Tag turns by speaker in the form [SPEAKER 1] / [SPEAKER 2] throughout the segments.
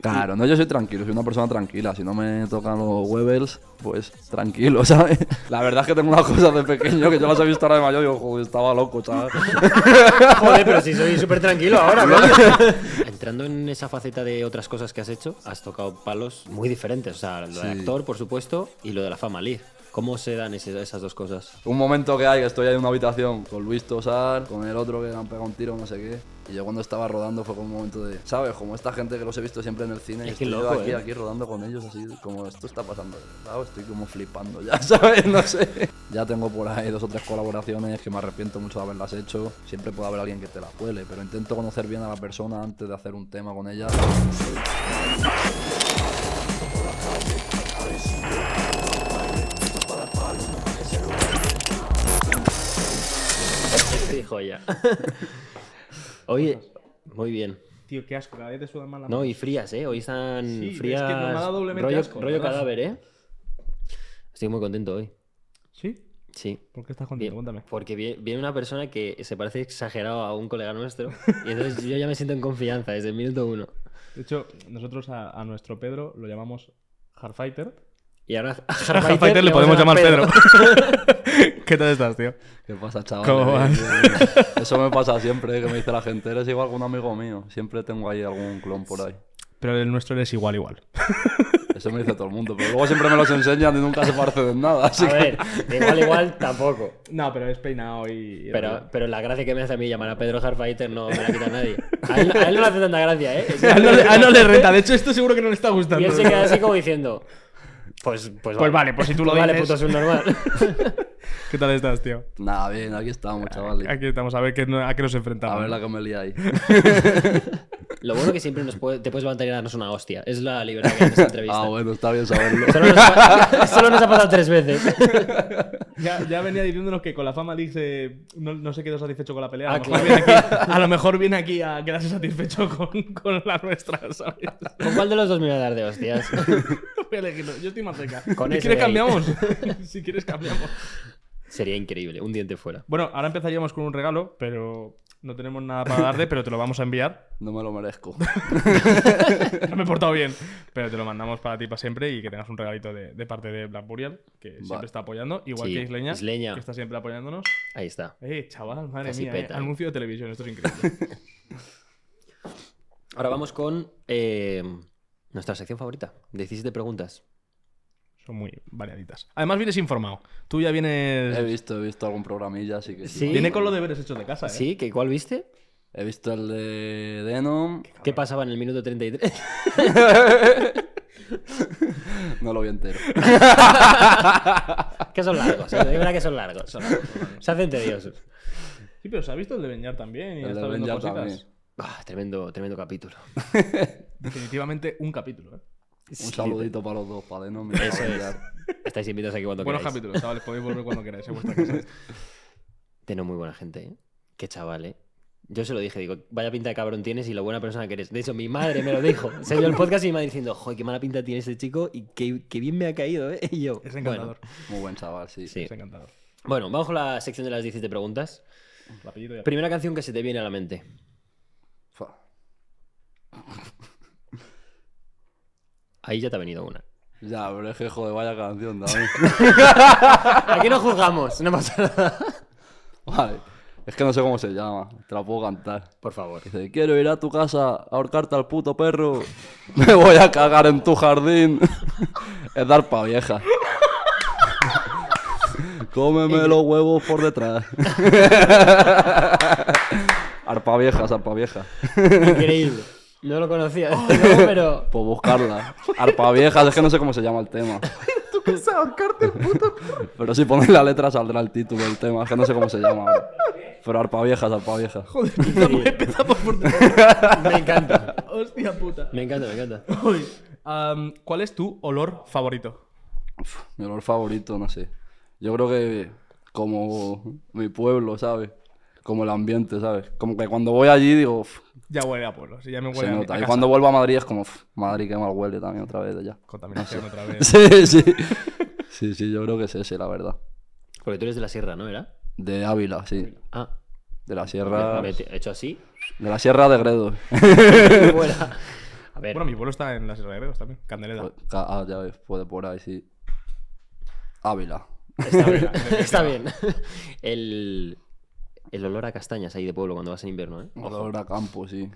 [SPEAKER 1] Claro, no, yo soy tranquilo, soy una persona tranquila. Si no me tocan los Webels, pues tranquilo, ¿sabes? La verdad es que tengo unas cosas de pequeño que yo las he visto ahora de mayor y digo, joder, estaba loco, ¿sabes?
[SPEAKER 2] Joder, pero si soy súper tranquilo ahora, coño. Entrando en esa faceta de otras cosas que has hecho, has tocado palos muy diferentes. O sea, lo de
[SPEAKER 1] Sí.
[SPEAKER 2] actor, por supuesto, y lo de la fama, Lee. ¿Cómo se dan ese- esas dos cosas?
[SPEAKER 1] Un momento que hay, que estoy ahí en una habitación con Luis Tosar, con el otro que le han pegado un tiro, no sé qué. Y yo cuando estaba rodando fue como un momento de, ¿sabes? Como esta gente que los he visto siempre en el cine. y
[SPEAKER 2] Es que
[SPEAKER 1] estoy yo
[SPEAKER 2] loco,
[SPEAKER 1] aquí,
[SPEAKER 2] ¿eh?
[SPEAKER 1] aquí rodando con ellos, así como esto está pasando. de verdad, o Estoy como flipando ya, ¿sabes? No sé. Ya tengo por ahí dos o tres colaboraciones que me arrepiento mucho de haberlas hecho. Siempre puede haber alguien que te la cuele, pero intento conocer bien a la persona antes de hacer un tema con ella.
[SPEAKER 2] Sí, joya. Oye, muy bien.
[SPEAKER 3] Tío, qué asco, cada vez te suda más la
[SPEAKER 2] No, y frías, ¿eh? Hoy están
[SPEAKER 3] Sí, pero es que
[SPEAKER 2] frías.
[SPEAKER 3] me ha dado doblemente
[SPEAKER 2] rollo
[SPEAKER 3] asco,
[SPEAKER 2] rollo
[SPEAKER 3] ¿verdad?
[SPEAKER 2] cadáver, ¿eh? Estoy muy contento hoy.
[SPEAKER 3] ¿Sí?
[SPEAKER 2] Sí.
[SPEAKER 3] ¿Por qué estás
[SPEAKER 2] Bien,
[SPEAKER 3] contento? Cuéntame.
[SPEAKER 2] porque vie- viene una persona que se parece exagerado a un colega nuestro y entonces yo ya me siento en confianza desde el minuto uno.
[SPEAKER 3] De hecho, nosotros a, a nuestro Pedro lo llamamos Hardfighter.
[SPEAKER 2] Y ahora a
[SPEAKER 3] A
[SPEAKER 2] Hardfighter
[SPEAKER 3] Hardfighter le podemos llamar Pedro. ¿Qué tal estás, tío?
[SPEAKER 1] ¿Qué pasa, chaval? Eh,
[SPEAKER 3] ¿Cómo vas?
[SPEAKER 1] Eso me pasa siempre, ¿eh? que me dice la gente, eres igual que un amigo mío. Siempre tengo ahí algún clon por ahí.
[SPEAKER 3] Pero el nuestro eres igual, igual.
[SPEAKER 1] Eso me dice todo el mundo, pero luego siempre me los enseñan y nunca se parecen en nada. Así
[SPEAKER 2] A
[SPEAKER 1] que...
[SPEAKER 2] ver, de igual, igual tampoco.
[SPEAKER 3] No, pero es peinado y.
[SPEAKER 2] Pero, pero la gracia que me hace a mí llamar a Pedro Hardfighter no me la quita nadie. A él, a él no le hace tanta gracia, ¿eh?
[SPEAKER 3] A él, no, le- a él no le renta. De hecho, esto seguro que no le está
[SPEAKER 2] Y
[SPEAKER 3] gustando.
[SPEAKER 2] él se queda así como diciendo: Pues, pues,
[SPEAKER 3] Pues vale, pues si tú lo
[SPEAKER 2] vale,
[SPEAKER 3] dices.
[SPEAKER 2] puto, es un normal.
[SPEAKER 3] ¿Qué tal estás, tío?
[SPEAKER 1] Nada, bien, aquí estamos, chaval.
[SPEAKER 3] Aquí estamos, a ver qué, a qué nos
[SPEAKER 1] A
[SPEAKER 3] enfrentamos.
[SPEAKER 1] ver la que me lía ahí.
[SPEAKER 2] Lo bueno que siempre nos puede- te puedes levantar y darnos una hostia. Es la libertad que hay en esta entrevista.
[SPEAKER 1] Ah, bueno, está bien saberlo.
[SPEAKER 2] Solo nos, pa- solo nos ha pasado tres veces.
[SPEAKER 3] Ya, ya venía diciéndonos que con la fama League se- no, no se quedó satisfecho con la pelea.
[SPEAKER 2] Ah,
[SPEAKER 3] a, lo
[SPEAKER 2] claro.
[SPEAKER 3] mejor viene aquí, a lo mejor viene aquí a quedarse satisfecho con, con la nuestra, ¿sabes?
[SPEAKER 2] ¿Con cuál de los dos me voy a dar de hostias?
[SPEAKER 3] Voy a elegirlo. Yo estoy más cerca.
[SPEAKER 2] Con
[SPEAKER 3] si
[SPEAKER 2] ese
[SPEAKER 3] quieres,
[SPEAKER 2] de ahí.
[SPEAKER 3] cambiamos. si quieres, cambiamos.
[SPEAKER 2] Sería increíble, un diente fuera.
[SPEAKER 3] Bueno, ahora empezaríamos con un regalo, pero no tenemos nada para darte, pero te lo vamos a enviar.
[SPEAKER 1] No me lo merezco.
[SPEAKER 3] No me he portado bien. Pero te lo mandamos para ti para siempre y que tengas un regalito de, de parte de Black Burial, que siempre está apoyando, igual
[SPEAKER 2] Sí,
[SPEAKER 3] que Isleña,
[SPEAKER 2] Isleña.
[SPEAKER 3] que está siempre apoyándonos.
[SPEAKER 2] Ahí está.
[SPEAKER 3] Eh, chaval, madre
[SPEAKER 2] Casi
[SPEAKER 3] mía, eh.
[SPEAKER 2] peta, eh.
[SPEAKER 3] anuncio de televisión, esto es increíble.
[SPEAKER 2] Ahora vamos con eh, nuestra sección favorita. 17 preguntas.
[SPEAKER 3] Son muy variaditas. Además, vienes informado. Tú ya
[SPEAKER 1] He
[SPEAKER 3] vienes.
[SPEAKER 1] visto, he visto algún programilla, así que
[SPEAKER 2] Sí.
[SPEAKER 3] Viene con los deberes hechos de casa, ¿eh?
[SPEAKER 2] ¿Sí? ¿Qué, ¿Cuál viste?
[SPEAKER 1] He visto el de Denom.
[SPEAKER 2] ¿Qué pasaba en el minuto 33?
[SPEAKER 1] No lo vi entero.
[SPEAKER 2] que son largos, eh, de verdad que son largos. Se hacen tediosos.
[SPEAKER 3] Sí, pero se ha visto el de Beñar también y
[SPEAKER 1] El de
[SPEAKER 3] ha estado viendo
[SPEAKER 1] Benja
[SPEAKER 3] cositas.
[SPEAKER 1] también.
[SPEAKER 2] Ah, tremendo, tremendo capítulo.
[SPEAKER 3] Definitivamente un capítulo, ¿eh?
[SPEAKER 1] Un saludito para los dos, para Denom. y
[SPEAKER 2] Eso
[SPEAKER 1] para
[SPEAKER 2] es.
[SPEAKER 1] Benja.
[SPEAKER 2] Estáis invitados aquí cuando
[SPEAKER 3] Buenos
[SPEAKER 2] queráis.
[SPEAKER 3] capítulos, chavales, podéis volver cuando queráis, en vuestra casa.
[SPEAKER 2] Tenés muy buena gente, ¿eh? Qué chaval, ¿eh? Yo se lo dije, digo, vaya pinta de cabrón tienes y lo buena persona que eres. De hecho, mi madre me lo dijo. Se vio el podcast y mi madre diciendo, joder, qué mala pinta tiene este chico y qué, qué bien me ha caído, ¿eh? Y yo,
[SPEAKER 3] Es encantador.
[SPEAKER 2] Bueno,
[SPEAKER 1] Muy buen chaval, sí.
[SPEAKER 2] sí.
[SPEAKER 3] Es encantador.
[SPEAKER 2] Bueno, vamos con la sección de las 17 preguntas.
[SPEAKER 3] Rapidito ya.
[SPEAKER 2] Primera canción que se te viene a la mente.
[SPEAKER 1] Fua.
[SPEAKER 2] Ahí ya te ha venido una.
[SPEAKER 1] Ya, pero es que joder, vaya canción también.
[SPEAKER 2] Aquí no juzgamos, no pasa nada.
[SPEAKER 1] Vale. Es que no sé cómo se llama. Te la puedo cantar.
[SPEAKER 2] Por favor.
[SPEAKER 1] Dice, quiero ir a tu casa a ahorcarte al puto perro. Me voy a cagar en tu jardín. es dar pa' vieja. Cómeme los huevos por detrás. arpa vieja, arpa vieja.
[SPEAKER 2] Increíble. No lo conocía, desde luego, Oh, pero...
[SPEAKER 1] Por Pues buscarla. Arpa vieja, es que no sé cómo se llama el tema. Pero si pones la letra saldrá el título del tema, es que no sé cómo se llama ahora. Pero arpa vieja, arpa vieja.
[SPEAKER 3] Empezamos por
[SPEAKER 2] Me encanta.
[SPEAKER 3] Hostia puta.
[SPEAKER 2] Me encanta, me encanta.
[SPEAKER 3] Uy. Am, ¿Cuál es tu olor favorito?
[SPEAKER 1] Mi olor favorito, no sé. Yo creo que como mi pueblo, ¿sabes? Como el ambiente, ¿sabes? Como que cuando voy allí digo, "Uf",
[SPEAKER 3] Ya huele a pueblo, si ya me huele
[SPEAKER 1] se
[SPEAKER 3] a, mi-
[SPEAKER 1] nota.
[SPEAKER 3] a
[SPEAKER 1] Y
[SPEAKER 3] casa.
[SPEAKER 1] cuando vuelvo a Madrid es como, "Uf, Madrid que mal huele también otra vez de allá.
[SPEAKER 3] Contaminación otra vez.
[SPEAKER 1] Ah, Sí, sí. Sí, sí, yo creo que es ese, la verdad.
[SPEAKER 2] Porque tú eres de la sierra, ¿no era?
[SPEAKER 1] De Ávila, sí.
[SPEAKER 2] Ah,
[SPEAKER 1] De la sierra...
[SPEAKER 2] me he hecho así
[SPEAKER 1] De la sierra de Gredos.
[SPEAKER 2] fuera. A ver,
[SPEAKER 3] Bueno, mi pueblo está en las Herreros también. Candeleda.
[SPEAKER 1] Pues, ca- ah, ya ves, puede por ahí, sí. Ávila.
[SPEAKER 2] está bien. está bien. El, el olor a castañas ahí de pueblo cuando vas en invierno, ¿eh?
[SPEAKER 1] Olor a campo, sí.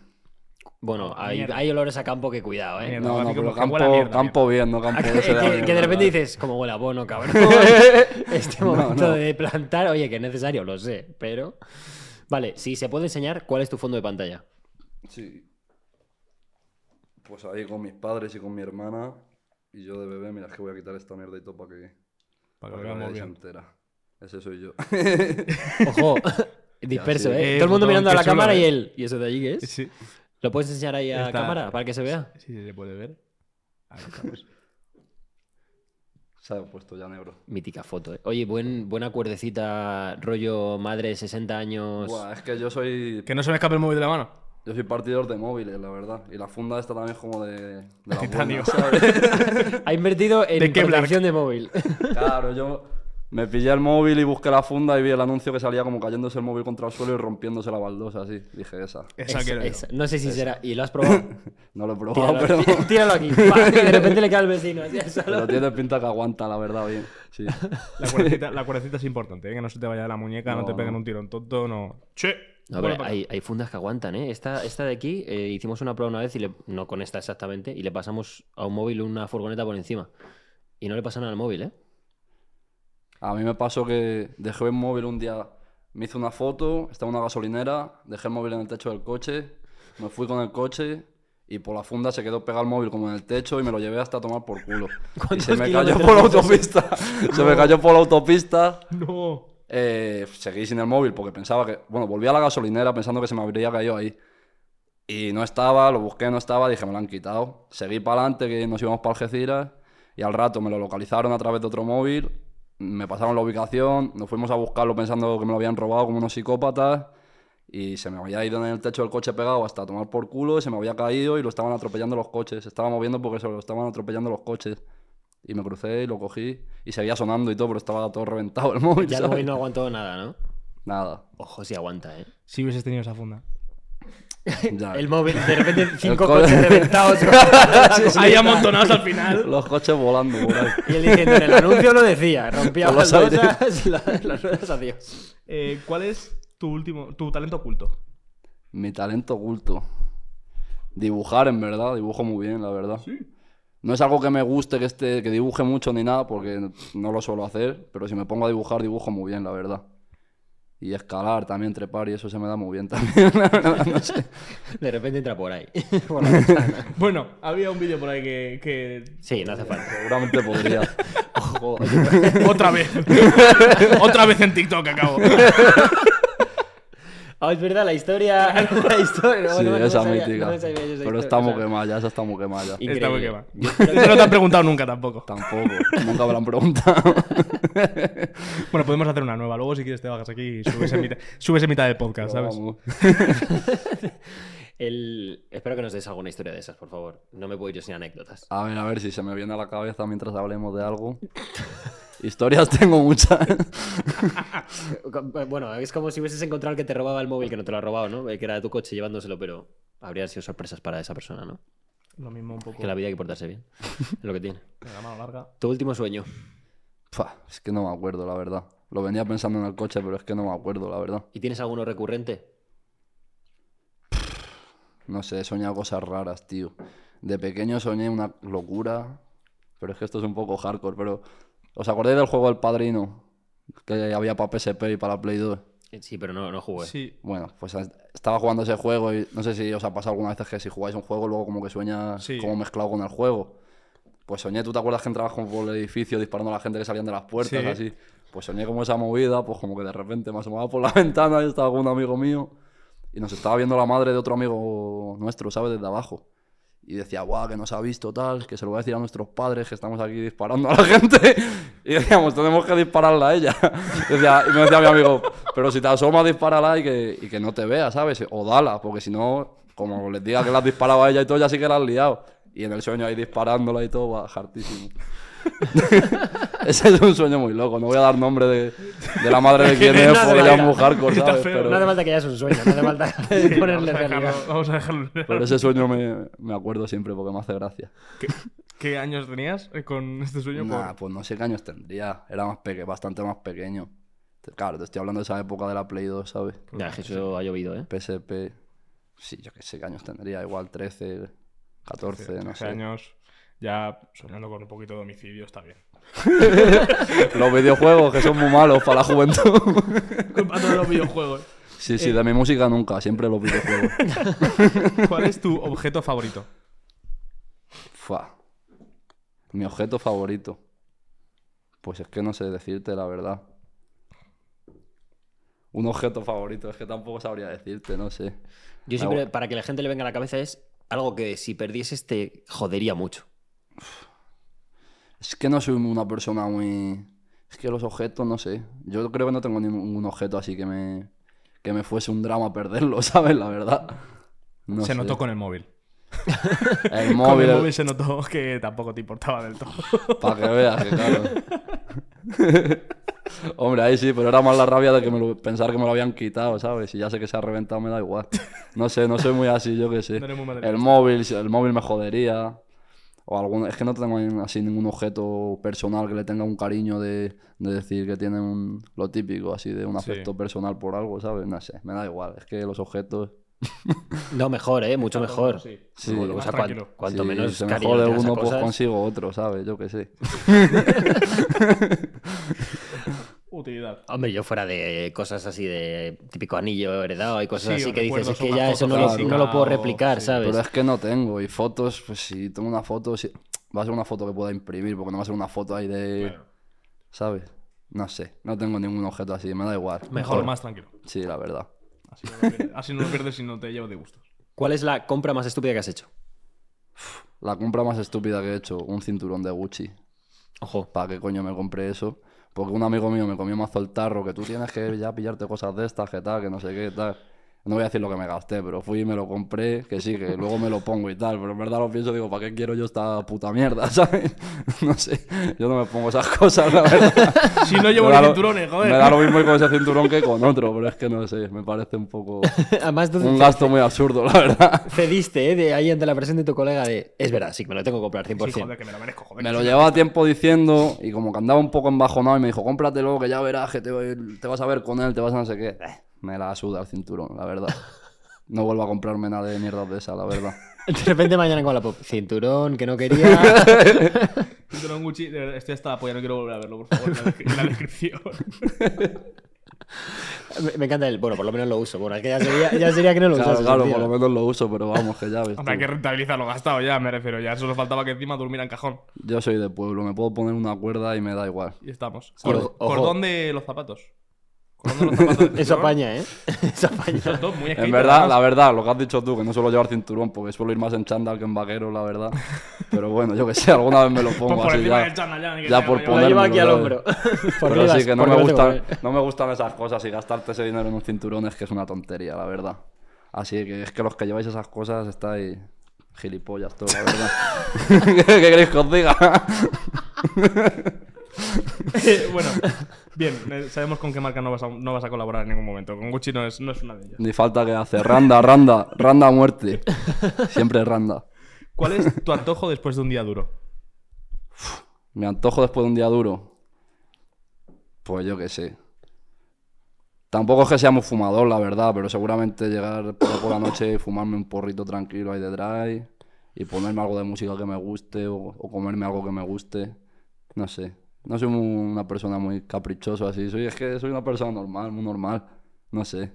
[SPEAKER 2] Bueno, hay,
[SPEAKER 3] Oh, Mierda.
[SPEAKER 2] hay olores a campo que cuidado, ¿eh?
[SPEAKER 3] Mierda.
[SPEAKER 1] No,
[SPEAKER 3] a
[SPEAKER 1] no,
[SPEAKER 3] mí como
[SPEAKER 1] pero
[SPEAKER 3] que huele a mierda,
[SPEAKER 1] campo, campo bien, no campo
[SPEAKER 2] Ah, que,
[SPEAKER 1] ese de
[SPEAKER 2] que-
[SPEAKER 1] mierda,
[SPEAKER 2] que de repente
[SPEAKER 1] ¿verdad?
[SPEAKER 2] dices, como huele a bono, cabrón. este
[SPEAKER 1] No,
[SPEAKER 2] momento
[SPEAKER 1] no.
[SPEAKER 2] de plantar, oye, que es necesario, lo sé, pero. Vale, si se puede enseñar, ¿cuál es tu fondo de pantalla?
[SPEAKER 1] Sí. Pues ahí con mis padres y con mi hermana. Y yo de bebé, mira, es que voy a quitar esta mierda y todo para que,
[SPEAKER 3] Para
[SPEAKER 1] para
[SPEAKER 3] que
[SPEAKER 1] que
[SPEAKER 3] lo veamos
[SPEAKER 1] veáis
[SPEAKER 3] bien.
[SPEAKER 1] entera. Ese soy yo.
[SPEAKER 2] Ojo, disperso,
[SPEAKER 1] Ya, sí.
[SPEAKER 2] ¿eh?
[SPEAKER 3] Eh,
[SPEAKER 2] Todo el mundo
[SPEAKER 3] botón,
[SPEAKER 2] mirando a
[SPEAKER 3] qué
[SPEAKER 2] la
[SPEAKER 3] chulo,
[SPEAKER 2] cámara y
[SPEAKER 3] eh.
[SPEAKER 2] él. ¿Y eso de allí qué es?
[SPEAKER 3] Sí,
[SPEAKER 2] ¿Lo puedes enseñar ahí a
[SPEAKER 3] Está-
[SPEAKER 2] cámara para que se vea?
[SPEAKER 3] sí, se puede ver. Ahí estamos.
[SPEAKER 1] Se ha puesto ya negro.
[SPEAKER 2] Mítica foto, ¿eh? Oye, buen, buena cuerdecita, rollo madre, 60
[SPEAKER 3] Pues
[SPEAKER 2] años.
[SPEAKER 1] Buah, es que yo soy.
[SPEAKER 3] que no se me escape el móvil de la mano.
[SPEAKER 1] Yo soy partidor de móviles, la verdad. Y la funda esta también es como de. de la
[SPEAKER 3] Titanio.
[SPEAKER 1] buena, ¿sabes?
[SPEAKER 2] Ha invertido en
[SPEAKER 3] ¿De qué
[SPEAKER 2] protección de móvil.
[SPEAKER 1] Claro, yo me pillé el móvil y busqué la funda y vi el anuncio que salía como cayéndose el móvil contra el suelo y rompiéndose la baldosa, así. Dije, esa.
[SPEAKER 3] Esa
[SPEAKER 2] Es-
[SPEAKER 3] quiero yo.
[SPEAKER 2] es- no sé si será. ¿Y lo has probado?
[SPEAKER 1] No lo he probado,
[SPEAKER 2] Tíralo,
[SPEAKER 1] pero,
[SPEAKER 2] tí- tíralo aquí. pa, y de repente le cae al vecino. así, al salón.
[SPEAKER 1] pero tiene pinta que aguanta, la verdad, bien. Sí.
[SPEAKER 3] La cuercita, la cuercita es importante, ¿eh? que no se te vaya la muñeca, no,
[SPEAKER 1] No,
[SPEAKER 3] te peguen
[SPEAKER 1] no.
[SPEAKER 3] un tirón tonto, no. Che.
[SPEAKER 2] No,
[SPEAKER 3] Bueno,
[SPEAKER 2] pero
[SPEAKER 3] pa-
[SPEAKER 2] hay, hay fundas que aguantan, ¿eh? Esta, esta de aquí, eh, hicimos una prueba una vez, y le- no con esta exactamente, y le pasamos a un móvil una furgoneta por encima. Y no le pasa nada al móvil, ¿eh?
[SPEAKER 1] A mí me pasó que dejé el móvil un día, me hice una foto, estaba en una gasolinera, dejé el móvil en el techo del coche, me fui con el coche y por la funda se quedó pegado el móvil como en el techo y me lo llevé hasta tomar por culo. Y
[SPEAKER 2] ¿Cuántos
[SPEAKER 1] se me cayó
[SPEAKER 2] kilómetros
[SPEAKER 1] por la
[SPEAKER 2] hizo eso?
[SPEAKER 1] autopista. Se me cayó por la autopista.
[SPEAKER 3] No.
[SPEAKER 1] Eh, seguí sin el móvil porque pensaba que. Bueno, volví a la gasolinera pensando que se me habría caído ahí. Y no estaba, lo busqué, no estaba, dije, me lo han quitado. Seguí para adelante, que nos íbamos para Algeciras. Y al rato me lo localizaron a través de otro móvil. Me pasaron la ubicación, nos fuimos a buscarlo pensando que me lo habían robado como unos psicópatas. Y se me había ido en el techo del coche pegado hasta tomar por culo, y se me había caído y lo estaban atropellando los coches. Se estaba moviendo porque se lo estaban atropellando los coches. Y me crucé y lo cogí. Y seguía sonando y todo, pero estaba todo reventado el móvil.
[SPEAKER 2] Ya el
[SPEAKER 1] ¿sabes?
[SPEAKER 2] móvil no aguantó nada, ¿no?
[SPEAKER 1] Nada.
[SPEAKER 2] Ojo si aguanta, ¿eh?
[SPEAKER 3] Si hubieses tenido esa funda.
[SPEAKER 1] Ya.
[SPEAKER 2] El móvil, de repente cinco
[SPEAKER 1] El co-
[SPEAKER 2] coches reventados.
[SPEAKER 3] Ahí amontonados al final.
[SPEAKER 1] Los coches volando por ahí.
[SPEAKER 2] Y él diciendo, en el anuncio lo decía, rompía
[SPEAKER 1] Por los
[SPEAKER 2] las ruedas, las, las ruedas, adiós.
[SPEAKER 3] Eh, ¿Cuál es tu último, tu talento oculto?
[SPEAKER 1] Mi talento oculto. Dibujar, en verdad. Dibujo muy bien, la verdad. No es algo que me guste, que, esté, que dibuje mucho ni nada, porque no lo suelo hacer. Pero si me pongo a dibujar, dibujo muy bien, la verdad. Y escalar también, trepar, y eso se me da muy bien también. la verdad, no sé.
[SPEAKER 2] De repente entra por ahí. por la ventana.
[SPEAKER 3] Bueno, había un vídeo por ahí que. que-
[SPEAKER 2] Sí, no hace falta.
[SPEAKER 1] Seguramente podría.
[SPEAKER 2] Ojo, oye,
[SPEAKER 3] Otra vez. Otra vez en TikTok acabo.
[SPEAKER 2] Ah, es verdad, la historia. La historia. no,
[SPEAKER 1] sí,
[SPEAKER 2] no, no me
[SPEAKER 1] esa
[SPEAKER 2] sabía-
[SPEAKER 1] mítica.
[SPEAKER 2] no me sabía yo esa
[SPEAKER 1] pero
[SPEAKER 2] historia,
[SPEAKER 1] está
[SPEAKER 2] o
[SPEAKER 1] muy
[SPEAKER 2] sea,
[SPEAKER 1] quemada, ya esa está muy quemada. ya.
[SPEAKER 2] increíble.
[SPEAKER 3] Está muy quemada.
[SPEAKER 2] Yo-
[SPEAKER 3] Eso no te han preguntado nunca tampoco.
[SPEAKER 1] Tampoco, nunca me lo han preguntado.
[SPEAKER 3] Bueno, podemos hacer una nueva. Luego, si quieres, te bajas aquí y subes en mitad, subes en mitad del podcast, ¿sabes?
[SPEAKER 1] Vamos.
[SPEAKER 2] el- Espero que nos des alguna historia de esas, por favor. No me puedo ir yo sin anécdotas.
[SPEAKER 1] A ver, a ver si se me viene a la cabeza mientras hablemos de algo. Historias tengo muchas.
[SPEAKER 2] Bueno, es como si hubieses encontrado al que te robaba el móvil, que no te lo ha robado, ¿no? El que era de tu coche llevándoselo, pero habría sido sorpresas para esa persona, ¿no?
[SPEAKER 3] Lo mismo un poco.
[SPEAKER 2] Que la vida hay que portarse bien. Es lo que tiene.
[SPEAKER 3] Con La mano larga.
[SPEAKER 2] Tu último sueño.
[SPEAKER 1] Fua, es que no me acuerdo, la verdad. Lo venía pensando en el coche, pero es que no me acuerdo, la verdad.
[SPEAKER 2] ¿Y tienes alguno recurrente?
[SPEAKER 1] No sé, he soñado cosas raras, tío. De pequeño soñé una locura. Pero es que esto es un poco hardcore, pero... ¿Os acordáis del juego El Padrino? Que había para PSP y para la Play 2.
[SPEAKER 2] Eh, Sí, pero no, no jugué.
[SPEAKER 3] Sí.
[SPEAKER 1] Bueno, pues a- estaba jugando ese juego y no sé si os ha pasado alguna vez que si jugáis un juego luego como que sueña
[SPEAKER 3] Sí.
[SPEAKER 1] como mezclado con el juego. Pues soñé, ¿tú te acuerdas que entrabas como por el edificio disparando a la gente que salían de las puertas
[SPEAKER 3] Sí.
[SPEAKER 1] así? Pues soñé como esa movida, pues como que de repente me asomaba por la ventana y estaba con un amigo mío y nos estaba viendo la madre de otro amigo nuestro, ¿sabes? Desde abajo. Y decía, guau, que nos ha visto tal, que se lo va a decir a nuestros padres que estamos aquí disparando a la gente. Y decíamos, tenemos que dispararla a ella. Y, decía- y me decía mi amigo, pero si te asomas, dispárala y que, y que no te vea, ¿sabes? O dala, porque si no, como les diga que la has disparado a ella y todo, ya sí que la has liado. Y en el sueño ahí disparándola y todo, va hartísimo. Ese es un sueño muy loco. No voy a dar nombre de, de la madre de quién
[SPEAKER 3] Que
[SPEAKER 1] es,
[SPEAKER 2] no hace
[SPEAKER 1] porque ya es
[SPEAKER 2] falta.
[SPEAKER 1] muy hardcore,
[SPEAKER 3] Está
[SPEAKER 1] ¿sabes?
[SPEAKER 3] feo,
[SPEAKER 1] Pero,
[SPEAKER 2] No hace falta que ya es un sueño, no hace falta ponerle
[SPEAKER 3] vamos, a
[SPEAKER 2] realidad.
[SPEAKER 3] dejarlo, vamos a dejarlo.
[SPEAKER 1] pero ese sueño me, me acuerdo siempre porque me hace gracia.
[SPEAKER 3] ¿Qué, qué años tenías eh, con este sueño?
[SPEAKER 1] Nah,
[SPEAKER 3] Por-
[SPEAKER 1] pues no sé qué años tendría. Era más peque- bastante más pequeño. Te- Claro, te estoy hablando de esa época de la Play 2, ¿sabes?
[SPEAKER 2] Ya, que eso ha llovido, ¿eh?
[SPEAKER 1] PSP. Sí, yo qué sé qué años tendría. Igual 13, 14, pues, eh, no
[SPEAKER 3] 13
[SPEAKER 1] sé.
[SPEAKER 3] años ya soñando con un poquito de homicidio está bien.
[SPEAKER 1] Los videojuegos que son muy malos para la juventud.
[SPEAKER 3] Culpa de los videojuegos.
[SPEAKER 1] Sí, sí, de mi música nunca, siempre los videojuegos.
[SPEAKER 3] ¿Cuál es tu objeto favorito?
[SPEAKER 1] Fua. Mi objeto favorito. Pues es que no sé decirte la verdad. Un objeto favorito, es que tampoco sabría decirte, no sé.
[SPEAKER 2] Yo
[SPEAKER 1] Ah,
[SPEAKER 2] siempre,
[SPEAKER 1] bueno.
[SPEAKER 2] para que la gente le venga a la cabeza, es algo que si perdieses te jodería mucho.
[SPEAKER 1] Es que no soy una persona muy... Es que los objetos, no sé. Yo creo que no tengo ningún objeto así que me, que me fuese un drama perderlo, ¿sabes? La verdad. No
[SPEAKER 3] se
[SPEAKER 1] sé.
[SPEAKER 3] notó con el móvil.
[SPEAKER 1] el
[SPEAKER 3] Con
[SPEAKER 1] móvil.
[SPEAKER 3] el móvil se notó que tampoco te importaba del todo.
[SPEAKER 1] Para que veas que claro. Hombre, ahí sí, pero era más la rabia de que me lo- pensar que me lo habían quitado, ¿sabes? Si ya sé que se ha reventado, me da igual. No sé, no soy muy así, yo qué sé.
[SPEAKER 3] No eres muy madridista.
[SPEAKER 1] el móvil, el móvil me jodería. O algún, es que no tengo así ningún objeto personal que le tenga un cariño de, de decir que tiene un, lo típico, así de un
[SPEAKER 3] Sí.
[SPEAKER 1] afecto personal por algo, ¿sabes? No sé, me da igual. Es que los objetos.
[SPEAKER 2] No, mejor, ¿eh? Mucho mejor.
[SPEAKER 1] Sí.
[SPEAKER 2] O
[SPEAKER 3] Más
[SPEAKER 2] sea, cuan-
[SPEAKER 3] tranquilo.
[SPEAKER 2] cuanto
[SPEAKER 1] si
[SPEAKER 2] menos
[SPEAKER 1] se me
[SPEAKER 2] cariño
[SPEAKER 1] jode
[SPEAKER 2] le tengas a
[SPEAKER 1] uno, pues
[SPEAKER 2] cosas-
[SPEAKER 1] consigo otro, ¿sabes? Yo qué sé.
[SPEAKER 3] Utilidad.
[SPEAKER 2] Hombre, yo fuera de cosas así de típico anillo heredado y cosas
[SPEAKER 3] Sí, o
[SPEAKER 2] así que dices,
[SPEAKER 3] recuerdos,
[SPEAKER 2] es que
[SPEAKER 3] una
[SPEAKER 2] ya
[SPEAKER 3] foto
[SPEAKER 2] eso no lo,
[SPEAKER 1] física
[SPEAKER 2] no lo puedo
[SPEAKER 3] o-
[SPEAKER 2] replicar,
[SPEAKER 3] sí.
[SPEAKER 2] ¿sabes?
[SPEAKER 1] Pero es que no tengo. Y fotos, pues si tengo una foto, si- va a ser una foto que pueda imprimir, porque no va a ser una foto ahí de.
[SPEAKER 3] Claro.
[SPEAKER 1] ¿Sabes? No sé. No tengo ningún objeto así, me da igual.
[SPEAKER 3] Mejor, más tranquilo.
[SPEAKER 1] Sí, la verdad.
[SPEAKER 3] Así no lo pierdes, así no lo pierdes y no te llevas de gusto.
[SPEAKER 2] ¿Cuál es la compra más estúpida que has hecho?
[SPEAKER 1] La compra más estúpida que he hecho, un cinturón de Gucci.
[SPEAKER 2] Ojo.
[SPEAKER 1] ¿Para qué coño me compré eso? Porque un amigo mío me comió mazo el tarro, que tú tienes que ya pillarte cosas de estas, que tal, que no sé qué, tal. No voy a decir lo que me gasté, pero fui y me lo compré, que sí, que luego me lo pongo y tal. Pero en verdad lo pienso, digo, ¿para qué quiero yo esta puta mierda, sabes? No sé, yo no me pongo esas cosas, la verdad.
[SPEAKER 3] Si no llevo
[SPEAKER 1] Me da
[SPEAKER 3] los
[SPEAKER 1] lo-
[SPEAKER 3] cinturones, joder.
[SPEAKER 1] Me da lo mismo ir con ese cinturón que con otro, pero es que no sé, me parece un poco.
[SPEAKER 2] Además, tú
[SPEAKER 1] Un gasto muy absurdo, la verdad.
[SPEAKER 2] cediste, ¿eh? De ahí ante la presión de tu colega de, es verdad, sí, me lo tengo que comprar
[SPEAKER 3] Sí,
[SPEAKER 2] 100%.
[SPEAKER 3] joder, que me lo merezco, joder.
[SPEAKER 1] pues Me
[SPEAKER 3] que
[SPEAKER 1] lo
[SPEAKER 3] sí.
[SPEAKER 1] llevaba tiempo diciendo y como que andaba un poco embajonado y me dijo, cómpratelo, que ya verás, que te, te vas a ver con él, te vas a no sé qué. Eh, Me la suda el cinturón, la verdad. No vuelvo a comprarme nada de mierda de esa, la verdad.
[SPEAKER 2] de repente mañana con la pop, cinturón que no quería.
[SPEAKER 3] Cinturón Gucci, de verdad, estoy hasta la polla, no quiero volver a verlo, por favor, en la, descri- en la descripción.
[SPEAKER 2] Me- Me encanta el. Bueno, por lo menos lo uso. Bueno, es que ya sería, ya sería que no lo
[SPEAKER 1] Claro,
[SPEAKER 2] usas.
[SPEAKER 1] claro, por lo menos lo uso, pero vamos, que ya ves.
[SPEAKER 3] Hombre, hay
[SPEAKER 1] tú.
[SPEAKER 3] que rentabilizar lo gastado ya, me refiero. Ya solo faltaba que encima durmiera en cajón.
[SPEAKER 1] Yo soy de pueblo, me puedo poner una cuerda y me da igual.
[SPEAKER 3] Y estamos.
[SPEAKER 2] Sí,
[SPEAKER 3] Cor-
[SPEAKER 2] ojo.
[SPEAKER 3] cordón de los zapatos. Cordón de los zapatos. del
[SPEAKER 2] Eso
[SPEAKER 3] cinturón.
[SPEAKER 2] apaña, ¿eh? Eso apaña.
[SPEAKER 3] Son dos muy
[SPEAKER 1] En
[SPEAKER 3] escritos,
[SPEAKER 1] verdad, la
[SPEAKER 3] además.
[SPEAKER 1] verdad, lo que has dicho tú, que no suelo llevar cinturón, porque suelo ir más en chándal que en vaquero, la verdad. Pero bueno, yo que sé, alguna vez me lo
[SPEAKER 3] Pon
[SPEAKER 1] pongo
[SPEAKER 3] Pues por
[SPEAKER 1] así
[SPEAKER 3] encima
[SPEAKER 1] ya.
[SPEAKER 3] del chándal ya. ni que
[SPEAKER 1] ya
[SPEAKER 3] sea,
[SPEAKER 1] por
[SPEAKER 3] vaya,
[SPEAKER 1] poner-
[SPEAKER 2] Lo
[SPEAKER 3] vaya.
[SPEAKER 2] lleva aquí al
[SPEAKER 1] ¿sabes?
[SPEAKER 2] hombro. Porque
[SPEAKER 1] Pero
[SPEAKER 2] ibas-
[SPEAKER 1] sí, que no
[SPEAKER 2] porque
[SPEAKER 1] me,
[SPEAKER 2] te
[SPEAKER 1] gustan,
[SPEAKER 2] pones.
[SPEAKER 1] no me gustan esas cosas y gastarte ese dinero en un cinturón es que es una tontería, la verdad. Así que es que los que lleváis esas cosas estáis gilipollas todo, la verdad. ¿Qué queréis que os diga?
[SPEAKER 3] bueno, bien, eh, sabemos con qué marca no vas, a, no vas a colaborar en ningún momento. Con Gucci no es, no es una de ellas.
[SPEAKER 1] Ni falta que hace. Randa, randa, randa a muerte. Siempre randa.
[SPEAKER 3] ¿Cuál es tu antojo después de un día duro?
[SPEAKER 1] Me antojo después de un día duro. Pues yo qué sé. Tampoco es que seamos fumador, la verdad, pero seguramente llegar por por la noche y fumarme un porrito tranquilo ahí detrás y- y ponerme algo de música que me guste o, o comerme algo que me guste. No sé. No soy mu- una persona muy caprichosa así. Soy, es que soy una persona normal, muy normal. No sé.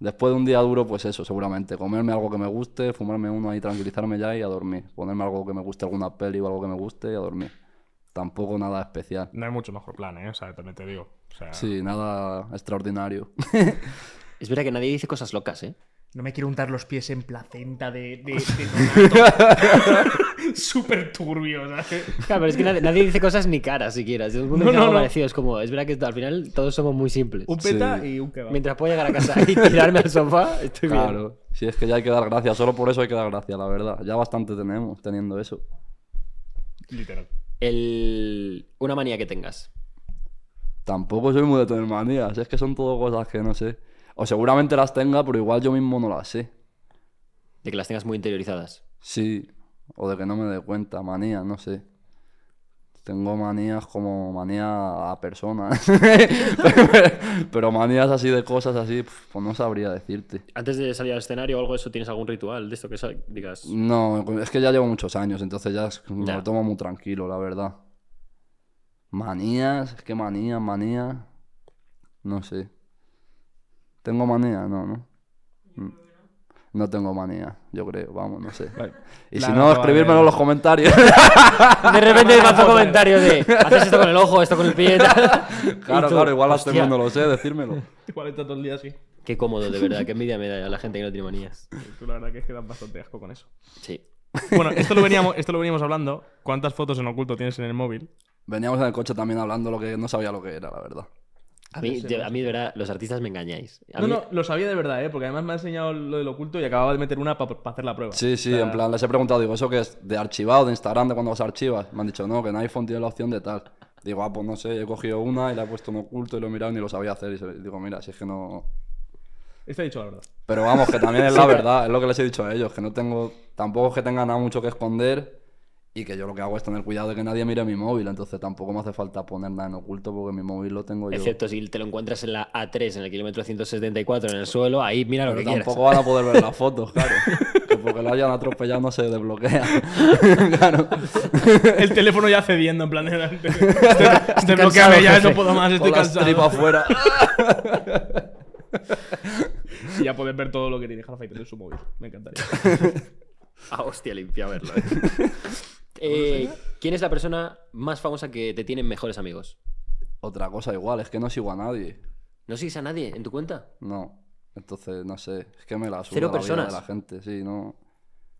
[SPEAKER 1] Después de un día duro, pues eso, seguramente. Comerme algo que me guste, fumarme uno ahí, tranquilizarme ya y a dormir. Ponerme algo que me guste, alguna peli o algo que me guste y a dormir. Tampoco nada especial.
[SPEAKER 3] No hay mucho mejor plan, ¿eh? O sea, también te digo. O sea,
[SPEAKER 1] Sí, nada extraordinario.
[SPEAKER 2] Es verdad que nadie dice cosas locas, ¿eh?
[SPEAKER 3] No me quiero untar los pies en placenta de. de, de Donato. Súper turbio, ¿sabes?
[SPEAKER 2] Claro, pero es que nadie, nadie dice cosas ni caras siquiera. Todo el mundo
[SPEAKER 3] No,
[SPEAKER 2] dice
[SPEAKER 3] no,
[SPEAKER 2] algo
[SPEAKER 3] no.
[SPEAKER 2] parecido. Es como, es verdad que al final todos somos muy simples.
[SPEAKER 3] Un
[SPEAKER 1] Sí.
[SPEAKER 3] peta y un kebab.
[SPEAKER 2] Mientras pueda llegar a casa y tirarme al sofá, estoy bien.
[SPEAKER 1] Claro. Si es que ya hay que dar gracias, solo por eso hay que dar gracias, la verdad. Ya bastante tenemos teniendo eso.
[SPEAKER 3] Literal.
[SPEAKER 2] El... Una manía que tengas.
[SPEAKER 1] Tampoco soy muy de tener manías, es que son todo cosas que no sé. O seguramente las tenga, pero igual yo mismo no las sé.
[SPEAKER 2] De que las tengas muy interiorizadas.
[SPEAKER 1] Sí, o de que no me dé cuenta, manías, no sé. Tengo manías como manía a personas. pero manías así de cosas así, pf, pues no sabría decirte.
[SPEAKER 2] Antes de salir al escenario o algo de eso, ¿tienes algún ritual de esto que sa- digas?
[SPEAKER 1] No, es que ya llevo muchos años, entonces ya es- me
[SPEAKER 2] Ya.
[SPEAKER 1] lo tomo muy tranquilo, la verdad. Manías, es que manías, manías. No sé. ¿Tengo manía? No, ¿no? Mm. No tengo manía, yo creo, vamos, no sé.
[SPEAKER 3] Vale.
[SPEAKER 1] Y
[SPEAKER 3] La
[SPEAKER 1] si
[SPEAKER 3] nota
[SPEAKER 1] no,
[SPEAKER 3] va
[SPEAKER 1] escribírmelo
[SPEAKER 3] bien.
[SPEAKER 1] en los comentarios.
[SPEAKER 2] De repente me lanzó comentarios de haces esto con el ojo, esto con el pie. tal.
[SPEAKER 1] claro,
[SPEAKER 2] Y tú,
[SPEAKER 1] claro, igual hasta el
[SPEAKER 2] hostia,
[SPEAKER 1] mundo lo sé, decírmelo.
[SPEAKER 3] Igual está todo el día así.
[SPEAKER 2] Qué cómodo, de verdad, qué envidia me da a la gente que no tiene manías.
[SPEAKER 3] Tú la verdad que es que das bastante asco con eso.
[SPEAKER 2] Sí.
[SPEAKER 3] Bueno, esto lo veníamos, esto lo veníamos hablando. ¿Cuántas fotos en oculto tienes en el móvil?
[SPEAKER 1] Veníamos en el coche también hablando lo que no sabía lo que era, la verdad.
[SPEAKER 2] A mí, yo- a mí, de verdad, los artistas me engañáis. A
[SPEAKER 3] no,
[SPEAKER 2] mí-
[SPEAKER 3] no, lo sabía de verdad, ¿eh? Porque además me ha enseñado lo del oculto y acababa de meter una para hacer la prueba.
[SPEAKER 1] Sí, sí,
[SPEAKER 3] O sea,
[SPEAKER 1] en plan, les he preguntado, digo, ¿eso qué es? ¿De archivado, de Instagram, de cuando los archivas? Me han dicho, no, que en iPhone tiene la opción de tal. Digo, ah, pues no sé, he cogido una y la he puesto en oculto y lo he mirado y ni lo sabía hacer. Y se- digo, mira, si es que no...
[SPEAKER 3] Este ha dicho la verdad.
[SPEAKER 1] Pero vamos, que también es la verdad, es lo que les he dicho a ellos, que no tengo... Tampoco es que tenga nada mucho que esconder y que yo lo que hago es tener cuidado de que nadie mire mi móvil, entonces tampoco me hace falta poner nada en oculto porque mi móvil lo tengo Pues yo.
[SPEAKER 2] Excepto si te lo encuentras en la A3, en el kilómetro 174, en el suelo, ahí mira lo
[SPEAKER 1] Pero
[SPEAKER 2] que quieras.
[SPEAKER 1] tampoco van a poder ver las fotos, claro. Que porque lo hayan atropellado no se desbloquea. claro.
[SPEAKER 3] El teléfono ya cediendo, en plan de delante. Este
[SPEAKER 2] cansado,
[SPEAKER 3] bloqueame ya,
[SPEAKER 2] jefe.
[SPEAKER 3] no puedo más, estoy
[SPEAKER 1] Con las tripas
[SPEAKER 3] cansado.
[SPEAKER 1] afuera.
[SPEAKER 3] Y ya puedes ver todo lo que tiene Half-Life en su móvil. Me encantaría.
[SPEAKER 2] Ah, hostia, limpia verlo. eh. Eh, ¿Quién es la persona más famosa que te tienen mejores amigos?
[SPEAKER 1] Otra cosa igual, es que no sigo a nadie.
[SPEAKER 2] ¿No sigues a nadie en tu cuenta?
[SPEAKER 1] No. Entonces, no sé, es que me la suda
[SPEAKER 2] Cero
[SPEAKER 1] la vida
[SPEAKER 2] personas.
[SPEAKER 1] de la gente, sí, no.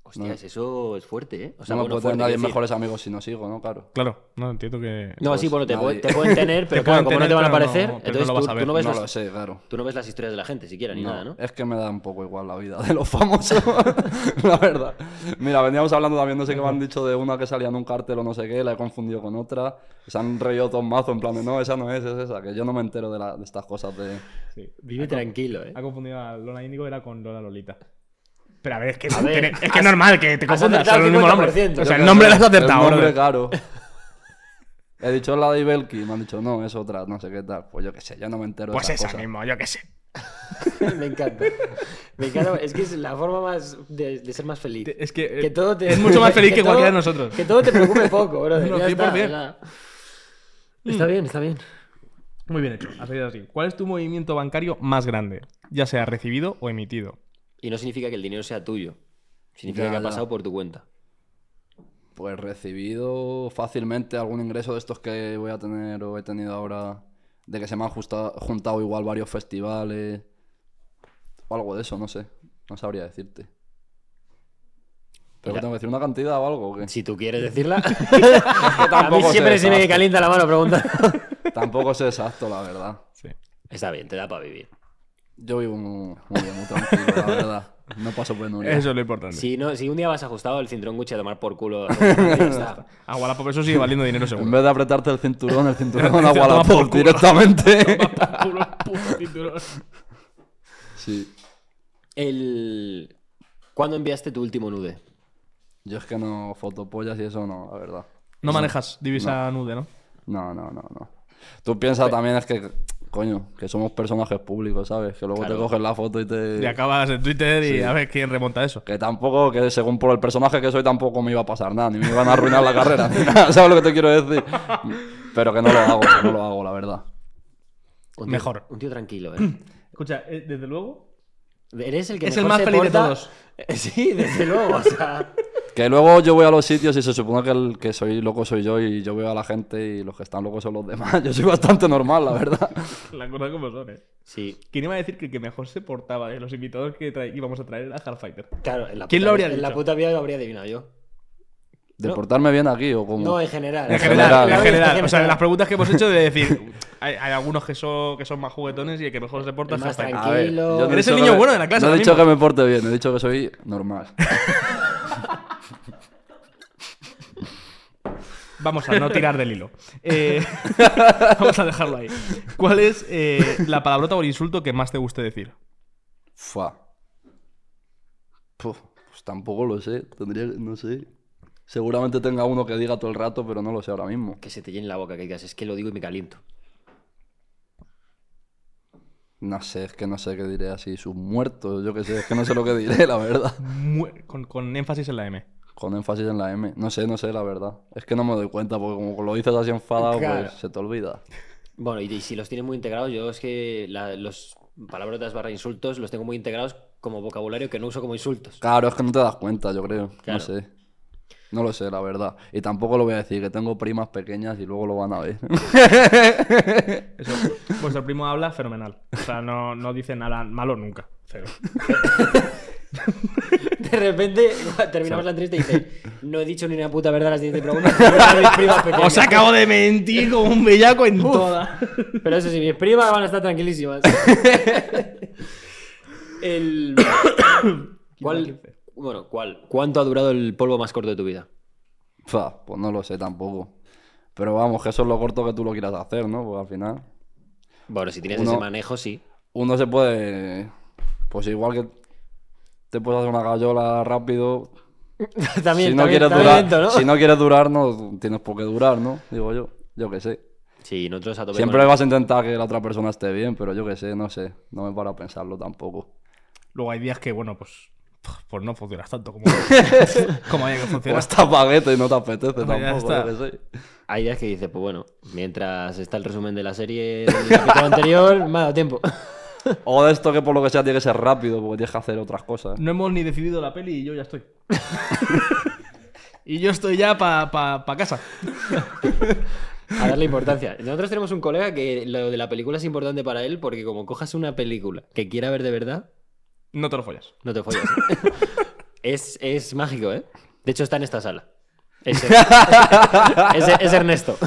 [SPEAKER 2] Hostias, eso es fuerte, ¿eh? O
[SPEAKER 1] no me
[SPEAKER 2] bueno,
[SPEAKER 1] puede tener nadie
[SPEAKER 2] fuerte, quiero decir.
[SPEAKER 1] mejores amigos si no sigo, ¿no? Claro.
[SPEAKER 3] Claro, no entiendo que.
[SPEAKER 2] No,
[SPEAKER 1] Pues
[SPEAKER 2] sí, bueno, te, pu-
[SPEAKER 1] nadie.
[SPEAKER 2] te pueden tener, pero
[SPEAKER 3] Te
[SPEAKER 2] claro,
[SPEAKER 3] pueden
[SPEAKER 2] como no
[SPEAKER 3] tener,
[SPEAKER 2] te van a
[SPEAKER 3] pero no-
[SPEAKER 2] aparecer,
[SPEAKER 3] pero no
[SPEAKER 2] entonces
[SPEAKER 3] lo vas
[SPEAKER 2] tú,
[SPEAKER 3] a
[SPEAKER 2] tú
[SPEAKER 3] ver.
[SPEAKER 2] no ves
[SPEAKER 1] no
[SPEAKER 2] las,
[SPEAKER 1] lo sé, claro.
[SPEAKER 2] tú no ves las historias de la gente siquiera, ni
[SPEAKER 1] No,
[SPEAKER 2] nada, ¿no?
[SPEAKER 1] Es que me da un poco igual la vida de los famosos, la verdad. Mira, veníamos hablando también, no sé qué me han dicho de una que salía en un cartel o no sé qué, la he confundido con otra. Se han reído dos mazos en plan de, no, esa no es, es esa, que yo no me entero de, la- de estas cosas de...
[SPEAKER 3] Sí.
[SPEAKER 2] Vive tranquilo, ¿eh?
[SPEAKER 3] Ha confundido a Lola Índigo, era con Lola Lolita. Pero a ver, es que,
[SPEAKER 2] A ver,
[SPEAKER 3] es que
[SPEAKER 2] has-
[SPEAKER 3] es normal que te
[SPEAKER 2] has
[SPEAKER 3] confundas.
[SPEAKER 2] acertado
[SPEAKER 3] Solo el mismo
[SPEAKER 2] el
[SPEAKER 3] nombre.
[SPEAKER 2] 50%.
[SPEAKER 3] O sea,
[SPEAKER 1] Yo
[SPEAKER 3] el nombre lo
[SPEAKER 1] creo
[SPEAKER 3] has
[SPEAKER 1] que
[SPEAKER 3] acertado,
[SPEAKER 1] El nombre,
[SPEAKER 3] brother.
[SPEAKER 1] claro. He dicho la de Ibelki, me han dicho, no, es otra, no sé qué tal. Pues yo qué sé, yo no me entero
[SPEAKER 3] Pues
[SPEAKER 1] de esas
[SPEAKER 3] esa
[SPEAKER 1] cosas.
[SPEAKER 3] mismo, yo qué sé.
[SPEAKER 2] Me encanta. Me encanta. Es que es la forma más de, de ser más feliz.
[SPEAKER 3] Te- Es que, eh,
[SPEAKER 2] que todo te-
[SPEAKER 3] es mucho más feliz que,
[SPEAKER 2] todo-
[SPEAKER 3] cualquiera de nosotros.
[SPEAKER 2] Que todo te preocupe poco, bro.
[SPEAKER 3] No, 100%.
[SPEAKER 2] Está, o sea.
[SPEAKER 3] Mm.
[SPEAKER 2] Está bien, está bien.
[SPEAKER 3] Muy bien hecho, ha salido así. ¿Cuál es tu movimiento bancario más grande? Ya sea recibido o emitido.
[SPEAKER 2] Y no significa que el dinero sea tuyo. Significa
[SPEAKER 1] Ya,
[SPEAKER 2] que ha
[SPEAKER 1] ya.
[SPEAKER 2] pasado por tu cuenta.
[SPEAKER 1] Pues recibido fácilmente algún ingreso de estos que voy a tener o he tenido ahora, de que se me han justa- juntado igual varios festivales o algo de eso, no sé, no sabría decirte. ¿Pero
[SPEAKER 2] Mira.
[SPEAKER 1] que tengo que decir una cantidad o algo? o qué?
[SPEAKER 2] Si tú quieres decirla. a mí
[SPEAKER 1] tampoco sé
[SPEAKER 2] siempre se me
[SPEAKER 1] exacto.
[SPEAKER 2] calienta la mano preguntando.
[SPEAKER 1] Tampoco sé exacto, la verdad.
[SPEAKER 3] Sí.
[SPEAKER 2] está bien, te da para vivir.
[SPEAKER 1] Yo vivo muy, muy bien, muy tranquilo, la verdad. No paso penuria.
[SPEAKER 3] Eso es lo importante.
[SPEAKER 2] Si, no, si un día vas ajustado el cinturón Gucci a tomar por culo. ya está.
[SPEAKER 3] A Wallapop Ah, eso sigue valiendo dinero
[SPEAKER 1] En
[SPEAKER 3] seguro.
[SPEAKER 1] vez de apretarte el cinturón, el cinturón a
[SPEAKER 3] Te toma por
[SPEAKER 1] Wallapop
[SPEAKER 3] culo.
[SPEAKER 1] directamente.
[SPEAKER 3] Puro puto cinturón.
[SPEAKER 1] sí.
[SPEAKER 2] El... ¿Cuándo enviaste tu último nude?
[SPEAKER 1] Yo es que no fotopollas y eso no, la verdad.
[SPEAKER 3] No manejas divisa nude, ¿no?
[SPEAKER 1] No, no, no, no. Tú piensas también es que, coño, que somos personajes públicos, ¿sabes? Que luego
[SPEAKER 2] Claro.
[SPEAKER 1] te coges la foto y te...
[SPEAKER 3] Y acabas en Twitter y a ver quién remonta eso.
[SPEAKER 1] Que tampoco, que según por el personaje que soy tampoco me iba a pasar nada, ni me iban a arruinar la carrera, ni nada, ¿sabes lo que te quiero decir? Pero que no lo hago, que no lo hago, la verdad.
[SPEAKER 2] Un tío-
[SPEAKER 3] Mejor.
[SPEAKER 2] Un tío tranquilo, ¿eh?
[SPEAKER 3] Escucha, eh, desde luego.
[SPEAKER 2] Eres el que
[SPEAKER 3] Es el
[SPEAKER 2] mejor
[SPEAKER 3] más
[SPEAKER 2] se
[SPEAKER 3] feliz de
[SPEAKER 2] porta-
[SPEAKER 3] todos.
[SPEAKER 2] Sí, desde luego, o sea.
[SPEAKER 1] Que luego yo voy a los sitios y se supone que el que soy loco soy yo y yo veo a la gente y los que están locos son los demás. Yo soy bastante normal, la verdad.
[SPEAKER 3] La cosa como son, ¿eh?
[SPEAKER 2] Sí,
[SPEAKER 3] ¿Quién iba a decir que el que mejor se portaba de los invitados que tra- íbamos a traer era Hardfighter?
[SPEAKER 2] claro, en la
[SPEAKER 3] ¿Quién
[SPEAKER 2] puta
[SPEAKER 3] lo habría
[SPEAKER 2] vida- En la
[SPEAKER 3] dicho?
[SPEAKER 2] puta vida lo habría adivinado yo.
[SPEAKER 1] De
[SPEAKER 2] No.
[SPEAKER 1] portarme bien aquí o como...
[SPEAKER 2] No, en general.
[SPEAKER 3] En
[SPEAKER 1] En general,
[SPEAKER 3] general, en
[SPEAKER 1] en
[SPEAKER 3] general. O sea, las preguntas que hemos hecho de decir, hay, hay algunos que son, que son más juguetones y el que mejor se porta
[SPEAKER 2] El
[SPEAKER 3] es
[SPEAKER 2] más
[SPEAKER 3] Half-Life.
[SPEAKER 1] A ver,
[SPEAKER 2] Tranquilo.
[SPEAKER 1] yo no he
[SPEAKER 3] Eres el
[SPEAKER 1] dicho
[SPEAKER 3] niño
[SPEAKER 1] que-
[SPEAKER 3] bueno de la clase
[SPEAKER 1] No he
[SPEAKER 3] ahora
[SPEAKER 1] dicho
[SPEAKER 3] mismo.
[SPEAKER 1] que me porte bien, he dicho que soy normal.
[SPEAKER 3] Vamos a no tirar del hilo. Eh, vamos a dejarlo ahí. ¿Cuál es eh, la palabrota o el insulto que más te guste decir?
[SPEAKER 1] Fua. Puf, pues tampoco lo sé. Tendría, no sé. Seguramente tenga uno que diga todo el rato, pero no lo sé ahora mismo.
[SPEAKER 2] Que se te llene la boca, que digas, es que lo digo y me caliento.
[SPEAKER 1] No sé, es que no sé qué diré así. Sus muertos, yo qué sé. Es que no sé lo que diré, la verdad.
[SPEAKER 3] Mu- con, con énfasis en la M.
[SPEAKER 1] Con énfasis en la M. No sé, no sé, la verdad. Es que no me doy cuenta, porque como lo dices así enfadado,
[SPEAKER 2] Claro.
[SPEAKER 1] pues se te olvida.
[SPEAKER 2] Bueno, y, y si los tienes muy integrados, yo es que la- los palabrotas barra insultos los tengo muy integrados como vocabulario que no uso como insultos.
[SPEAKER 1] Claro, es que no te das cuenta, yo creo.
[SPEAKER 2] Claro.
[SPEAKER 1] No sé. No lo sé, la verdad. Y tampoco lo voy a decir, que tengo primas pequeñas y luego lo van a ver.
[SPEAKER 3] Eso. Vuestro primo habla fenomenal. O sea, no, no dice nada malo nunca. Cero.
[SPEAKER 2] De repente terminamos la entrevista y dices, no he dicho ni una puta verdad a la siguiente pregunta. pero una de mis primas pequeñas".
[SPEAKER 3] Os acabo de mentir como un bellaco en toda.
[SPEAKER 2] Pero eso sí, mis primas van a estar tranquilísimas. El- ¿Cuál, bueno, ¿cuál? ¿Cuánto ha durado el polvo más corto de tu vida?
[SPEAKER 1] Fa, pues no lo sé tampoco. Pero vamos, que eso es lo corto que tú lo quieras hacer, ¿no? Porque al final.
[SPEAKER 2] Bueno, si tienes
[SPEAKER 1] Uno.
[SPEAKER 2] ese manejo, sí.
[SPEAKER 1] Uno se puede. Pues igual que te puedes hacer una gallola rápido.
[SPEAKER 2] también,
[SPEAKER 1] si, no
[SPEAKER 2] también,
[SPEAKER 1] quieres
[SPEAKER 2] también
[SPEAKER 1] durar,
[SPEAKER 2] lento, ¿no?
[SPEAKER 1] si no quieres durar, no tienes por qué durar, ¿no? Digo yo. Yo qué sé.
[SPEAKER 2] Sí, nosotros a tope
[SPEAKER 1] Siempre
[SPEAKER 2] con-
[SPEAKER 1] vas a intentar que la otra persona esté bien, pero yo qué sé, no sé. No me paro a pensarlo tampoco.
[SPEAKER 3] Luego hay días que, bueno, pues. Pues no funcionas tanto como, como había que
[SPEAKER 1] O
[SPEAKER 3] funcionar.
[SPEAKER 1] estás paguete y no te apetece
[SPEAKER 3] Hombre, Pues ya
[SPEAKER 1] tampoco,
[SPEAKER 3] está.
[SPEAKER 1] yo qué sé.
[SPEAKER 2] Hay días que dices, pues bueno, mientras está el resumen de la serie del capítulo anterior, me ha dado tiempo.
[SPEAKER 1] O de esto que por lo que sea tiene que ser rápido, porque tienes que hacer otras cosas.
[SPEAKER 3] No hemos ni decidido la peli y yo ya estoy.
[SPEAKER 2] Pues-
[SPEAKER 3] y yo estoy ya para pa, pa casa.
[SPEAKER 2] A darle importancia. Nosotros tenemos un colega que lo de la película es importante para él porque como cojas una película que quiera ver de verdad,
[SPEAKER 3] No te lo follas.
[SPEAKER 2] no te follas. es, es mágico, ¿eh? De hecho, está en esta sala. Es, es- es Ernesto.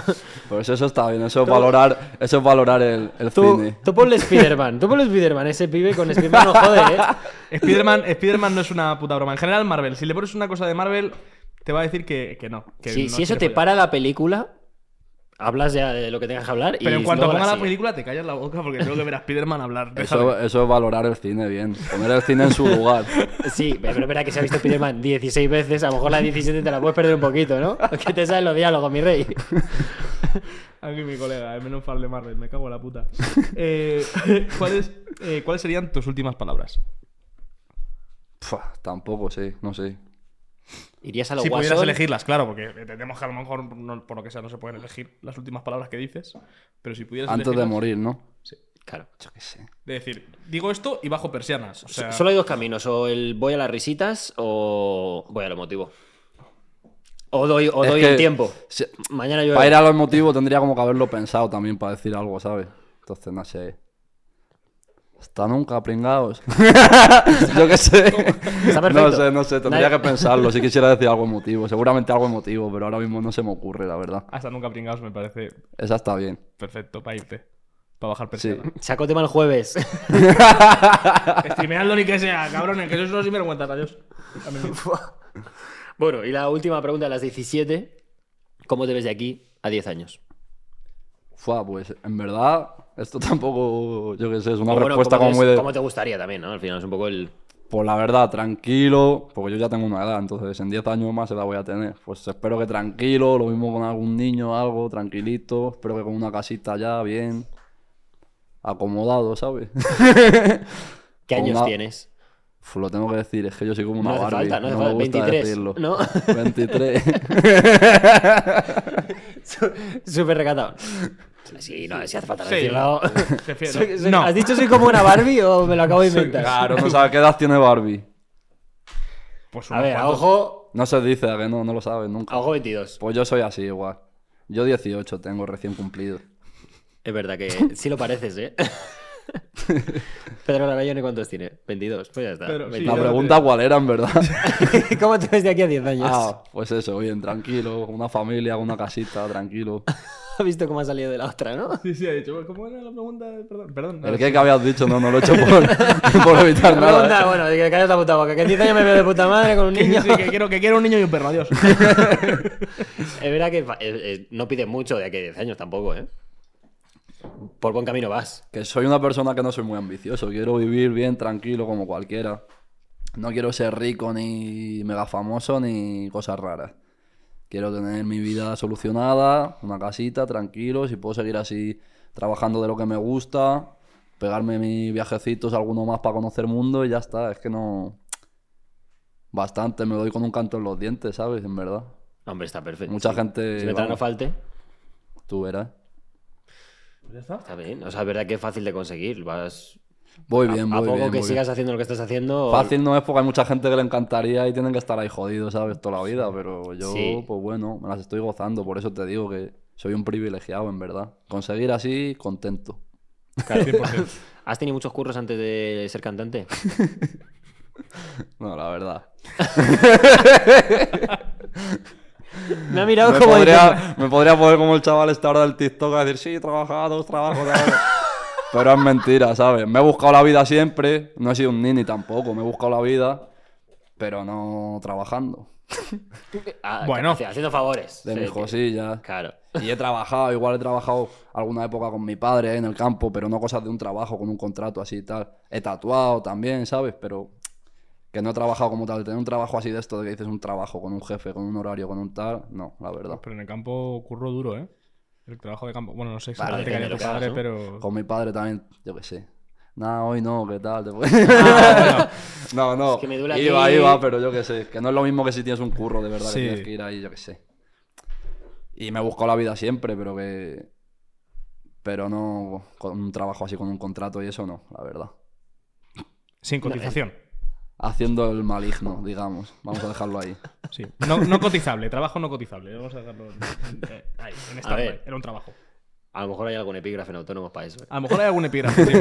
[SPEAKER 1] Pero eso, eso está bien, eso es valorar, eso es valorar el, el
[SPEAKER 2] Tú,
[SPEAKER 1] cine.
[SPEAKER 2] tú ponle Spider-Man, tú ponle Spider-Man. Ese pibe con Spider-Man no jode, ¿eh?
[SPEAKER 3] Spider-Man Spider no es una puta broma. En general, Marvel. Si le pones una cosa de Marvel, te va a decir que, que no. que
[SPEAKER 2] Si,
[SPEAKER 3] no
[SPEAKER 2] si eso te
[SPEAKER 3] quiere follar.
[SPEAKER 2] para la película, hablas ya de lo que tengas que hablar y
[SPEAKER 3] Pero en cuanto
[SPEAKER 2] luego
[SPEAKER 3] ponga la
[SPEAKER 2] sigues.
[SPEAKER 3] película, te callas la boca porque tengo que ver a Spider-Man hablar. Déjame.
[SPEAKER 1] Eso, eso es valorar el cine bien. Poner el cine en su lugar.
[SPEAKER 2] Sí, pero es verdad que se ha visto Spider-Man 16 veces, a lo mejor la 17 te la puedes perder un poquito, ¿no? Que te sabes los diálogos, mi rey.
[SPEAKER 3] Aquí mi colega, el menos fan de Marvel. Me cago en la puta. Eh, ¿cuáles, eh, ¿Cuáles serían tus últimas palabras?
[SPEAKER 1] Pua, tampoco sé, no sé.
[SPEAKER 2] Irías a lo
[SPEAKER 3] si
[SPEAKER 2] Guasón.
[SPEAKER 3] pudieras elegirlas, claro, porque entendemos que a lo mejor no- por lo que sea no se pueden elegir las últimas palabras que dices, pero si pudieras
[SPEAKER 1] Antes de
[SPEAKER 3] elegirlas,
[SPEAKER 1] morir, ¿no?
[SPEAKER 2] Claro.
[SPEAKER 1] Yo qué sé.
[SPEAKER 3] de decir, digo esto y bajo persianas, o sea,
[SPEAKER 2] So- Solo hay dos caminos, o el voy a las risitas o voy a lo motivo. O doy, o
[SPEAKER 1] Es
[SPEAKER 2] doy
[SPEAKER 1] que-
[SPEAKER 2] el tiempo.
[SPEAKER 1] Si-
[SPEAKER 2] Mañana yo...
[SPEAKER 1] para ir a los motivos tendría como que haberlo pensado también para decir algo, ¿sabes? Entonces, no sé. Hasta nunca, pringados. Yo qué sé.
[SPEAKER 2] Está perfecto.
[SPEAKER 1] No sé, no sé. Tendría
[SPEAKER 2] Nadie-
[SPEAKER 1] que pensarlo. Si quisiera decir algo emotivo. Seguramente algo emotivo, pero ahora mismo no se me ocurre, la verdad.
[SPEAKER 3] hasta nunca pringados me parece
[SPEAKER 1] Esa está bien.
[SPEAKER 3] perfecto para irte, para bajar
[SPEAKER 1] Sí.
[SPEAKER 3] persianas.
[SPEAKER 2] Saco tema el jueves.
[SPEAKER 3] Streameadlo ni que sea, cabrones, que eso es una sinvergüenza, adiós. A mí mismo.
[SPEAKER 2] bueno, y la última pregunta, a las 17. ¿Cómo te ves de aquí a 10 años?
[SPEAKER 1] Fua, pues en verdad, esto tampoco, yo qué sé, es una
[SPEAKER 2] O bueno,
[SPEAKER 1] respuesta
[SPEAKER 2] ¿cómo
[SPEAKER 1] como
[SPEAKER 2] te-
[SPEAKER 1] muy de.
[SPEAKER 2] ¿Cómo te gustaría también, no? Al final es un poco el...
[SPEAKER 1] Pues la verdad, tranquilo, porque yo ya tengo una edad, entonces en 10 años más se la voy a tener. Pues espero que tranquilo, lo mismo con algún niño, algo, tranquilito, espero que con una casita ya, bien, acomodado, ¿sabes?
[SPEAKER 2] ¿Qué
[SPEAKER 1] Con
[SPEAKER 2] años
[SPEAKER 1] una-
[SPEAKER 2] tienes?
[SPEAKER 1] Uf, Pues lo tengo que decir, es que yo soy como
[SPEAKER 2] No
[SPEAKER 1] una
[SPEAKER 2] hace
[SPEAKER 1] Barbie,
[SPEAKER 2] falta, no hace
[SPEAKER 1] me
[SPEAKER 2] falta,
[SPEAKER 1] gusta
[SPEAKER 2] 23,
[SPEAKER 1] decirlo.
[SPEAKER 2] ¿no?
[SPEAKER 1] 23.
[SPEAKER 2] Súper recatado. Sí, no, si hace falta
[SPEAKER 3] Sí.
[SPEAKER 2] decirlo.
[SPEAKER 3] Prefiero-
[SPEAKER 2] Soy- soy-
[SPEAKER 3] no.
[SPEAKER 2] ¿Has dicho soy como una Barbie o me lo acabo de inventar?
[SPEAKER 1] claro, no sabes qué edad tiene Barbie.
[SPEAKER 3] Pues
[SPEAKER 2] A ver, a
[SPEAKER 3] ojo.
[SPEAKER 2] ojo,
[SPEAKER 1] No se dice, ¿a que no, no lo sabes nunca.
[SPEAKER 2] a ojo 22.
[SPEAKER 1] Pues yo soy así igual. Yo 18 tengo recién cumplido.
[SPEAKER 2] Es verdad que sí lo pareces, ¿eh? Pedro Larañone, ¿cuántos tiene? 22. Pues ya está.
[SPEAKER 3] Pedro, sí,
[SPEAKER 2] 22.
[SPEAKER 1] La
[SPEAKER 3] ya
[SPEAKER 1] pregunta cuál era, en verdad.
[SPEAKER 2] ¿Cómo te ves de aquí a 10 años?
[SPEAKER 1] Ah, pues eso, bien, tranquilo, con una familia, con una casita, tranquilo.
[SPEAKER 2] ¿Has visto cómo ha salido de la otra, no?
[SPEAKER 3] Sí, sí, ha dicho. ¿Cómo era la pregunta? Perdón, perdón.
[SPEAKER 1] El que, que habías dicho, no, no lo he hecho por, por evitar
[SPEAKER 2] La pregunta,
[SPEAKER 1] nada.
[SPEAKER 2] bueno, de que calles la puta boca, que en 10 años me veo de puta madre con un
[SPEAKER 3] Que,
[SPEAKER 2] niño.
[SPEAKER 3] sí, que quiero, que quiero un niño y un perro, adiós.
[SPEAKER 2] Es verdad que fa- eh, eh, no pides mucho de aquí a 10 años tampoco, ¿eh? Por buen camino vas.
[SPEAKER 1] Que soy una persona que no soy muy ambicioso, quiero vivir bien, tranquilo, como cualquiera. No quiero ser rico, ni mega famoso, ni cosas raras. Quiero tener mi vida solucionada, una casita, tranquilo, si puedo seguir así trabajando de lo que me gusta, pegarme mis viajecitos, alguno más para conocer mundo y ya está. Es que no... Bastante, me doy con un canto en los dientes, ¿sabes? En verdad.
[SPEAKER 2] Hombre, está perfecto.
[SPEAKER 1] Mucha
[SPEAKER 2] Sí.
[SPEAKER 1] gente...
[SPEAKER 2] Si mientras no
[SPEAKER 1] vamos,
[SPEAKER 2] falte,
[SPEAKER 1] tú verás.
[SPEAKER 3] Pues ya está.
[SPEAKER 2] está bien. O sea, es verdad que es fácil de conseguir. Vas
[SPEAKER 1] Voy
[SPEAKER 2] a-
[SPEAKER 1] bien,
[SPEAKER 2] a,
[SPEAKER 1] voy
[SPEAKER 2] poco
[SPEAKER 1] bien. voy
[SPEAKER 2] que
[SPEAKER 1] bien.
[SPEAKER 2] sigas haciendo lo que estás haciendo.
[SPEAKER 1] Fácil no es porque hay mucha gente que le encantaría y tienen que estar ahí jodidos, ¿sabes? Toda la vida, pero yo,
[SPEAKER 2] Sí.
[SPEAKER 1] pues bueno, me las estoy gozando, por eso te digo que soy un privilegiado, en verdad. Conseguir así, contento.
[SPEAKER 3] Claro, 100%.
[SPEAKER 2] ¿Has tenido muchos curros antes de ser cantante?
[SPEAKER 1] No, la verdad.
[SPEAKER 2] Me ha mirado
[SPEAKER 1] Me
[SPEAKER 2] como diciendo,
[SPEAKER 1] podría, me podría poner como el chaval este ahora del TikTok a decir, sí, he trabajado, dos trabajos, tal". pero es mentira, ¿sabes? Me he buscado la vida siempre, no he sido un nini tampoco, me he buscado la vida, pero no trabajando.
[SPEAKER 2] "Ah,
[SPEAKER 3] Bueno.
[SPEAKER 2] hacia- haciendo favores.
[SPEAKER 1] De
[SPEAKER 2] Sí,
[SPEAKER 1] mis
[SPEAKER 2] que-
[SPEAKER 1] cosillas.
[SPEAKER 2] Claro.
[SPEAKER 1] Y he trabajado, igual he trabajado alguna época con mi padre en el campo, pero no cosas de un trabajo, con un contrato así y tal. He tatuado también, ¿sabes? Pero que no he trabajado como tal. Tener un trabajo así de esto, de que dices un trabajo con un jefe, con un horario, con un tal, no, la verdad.
[SPEAKER 3] Pero en el campo curro duro, ¿eh? El trabajo de campo. Bueno, no sé
[SPEAKER 2] Claro,
[SPEAKER 3] exactamente qué
[SPEAKER 2] depende de
[SPEAKER 3] haría tu
[SPEAKER 2] lo que hagas,
[SPEAKER 3] padre,
[SPEAKER 2] ¿no?
[SPEAKER 3] pero.
[SPEAKER 1] Con mi padre también, yo qué sé. Nada, hoy no, ¿qué tal? Te- no, no.
[SPEAKER 2] Es que me duele
[SPEAKER 1] iba,
[SPEAKER 2] aquí.
[SPEAKER 1] iba, pero yo qué sé. Que no es lo mismo que si tienes un curro, de verdad,
[SPEAKER 3] Sí.
[SPEAKER 1] que tienes que ir ahí, yo qué sé. Y me he buscado la vida siempre, pero que. Pero no con un trabajo así, con un contrato y eso no, la verdad.
[SPEAKER 3] Sin cotización.
[SPEAKER 1] Haciendo el maligno, digamos. Vamos a dejarlo ahí.
[SPEAKER 3] Sí. No, no cotizable, trabajo no cotizable. Vamos a dejarlo eh, ahí, en stand-by.
[SPEAKER 2] ver.
[SPEAKER 3] Era un trabajo.
[SPEAKER 2] A lo mejor hay algún epígrafe en autónomos para eso. ¿eh?
[SPEAKER 3] A lo mejor hay algún epígrafe sí.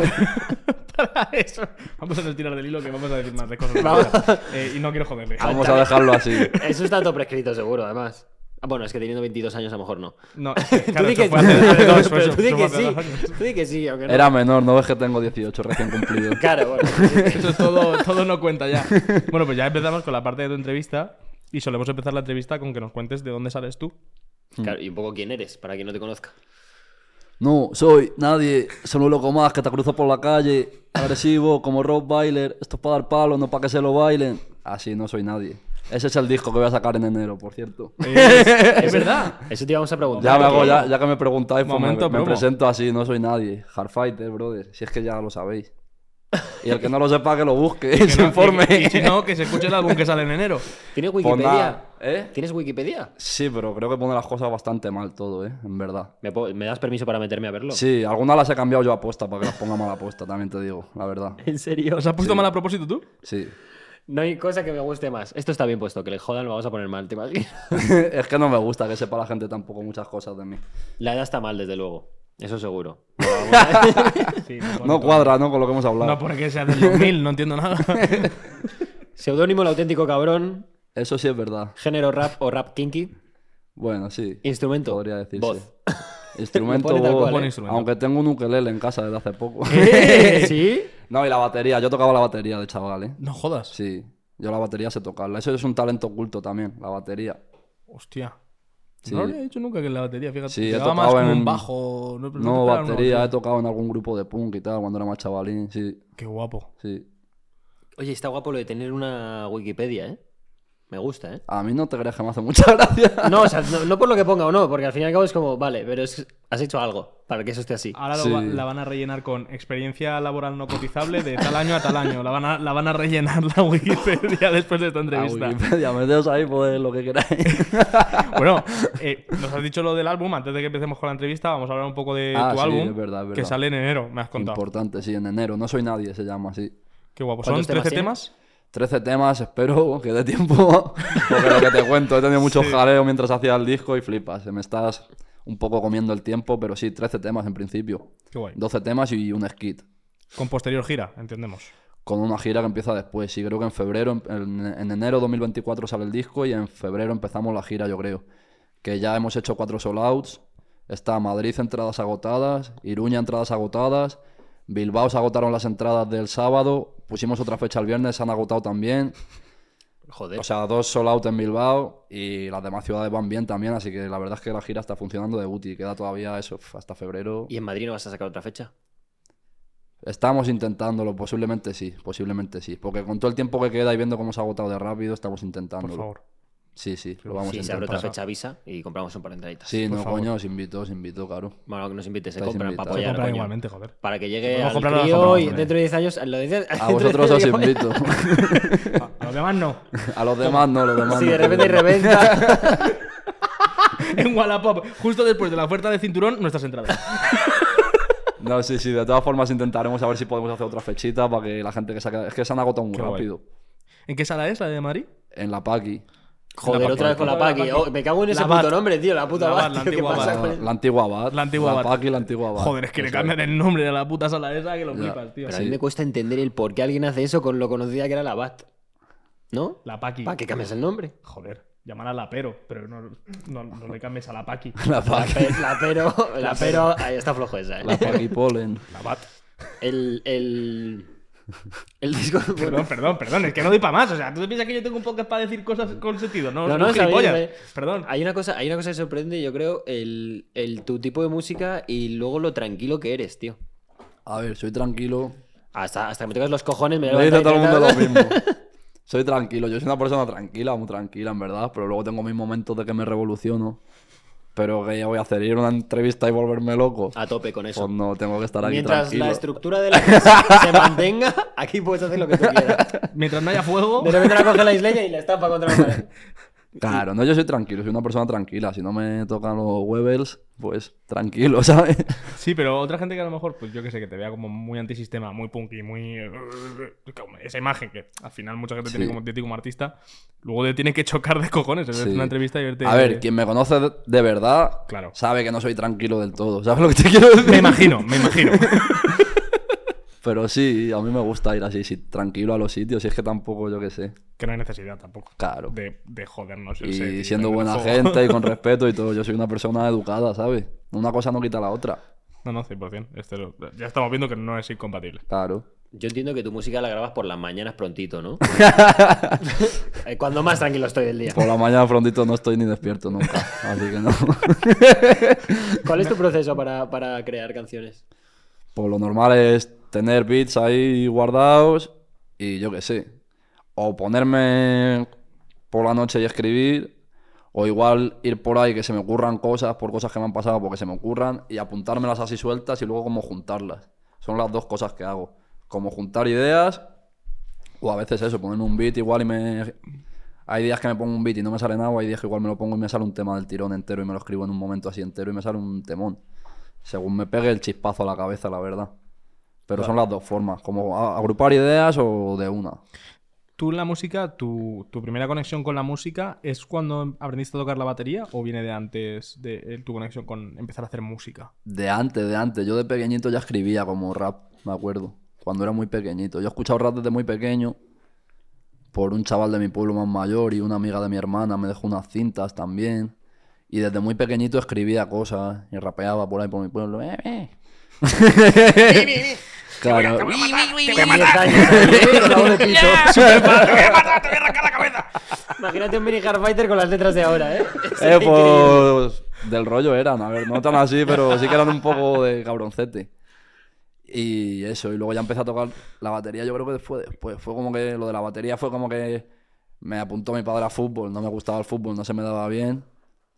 [SPEAKER 3] para eso. Vamos a no tirar del hilo que vamos a decir más de cosas. Eh, y no quiero joderle.
[SPEAKER 2] Ah.
[SPEAKER 1] Vamos a dejarlo así.
[SPEAKER 2] Eso está todo prescrito seguro, además. Ah, Bueno, es que teniendo 22 años a lo mejor no.
[SPEAKER 3] No, es que, claro,
[SPEAKER 2] tú di
[SPEAKER 3] eso
[SPEAKER 2] que,
[SPEAKER 3] fue hace- hace dos,
[SPEAKER 2] pero
[SPEAKER 3] eso-
[SPEAKER 2] tú di
[SPEAKER 3] eso
[SPEAKER 2] que
[SPEAKER 3] fue hace dos
[SPEAKER 2] sí.
[SPEAKER 3] años.
[SPEAKER 2] Tú di que sí, aunque no.
[SPEAKER 1] Era menor, no ves que tengo 18 recién cumplido.
[SPEAKER 2] Claro, bueno.
[SPEAKER 3] Eso es todo, todo no cuenta ya. Bueno, pues ya empezamos con la parte de tu entrevista. Y solemos empezar la entrevista con que nos cuentes de dónde sales tú.
[SPEAKER 2] Claro, y un poco quién eres, para quien no te conozca.
[SPEAKER 1] No, soy nadie, solo un loco más que te cruzo por la calle, agresivo, como rock bailer. Esto es para dar palo, no para que se lo bailen. Así no soy nadie. Ese es el disco que voy a sacar en enero, por cierto.
[SPEAKER 2] ¿Es verdad? Eso te íbamos a preguntar.
[SPEAKER 1] Ya me hago,
[SPEAKER 2] porque-
[SPEAKER 1] ya, ya que me preguntáis, pues me-
[SPEAKER 3] Momento
[SPEAKER 1] me,
[SPEAKER 3] promo.
[SPEAKER 1] presento así, no soy nadie. Hardfighter, brother, si es que ya lo sabéis. Y el que no lo sepa, que lo busque,
[SPEAKER 3] Que
[SPEAKER 1] se
[SPEAKER 3] no-
[SPEAKER 1] informe.
[SPEAKER 3] Y, y si no, que se escuche el álbum que sale en enero.
[SPEAKER 2] ¿Tienes
[SPEAKER 1] Pues
[SPEAKER 2] Wikipedia?
[SPEAKER 1] nada, ¿eh?
[SPEAKER 2] ¿Tienes Wikipedia?
[SPEAKER 1] Sí, pero creo que pone las cosas bastante mal todo, ¿eh? En verdad.
[SPEAKER 2] ¿Me, po- me das permiso para meterme a verlo?
[SPEAKER 1] Sí, algunas las he cambiado yo a posta para que las ponga mal a posta, también te digo, la verdad.
[SPEAKER 2] ¿En serio?
[SPEAKER 3] ¿Os has puesto mal a propósito tú?
[SPEAKER 1] Sí.
[SPEAKER 2] No hay cosa que me guste más. Esto está bien puesto, que le jodan, lo vamos a poner mal, ¿te imaginas?
[SPEAKER 1] es que no me gusta que sepa la gente tampoco muchas cosas de mí.
[SPEAKER 2] La edad está mal, desde luego. Eso seguro.
[SPEAKER 3] Sí, no,
[SPEAKER 1] No cuadra, ¿no? Con lo que hemos hablado.
[SPEAKER 3] No, pues. porque sea del 2000, no entiendo nada.
[SPEAKER 2] Seudónimo el auténtico cabrón,
[SPEAKER 1] Eso sí es verdad.
[SPEAKER 2] género rap o rap kinky,
[SPEAKER 1] Bueno, sí.
[SPEAKER 2] instrumento,
[SPEAKER 1] Podría decirse.
[SPEAKER 2] voz.
[SPEAKER 1] Instrumento,
[SPEAKER 2] Pone tal
[SPEAKER 1] voz,
[SPEAKER 2] cual,
[SPEAKER 3] Buen ¿eh? instrumento.
[SPEAKER 1] Aunque tengo un ukelele en casa desde hace poco.
[SPEAKER 2] ¿Eh? ¿Sí?
[SPEAKER 1] no, y la batería. Yo tocaba la batería de chaval, ¿eh?
[SPEAKER 3] No jodas.
[SPEAKER 1] Sí. Yo la batería sé tocarla. Eso es un talento oculto también, la batería.
[SPEAKER 3] Hostia.
[SPEAKER 1] Sí.
[SPEAKER 3] No lo había dicho nunca que en la batería, fíjate.
[SPEAKER 1] Sí, he
[SPEAKER 3] Llevaba más
[SPEAKER 1] tocado
[SPEAKER 3] como un
[SPEAKER 1] en-
[SPEAKER 3] bajo. No, pero
[SPEAKER 1] No,
[SPEAKER 3] no esperaba una
[SPEAKER 1] batería. He tocado en algún grupo de punk y tal cuando era más chavalín. Sí,
[SPEAKER 3] Qué guapo.
[SPEAKER 1] sí.
[SPEAKER 2] Oye, está guapo lo de tener una Wikipedia, ¿eh? Me gusta, ¿eh?
[SPEAKER 1] A mí no te creas que me hace mucha gracia.
[SPEAKER 2] No, o sea, no, no por lo que ponga o no, porque al fin y al cabo es como, vale, pero es- has hecho algo para que eso esté así.
[SPEAKER 3] Ahora lo
[SPEAKER 1] Sí.
[SPEAKER 3] va- la van a rellenar con experiencia laboral no cotizable de tal año a tal año. La van a, la van a rellenar la Wikipedia después de esta
[SPEAKER 1] A
[SPEAKER 3] entrevista.
[SPEAKER 1] Wikipedia, meteos ahí, pues lo que queráis.
[SPEAKER 3] Bueno, eh, nos has dicho lo del álbum. Antes de que empecemos con la entrevista, vamos a hablar un poco de
[SPEAKER 1] Ah,
[SPEAKER 3] tu
[SPEAKER 1] sí,
[SPEAKER 3] álbum.
[SPEAKER 1] es verdad, es
[SPEAKER 3] Que
[SPEAKER 1] verdad.
[SPEAKER 3] sale en enero, me has contado.
[SPEAKER 1] Importante, sí, en enero. No soy nadie, se llama así.
[SPEAKER 3] Qué guapo. ¿Son
[SPEAKER 2] ¿Cuántos
[SPEAKER 3] 13
[SPEAKER 2] temas
[SPEAKER 3] temas?
[SPEAKER 1] 13 temas, espero que dé tiempo. Porque lo que te cuento, he tenido muchos jaleos mientras hacía el disco y flipas. Me estás un poco comiendo el tiempo, pero sí, 13 temas en principio.
[SPEAKER 3] Qué guay.
[SPEAKER 1] 12 temas y un skit.
[SPEAKER 3] Con posterior gira, entendemos.
[SPEAKER 1] Con una gira que empieza después. Sí, creo que en febrero, en, en enero 2024 sale el disco y en febrero empezamos la gira, yo creo. Que ya hemos hecho cuatro sold outs. Está Madrid entradas agotadas, Iruña entradas agotadas, Bilbao se agotaron las entradas del sábado, pusimos otra fecha el viernes, se han agotado también.
[SPEAKER 2] Joder.
[SPEAKER 1] O sea, dos sold out en Bilbao y las demás ciudades van bien también, así que la verdad es que la gira está funcionando de Guti. Queda todavía eso uf, hasta febrero.
[SPEAKER 2] ¿Y en Madrid no vas a sacar otra fecha?
[SPEAKER 1] Estamos intentándolo, posiblemente sí, posiblemente sí. Porque con todo el tiempo que queda y viendo cómo se ha agotado de rápido, estamos
[SPEAKER 3] Por
[SPEAKER 1] intentándolo.
[SPEAKER 3] favor.
[SPEAKER 1] Sí, sí, lo vamos
[SPEAKER 2] Sí,
[SPEAKER 1] a
[SPEAKER 2] se abre otra
[SPEAKER 1] intentar.
[SPEAKER 3] pasa.
[SPEAKER 2] fecha visa y compramos un par de entraditas.
[SPEAKER 1] Sí,
[SPEAKER 3] por
[SPEAKER 1] no,
[SPEAKER 3] favor.
[SPEAKER 1] coño, os invito, os invito, claro.
[SPEAKER 2] Bueno, que nos invites, se
[SPEAKER 1] Estáis
[SPEAKER 2] compran para
[SPEAKER 1] invitados.
[SPEAKER 3] Voy a
[SPEAKER 2] apoyar.
[SPEAKER 3] comprar
[SPEAKER 2] coño.
[SPEAKER 3] igualmente, joder.
[SPEAKER 2] Para que
[SPEAKER 3] Si
[SPEAKER 2] llegue
[SPEAKER 3] podemos
[SPEAKER 2] al
[SPEAKER 3] comprar, lo
[SPEAKER 2] crío
[SPEAKER 3] compramos,
[SPEAKER 2] y
[SPEAKER 3] hombre.
[SPEAKER 2] dentro de 10 años... lo de-
[SPEAKER 1] A
[SPEAKER 2] dentro de
[SPEAKER 1] vosotros
[SPEAKER 2] 10
[SPEAKER 1] os
[SPEAKER 2] años-
[SPEAKER 1] invito.
[SPEAKER 3] A los demás no.
[SPEAKER 1] A los demás no, los demás
[SPEAKER 2] Sí,
[SPEAKER 1] no.
[SPEAKER 2] de repente reventa.
[SPEAKER 3] En Wallapop, justo después de la oferta de cinturón, nuestras entradas.
[SPEAKER 1] No, sí, sí, de todas formas intentaremos a ver si podemos hacer otra fechita para que la gente que se ha quedado- Es que se han agotado muy
[SPEAKER 3] Qué guay.
[SPEAKER 1] rápido.
[SPEAKER 3] ¿En qué sala es la de Madrid?
[SPEAKER 1] En la Paki.
[SPEAKER 2] Joder,
[SPEAKER 3] La
[SPEAKER 2] otra vez con la
[SPEAKER 3] Paqui.
[SPEAKER 2] Paqui. Oh, me cago en ese
[SPEAKER 3] La Bat.
[SPEAKER 2] puto nombre, tío. La puta
[SPEAKER 3] La Bat,
[SPEAKER 2] Bat,
[SPEAKER 3] la
[SPEAKER 2] tío, ¿Qué
[SPEAKER 3] antigua
[SPEAKER 2] pasa
[SPEAKER 3] Bat.
[SPEAKER 2] con
[SPEAKER 1] No,
[SPEAKER 2] el-
[SPEAKER 1] Ah, la antigua BAT.
[SPEAKER 3] Pues, La antigua
[SPEAKER 1] La
[SPEAKER 3] Bat.
[SPEAKER 1] Paki, la antigua BAT.
[SPEAKER 3] Joder, es que le
[SPEAKER 1] Eso
[SPEAKER 3] cambian el nombre a la puta sala esa que lo
[SPEAKER 1] Ya.
[SPEAKER 3] flipas, tío.
[SPEAKER 2] Pero a mí
[SPEAKER 1] Sí.
[SPEAKER 2] me cuesta entender el por qué alguien hace eso con lo conocida que era la Bat. ¿No?
[SPEAKER 3] La Paqui.
[SPEAKER 2] ¿Para qué cambias el nombre?
[SPEAKER 3] Joder, llámala la pero, pero no, no, no le cambies a la Paqui.
[SPEAKER 1] La
[SPEAKER 2] La,
[SPEAKER 1] Paki.
[SPEAKER 2] pe- la pero, la pero, ahí está flojo esa. ¿eh?
[SPEAKER 1] La Paki Polen.
[SPEAKER 3] La Bat.
[SPEAKER 2] El, el, el disco.
[SPEAKER 3] Perdón, perdón, perdón, es que no doy para más. O sea, tú te piensas que yo tengo un podcast para decir cosas con sentido. No,
[SPEAKER 2] No,
[SPEAKER 3] no,
[SPEAKER 2] no, está bien,
[SPEAKER 3] gilipollas.
[SPEAKER 2] está bien.
[SPEAKER 3] Perdón.
[SPEAKER 2] Hay una cosa, hay una cosa que sorprende, yo creo, el, el tu tipo de música y luego lo tranquilo que eres, tío.
[SPEAKER 1] A ver, soy tranquilo.
[SPEAKER 2] Hasta, hasta que me tocas los cojones, me
[SPEAKER 1] Me dice
[SPEAKER 2] levanto
[SPEAKER 1] todo el
[SPEAKER 2] y-
[SPEAKER 1] mundo lo mismo. Soy tranquilo, yo soy una persona tranquila, muy tranquila en verdad, pero luego tengo mis momentos de que me revoluciono. Pero que ya voy a hacer ir a una entrevista y volverme loco.
[SPEAKER 3] Ah,
[SPEAKER 2] A tope con eso.
[SPEAKER 1] Pues no, tengo que estar aquí
[SPEAKER 2] Mientras
[SPEAKER 1] tranquilo.
[SPEAKER 2] la estructura de la casa se mantenga, aquí puedes hacer lo que tú quieras.
[SPEAKER 3] Mientras no haya fuego.
[SPEAKER 2] De repente la coge la isleña y la estampa contra la pared.
[SPEAKER 1] Claro, no, yo soy tranquilo, soy una persona tranquila. Si no me tocan los huevels, pues tranquilo, ¿sabes?
[SPEAKER 3] Sí, pero otra gente que a lo mejor, pues yo que sé, que te vea como muy antisistema, muy punky, muy. como Esa imagen que al final mucha gente tiene
[SPEAKER 1] Sí.
[SPEAKER 3] como, de ti como artista, luego te tiene que chocar de cojones. Es
[SPEAKER 1] Sí.
[SPEAKER 3] una entrevista y verte.
[SPEAKER 1] A ver, quien me conoce de- de verdad
[SPEAKER 3] Claro.
[SPEAKER 1] sabe que no soy tranquilo del todo. ¿Sabes lo que te quiero decir?
[SPEAKER 3] Me imagino, me imagino.
[SPEAKER 1] Pero sí, a mí me gusta ir así, sí, tranquilo a los sitios, si es que tampoco, yo qué sé.
[SPEAKER 3] que no hay necesidad tampoco.
[SPEAKER 1] Claro.
[SPEAKER 3] De, de jodernos. el set
[SPEAKER 1] Y
[SPEAKER 3] de
[SPEAKER 1] siendo
[SPEAKER 3] prender
[SPEAKER 1] buena
[SPEAKER 3] fuego.
[SPEAKER 1] gente y con respeto y todo. Yo soy una persona educada, ¿sabes? Una cosa no quita la otra.
[SPEAKER 3] No, no, 100%. Este lo- ya estamos viendo que no es incompatible.
[SPEAKER 1] Claro.
[SPEAKER 2] Yo entiendo que tu música la grabas por las mañanas prontito, ¿no? Eh, Cuando más tranquilo estoy del día.
[SPEAKER 1] Por la mañana prontito no estoy ni despierto nunca. Así que no.
[SPEAKER 2] ¿Cuál es tu proceso para, para crear canciones?
[SPEAKER 1] Pues lo normal es tener beats ahí guardados y yo qué sé. O ponerme por la noche y escribir. O igual ir por ahí que se me ocurran cosas por cosas que me han pasado porque se me ocurran y apuntármelas así sueltas y luego como juntarlas. Son las dos cosas que hago. Como juntar ideas o a veces eso, ponerme un beat igual y me... Hay días que me pongo un beat y no me sale nada, o hay días que igual me lo pongo y me sale un tema del tirón entero y me lo escribo en un momento así entero y me sale un temón. Según me pegue el chispazo a la cabeza, la verdad. Pero son las dos formas, como a- agrupar ideas o de una.
[SPEAKER 3] ¿Tú en la música, tu, tu primera conexión con la música es cuando aprendiste a tocar la batería o viene de antes de eh, tu conexión con empezar a hacer música?
[SPEAKER 1] De antes, de antes. Yo de pequeñito ya escribía como rap, me acuerdo. Cuando era muy pequeñito. Yo he escuchado rap desde muy pequeño. Por un chaval de mi pueblo más mayor y una amiga de mi hermana me dejó unas cintas también. Y desde muy pequeñito escribía cosas y rapeaba por ahí por mi pueblo. Eh, eh. claro.
[SPEAKER 2] Diez años. Clavo de pito. Imagínate un mini Hardfighter con las letras de ahora, ¿eh? Sería
[SPEAKER 1] Eh,
[SPEAKER 2] increíble.
[SPEAKER 1] pues, del rollo eran, a ver, no tan así, pero sí que eran un poco de cabroncete. Y eso, y luego ya empecé a tocar la batería, yo creo que fue después, fue como que lo de la batería fue como que me apuntó mi padre a fútbol, no me gustaba el fútbol, no se me daba bien.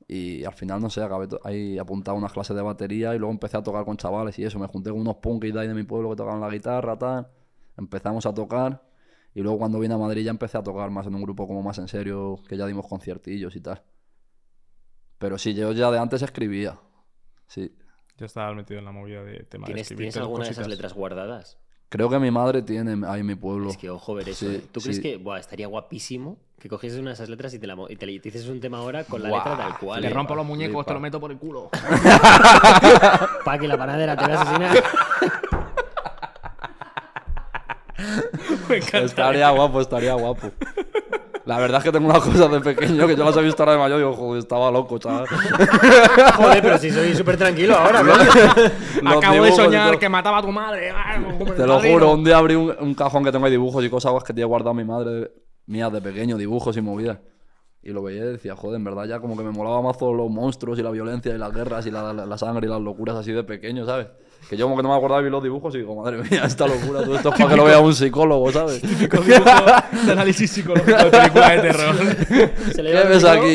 [SPEAKER 1] Y al final, no sé, acabé to- ahí apuntado a unas clases de batería y luego empecé a tocar con chavales y eso. Me junté con unos punkis de ahí de mi pueblo que tocaban la guitarra, tal. Empezamos a tocar y luego cuando vine a Madrid ya empecé a tocar más en un grupo como más en serio, que ya dimos conciertillos y tal. Pero sí, yo ya de antes escribía. Sí.
[SPEAKER 3] Ya estabas metido en la movida de temas
[SPEAKER 2] ¿Tienes, ¿tienes alguna de esas letras guardadas?
[SPEAKER 1] Creo que mi madre tiene ahí en mi pueblo.
[SPEAKER 2] Es que ojo ver eso.
[SPEAKER 1] Sí,
[SPEAKER 2] ¿eh? ¿Tú crees
[SPEAKER 1] sí.
[SPEAKER 2] que buah, estaría guapísimo que cogieses una de esas letras y te, la, mo- y te, la- y te hicieses un tema ahora con la
[SPEAKER 1] Buah,
[SPEAKER 2] letra tal cual?
[SPEAKER 3] Le
[SPEAKER 2] ¿eh?
[SPEAKER 1] flipa.
[SPEAKER 3] rompo los muñecos,
[SPEAKER 1] flipa.
[SPEAKER 3] te lo meto por el culo.
[SPEAKER 2] Pa' que la panadera te va a asesinar.
[SPEAKER 4] Me encanta.
[SPEAKER 1] Estaría guapo, estaría guapo. La verdad es que tengo unas cosas de pequeño que yo las he visto ahora de mayor y digo, joder, estaba loco, chaval.
[SPEAKER 2] Joder, pero si soy súper tranquilo ahora, ¿no?
[SPEAKER 1] Los
[SPEAKER 4] Acabo de
[SPEAKER 1] dibujos y
[SPEAKER 4] soñar
[SPEAKER 1] todo.
[SPEAKER 4] que mataba a tu madre. ah, como
[SPEAKER 1] Te
[SPEAKER 4] el
[SPEAKER 1] lo
[SPEAKER 4] padrino.
[SPEAKER 1] juro, un día abrí un, un cajón que tengo ahí dibujos y cosas que tenía guardado mi madre mía de pequeño, dibujos y movidas. Y lo veía y decía, joder, en verdad ya como que me molaba más todos los monstruos y la violencia y las guerras y la, la- la sangre y las locuras así de pequeño, ¿sabes? Que yo como que no me acordaba y vi los dibujos y digo, madre mía, esta locura, todo esto es para que lo vea un psicólogo, ¿sabes?
[SPEAKER 4] Típico dibujo de análisis psicológico de película de terror.
[SPEAKER 2] Se le
[SPEAKER 1] ¿Qué
[SPEAKER 2] lleva el
[SPEAKER 1] ves
[SPEAKER 2] micro.
[SPEAKER 1] aquí?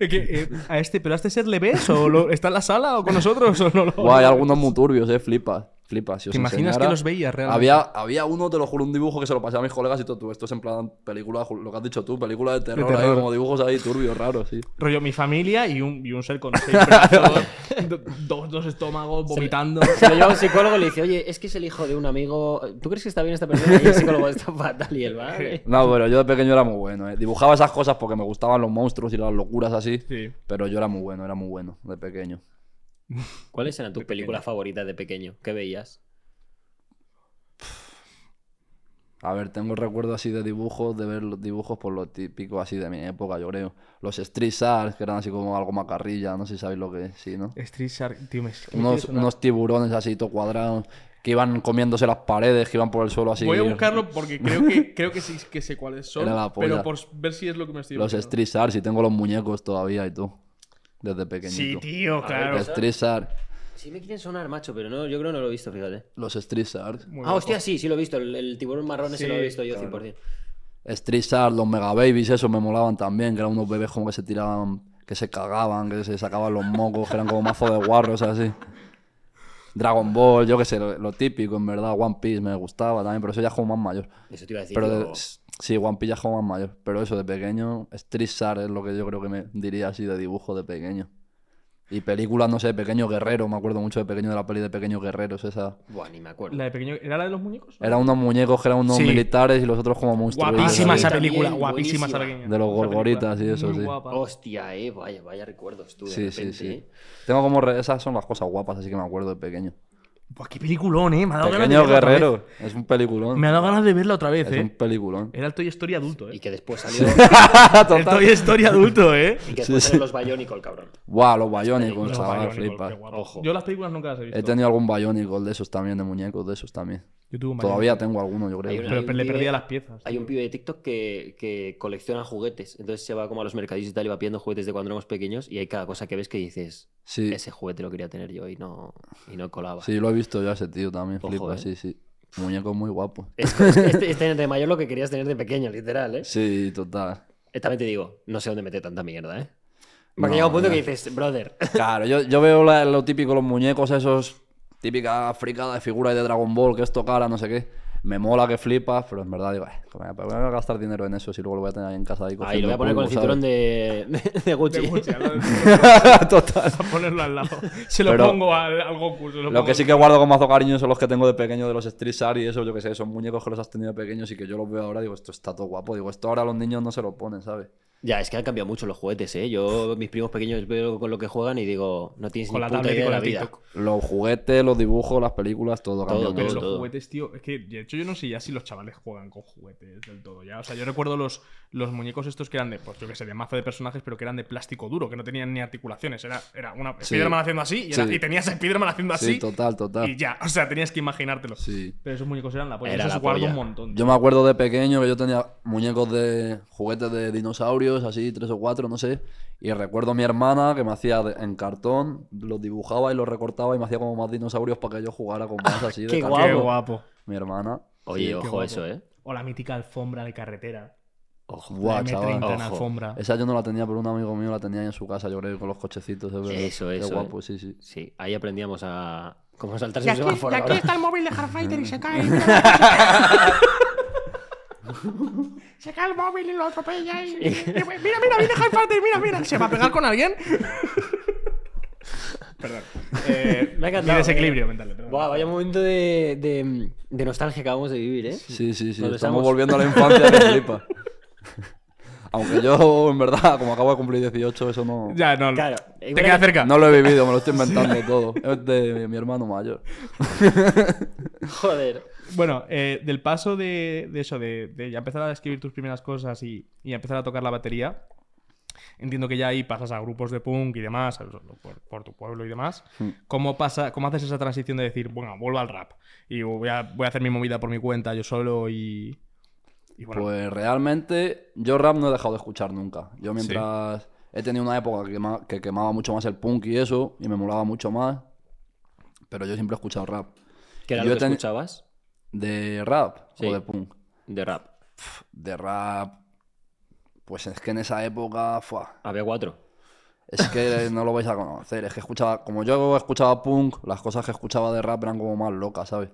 [SPEAKER 4] Es que, eh, a este, ¿Pero a este ser le ves? ¿O lo- está en la sala o con nosotros? O no lo-
[SPEAKER 1] Guay, algunos muy turbios, eh, flipas. Flipas. Si os
[SPEAKER 4] ¿Te imaginas
[SPEAKER 1] enseñara-
[SPEAKER 4] que los veías realmente?
[SPEAKER 1] Había, había uno, te lo juro, un dibujo que se lo pasé a mis colegas y todo. tú, Esto es en plan película, lo que has dicho tú, película de terror, ahí,
[SPEAKER 4] terror.
[SPEAKER 1] como dibujos ahí turbios, raros, sí.
[SPEAKER 4] Rollo mi familia y un, y un ser con seis brazos, do- dos, dos estómagos vomitando.
[SPEAKER 2] Se lo lleva un psicólogo y le dice, oye, es que es el hijo de un amigo. ¿Tú crees que está bien esta persona? Y el psicólogo está fatal y él va. ¿eh? "Vale".
[SPEAKER 1] No, pero yo de pequeño era muy bueno, eh. Dibujaba esas cosas porque me gustaban los monstruos y las locuras así.
[SPEAKER 4] Sí.
[SPEAKER 1] Pero yo era muy bueno, era muy bueno de pequeño.
[SPEAKER 2] ¿Cuáles eran tus películas favoritas de pequeño? ¿Qué veías?
[SPEAKER 1] A ver, tengo recuerdos así de dibujos, de ver los dibujos por lo típico así de mi época, yo creo. Los Street Sharks, que eran así como algo macarrilla, no sé si sabéis lo que es, sí, ¿no?
[SPEAKER 4] Street Shark, tío, me es que me
[SPEAKER 1] Unos,
[SPEAKER 4] quiere sonar.
[SPEAKER 1] unos tiburones así, todo cuadrados, que iban comiéndose las paredes, que iban por el suelo así.
[SPEAKER 4] Voy a buscarlo porque creo que, creo que sí que sé cuáles son.
[SPEAKER 1] Era la polla.
[SPEAKER 4] Pero por ver si es lo que me estoy
[SPEAKER 1] Los
[SPEAKER 4] imaginando.
[SPEAKER 1] Street Sharks, y tengo los muñecos todavía y todo. Desde
[SPEAKER 4] Sí,
[SPEAKER 1] pequeñito.
[SPEAKER 4] tío, claro.
[SPEAKER 1] Los Street Sharks.
[SPEAKER 2] Sí me quieren sonar, macho, pero no, yo creo que no lo he visto, fíjate.
[SPEAKER 1] Los Street Sharks.
[SPEAKER 4] Muy
[SPEAKER 2] ah,
[SPEAKER 4] loco.
[SPEAKER 2] hostia, sí, sí lo he visto. El, el tiburón marrón ese
[SPEAKER 4] Sí,
[SPEAKER 2] lo he visto yo 100%.
[SPEAKER 1] Street Sharks, los Mega Babies, esos me molaban también, que eran unos bebés como que se tiraban, que se cagaban, que se sacaban los mocos, que eran como mazo de guarros, así. Dragon Ball, yo qué sé, lo, lo típico, en verdad. One Piece me gustaba también, pero eso ya es como más mayor.
[SPEAKER 2] Eso te iba a decir.
[SPEAKER 1] Pero de-
[SPEAKER 2] digo,
[SPEAKER 1] sí, One Piece ya es como más mayor. Pero eso, de pequeño, Street Shark es lo que yo creo que me diría así de dibujo de pequeño. Y películas, no sé, de Pequeño Guerrero, me acuerdo mucho de pequeño de la peli de Pequeños Guerreros, esa.
[SPEAKER 2] Buah, ni me acuerdo.
[SPEAKER 4] ¿La de pequeño era la de los muñecos?
[SPEAKER 1] Eran unos muñecos que eran unos
[SPEAKER 4] Sí.
[SPEAKER 1] militares y los otros como monstruos.
[SPEAKER 4] Guapísima esa
[SPEAKER 2] Sí,
[SPEAKER 4] película,
[SPEAKER 2] también,
[SPEAKER 4] guapísima esa
[SPEAKER 2] buenísima.
[SPEAKER 4] pequeña.
[SPEAKER 1] De los
[SPEAKER 4] Esa película.
[SPEAKER 1] gorgoritas y eso,
[SPEAKER 4] Muy
[SPEAKER 1] sí.
[SPEAKER 4] guapa.
[SPEAKER 2] Hostia, eh, vaya, vaya recuerdos tú de
[SPEAKER 1] Sí, sí,
[SPEAKER 2] repente,
[SPEAKER 1] sí.
[SPEAKER 2] eh.
[SPEAKER 1] Tengo como. re- Esas son las cosas guapas, así que me acuerdo de pequeño.
[SPEAKER 4] Buah, qué peliculón, eh. Me ha dado ganas de
[SPEAKER 1] Pequeño
[SPEAKER 4] verla otra vez.
[SPEAKER 1] Guerrero. Es un peliculón.
[SPEAKER 4] Me ha dado ganas de verla otra vez,
[SPEAKER 1] Es un
[SPEAKER 4] eh.
[SPEAKER 1] peliculón.
[SPEAKER 4] Era el Toy Story adulto, eh.
[SPEAKER 2] Y que después salió,
[SPEAKER 4] El Toy Story adulto, eh.
[SPEAKER 2] y que después
[SPEAKER 1] Sí,
[SPEAKER 2] salió
[SPEAKER 1] sí.
[SPEAKER 2] los Bionicle, el cabrón.
[SPEAKER 1] Guau, los Bionicle,
[SPEAKER 4] Los
[SPEAKER 1] chaval,
[SPEAKER 4] Bionicle,
[SPEAKER 1] flipas.
[SPEAKER 4] qué guapo.
[SPEAKER 2] Ojo.
[SPEAKER 4] Yo las películas nunca las he
[SPEAKER 1] He
[SPEAKER 4] visto.
[SPEAKER 1] tenido algún Bionicle de esos también, de muñecos de esos también.
[SPEAKER 4] Yo tuve un
[SPEAKER 1] Todavía tengo alguno, yo creo.
[SPEAKER 2] Hay una-
[SPEAKER 4] Pero le
[SPEAKER 2] pibe-
[SPEAKER 4] perdía las piezas.
[SPEAKER 2] Hay un pibe de TikTok que, que colecciona juguetes. Entonces se va como a los mercadillos y tal y va pidiendo juguetes de cuando éramos pequeños y hay cada cosa que ves que dices,
[SPEAKER 1] Sí,
[SPEAKER 2] ese juguete lo quería tener yo y no, y no colaba.
[SPEAKER 1] sí, lo he visto yo a ese tío también,
[SPEAKER 2] Ojo,
[SPEAKER 1] flipa,
[SPEAKER 2] eh.
[SPEAKER 1] sí, sí. Muñeco muy guapo.
[SPEAKER 2] Es, es- es- es tener de mayor lo que querías tener de pequeño, literal, ¿eh?
[SPEAKER 1] Sí, total.
[SPEAKER 2] Eh, También te digo, no sé dónde meter tanta mierda, ¿eh? Porque
[SPEAKER 1] No,
[SPEAKER 2] llega un punto
[SPEAKER 1] ya.
[SPEAKER 2] que dices, brother,
[SPEAKER 1] Claro, yo, yo veo la- lo típico, los muñecos esos, típica fricada de figura de Dragon Ball, que esto cara, no sé qué. Me mola que flipas, pero en verdad digo, "Eh, ¿para qué me voy a gastar dinero en eso si luego lo voy a tener ahí en casa ahí
[SPEAKER 2] ahí lo voy a poner con el cinturón de, de, de Gucci.
[SPEAKER 1] de... Total.
[SPEAKER 4] A ponerlo al lado. Se lo
[SPEAKER 1] Pero-
[SPEAKER 4] pongo al, al Goku. se
[SPEAKER 1] Lo
[SPEAKER 4] pongo-
[SPEAKER 1] que sí que guardo con mazo cariño son los que tengo de pequeño de los Street Shark y eso, yo que sé, son muñecos que los has tenido de pequeños y que yo los veo ahora, digo, esto está todo guapo, digo, esto ahora los niños no se lo ponen, ¿sabes?
[SPEAKER 2] Ya, es que han cambiado mucho los juguetes, ¿eh? Yo, mis primos pequeños veo con lo que juegan y digo, no tienes
[SPEAKER 4] Con
[SPEAKER 2] ni
[SPEAKER 4] la
[SPEAKER 2] puta
[SPEAKER 4] tablet y
[SPEAKER 2] idea de
[SPEAKER 4] con
[SPEAKER 2] la
[SPEAKER 4] la
[SPEAKER 2] vida.
[SPEAKER 4] TikTok.
[SPEAKER 1] Los juguetes, los dibujos, las películas, todo
[SPEAKER 2] Todo,
[SPEAKER 1] cambia.
[SPEAKER 2] todo,
[SPEAKER 4] Pero
[SPEAKER 1] mucho.
[SPEAKER 4] los juguetes, tío, es que de hecho yo no sé ya si los chavales juegan con juguetes del todo ya. O sea, yo recuerdo los, los muñecos estos que eran de, pues yo que sé, de mazo de personajes, pero que eran de plástico duro, que no tenían ni articulaciones. Era, era una
[SPEAKER 1] Sí.
[SPEAKER 4] Spiderman haciendo así y, era-
[SPEAKER 1] Sí.
[SPEAKER 4] y tenías a Spiderman haciendo
[SPEAKER 1] Sí,
[SPEAKER 4] así
[SPEAKER 1] total,
[SPEAKER 4] y
[SPEAKER 1] total.
[SPEAKER 4] ya. O sea, tenías que imaginártelo.
[SPEAKER 1] Sí.
[SPEAKER 4] Pero esos muñecos eran la polla.
[SPEAKER 2] Era
[SPEAKER 4] Esos
[SPEAKER 2] la
[SPEAKER 4] guardo
[SPEAKER 2] polla.
[SPEAKER 4] un montón.
[SPEAKER 1] Yo me acuerdo de pequeño que yo tenía muñecos de juguetes de dinosaurios, así, tres o cuatro, no sé. Y recuerdo a mi hermana que me hacía de- en cartón, los dibujaba y los recortaba y me hacía como más dinosaurios para que yo jugara con más así. de
[SPEAKER 2] qué
[SPEAKER 1] cartón.
[SPEAKER 2] guapo.
[SPEAKER 4] Qué guapo.
[SPEAKER 1] Mi hermana.
[SPEAKER 2] Oye,
[SPEAKER 4] qué
[SPEAKER 2] ojo
[SPEAKER 4] guapo.
[SPEAKER 2] a eso, ¿eh?
[SPEAKER 4] O la mítica alfombra de carretera.
[SPEAKER 2] Ojo.
[SPEAKER 1] Guau,
[SPEAKER 4] la
[SPEAKER 1] chaval.
[SPEAKER 4] M30 en
[SPEAKER 2] Ojo.
[SPEAKER 4] alfombra.
[SPEAKER 1] Esa yo no la tenía, pero un amigo mío la tenía ahí en su casa, yo creo, con los cochecitos. Es verdad.
[SPEAKER 2] Eso, eso,
[SPEAKER 1] Qué
[SPEAKER 2] eh.
[SPEAKER 1] guapo, sí, sí.
[SPEAKER 2] Sí, ahí aprendíamos a... Cómo saltarse un semáforo. ahora.
[SPEAKER 5] el móvil de Hardfighter y se cae. se cae el móvil y lo atropella. Y, mira, mira, viene Hardfighter, mira, mira. Se va a pegar con alguien.
[SPEAKER 4] Perdón. Eh,
[SPEAKER 2] Me ha
[SPEAKER 4] mi
[SPEAKER 2] encantado,
[SPEAKER 4] desequilibrio
[SPEAKER 2] eh.
[SPEAKER 4] mental. perdón.
[SPEAKER 2] Buah, vaya momento de, de, de nostalgia que acabamos de vivir, ¿eh?
[SPEAKER 1] Sí, sí, sí.
[SPEAKER 2] Nos
[SPEAKER 1] Estamos
[SPEAKER 2] besamos.
[SPEAKER 1] volviendo a la infancia que flipa. Aunque yo, en verdad, como acabo de cumplir 18, eso no,
[SPEAKER 4] Ya, no.
[SPEAKER 2] Claro.
[SPEAKER 4] Te queda cerca.
[SPEAKER 1] no lo he vivido, me lo estoy inventando todo. Es de mi, mi hermano mayor.
[SPEAKER 2] Joder.
[SPEAKER 3] Bueno, eh, del paso de, de eso, de, de ya empezar a escribir tus primeras cosas y, y empezar a tocar la batería, entiendo que ya ahí pasas a grupos de punk y demás, a- por, por tu pueblo y demás.
[SPEAKER 1] Hmm.
[SPEAKER 3] ¿Cómo, pasa, ¿Cómo haces esa transición de decir, bueno, vuelvo al rap y voy a, voy a hacer mi movida por mi cuenta, yo solo y. y bueno,
[SPEAKER 1] Pues realmente yo rap no he dejado de escuchar nunca. Yo mientras he tenido una época que, ma- que quemaba mucho más el punk y eso, y me molaba mucho más, pero yo siempre he escuchado rap.
[SPEAKER 2] ¿Qué era
[SPEAKER 1] Yo
[SPEAKER 2] lo que
[SPEAKER 1] ten-
[SPEAKER 2] escuchabas?
[SPEAKER 1] ¿De rap
[SPEAKER 2] Sí.
[SPEAKER 1] o de punk?
[SPEAKER 2] De rap.
[SPEAKER 1] De rap... Pues es que en esa época... fuah,
[SPEAKER 2] Había cuatro.
[SPEAKER 1] Es que no lo vais a conocer. Es que escuchaba, como yo escuchaba punk, las cosas que escuchaba de rap eran como más locas, ¿sabes?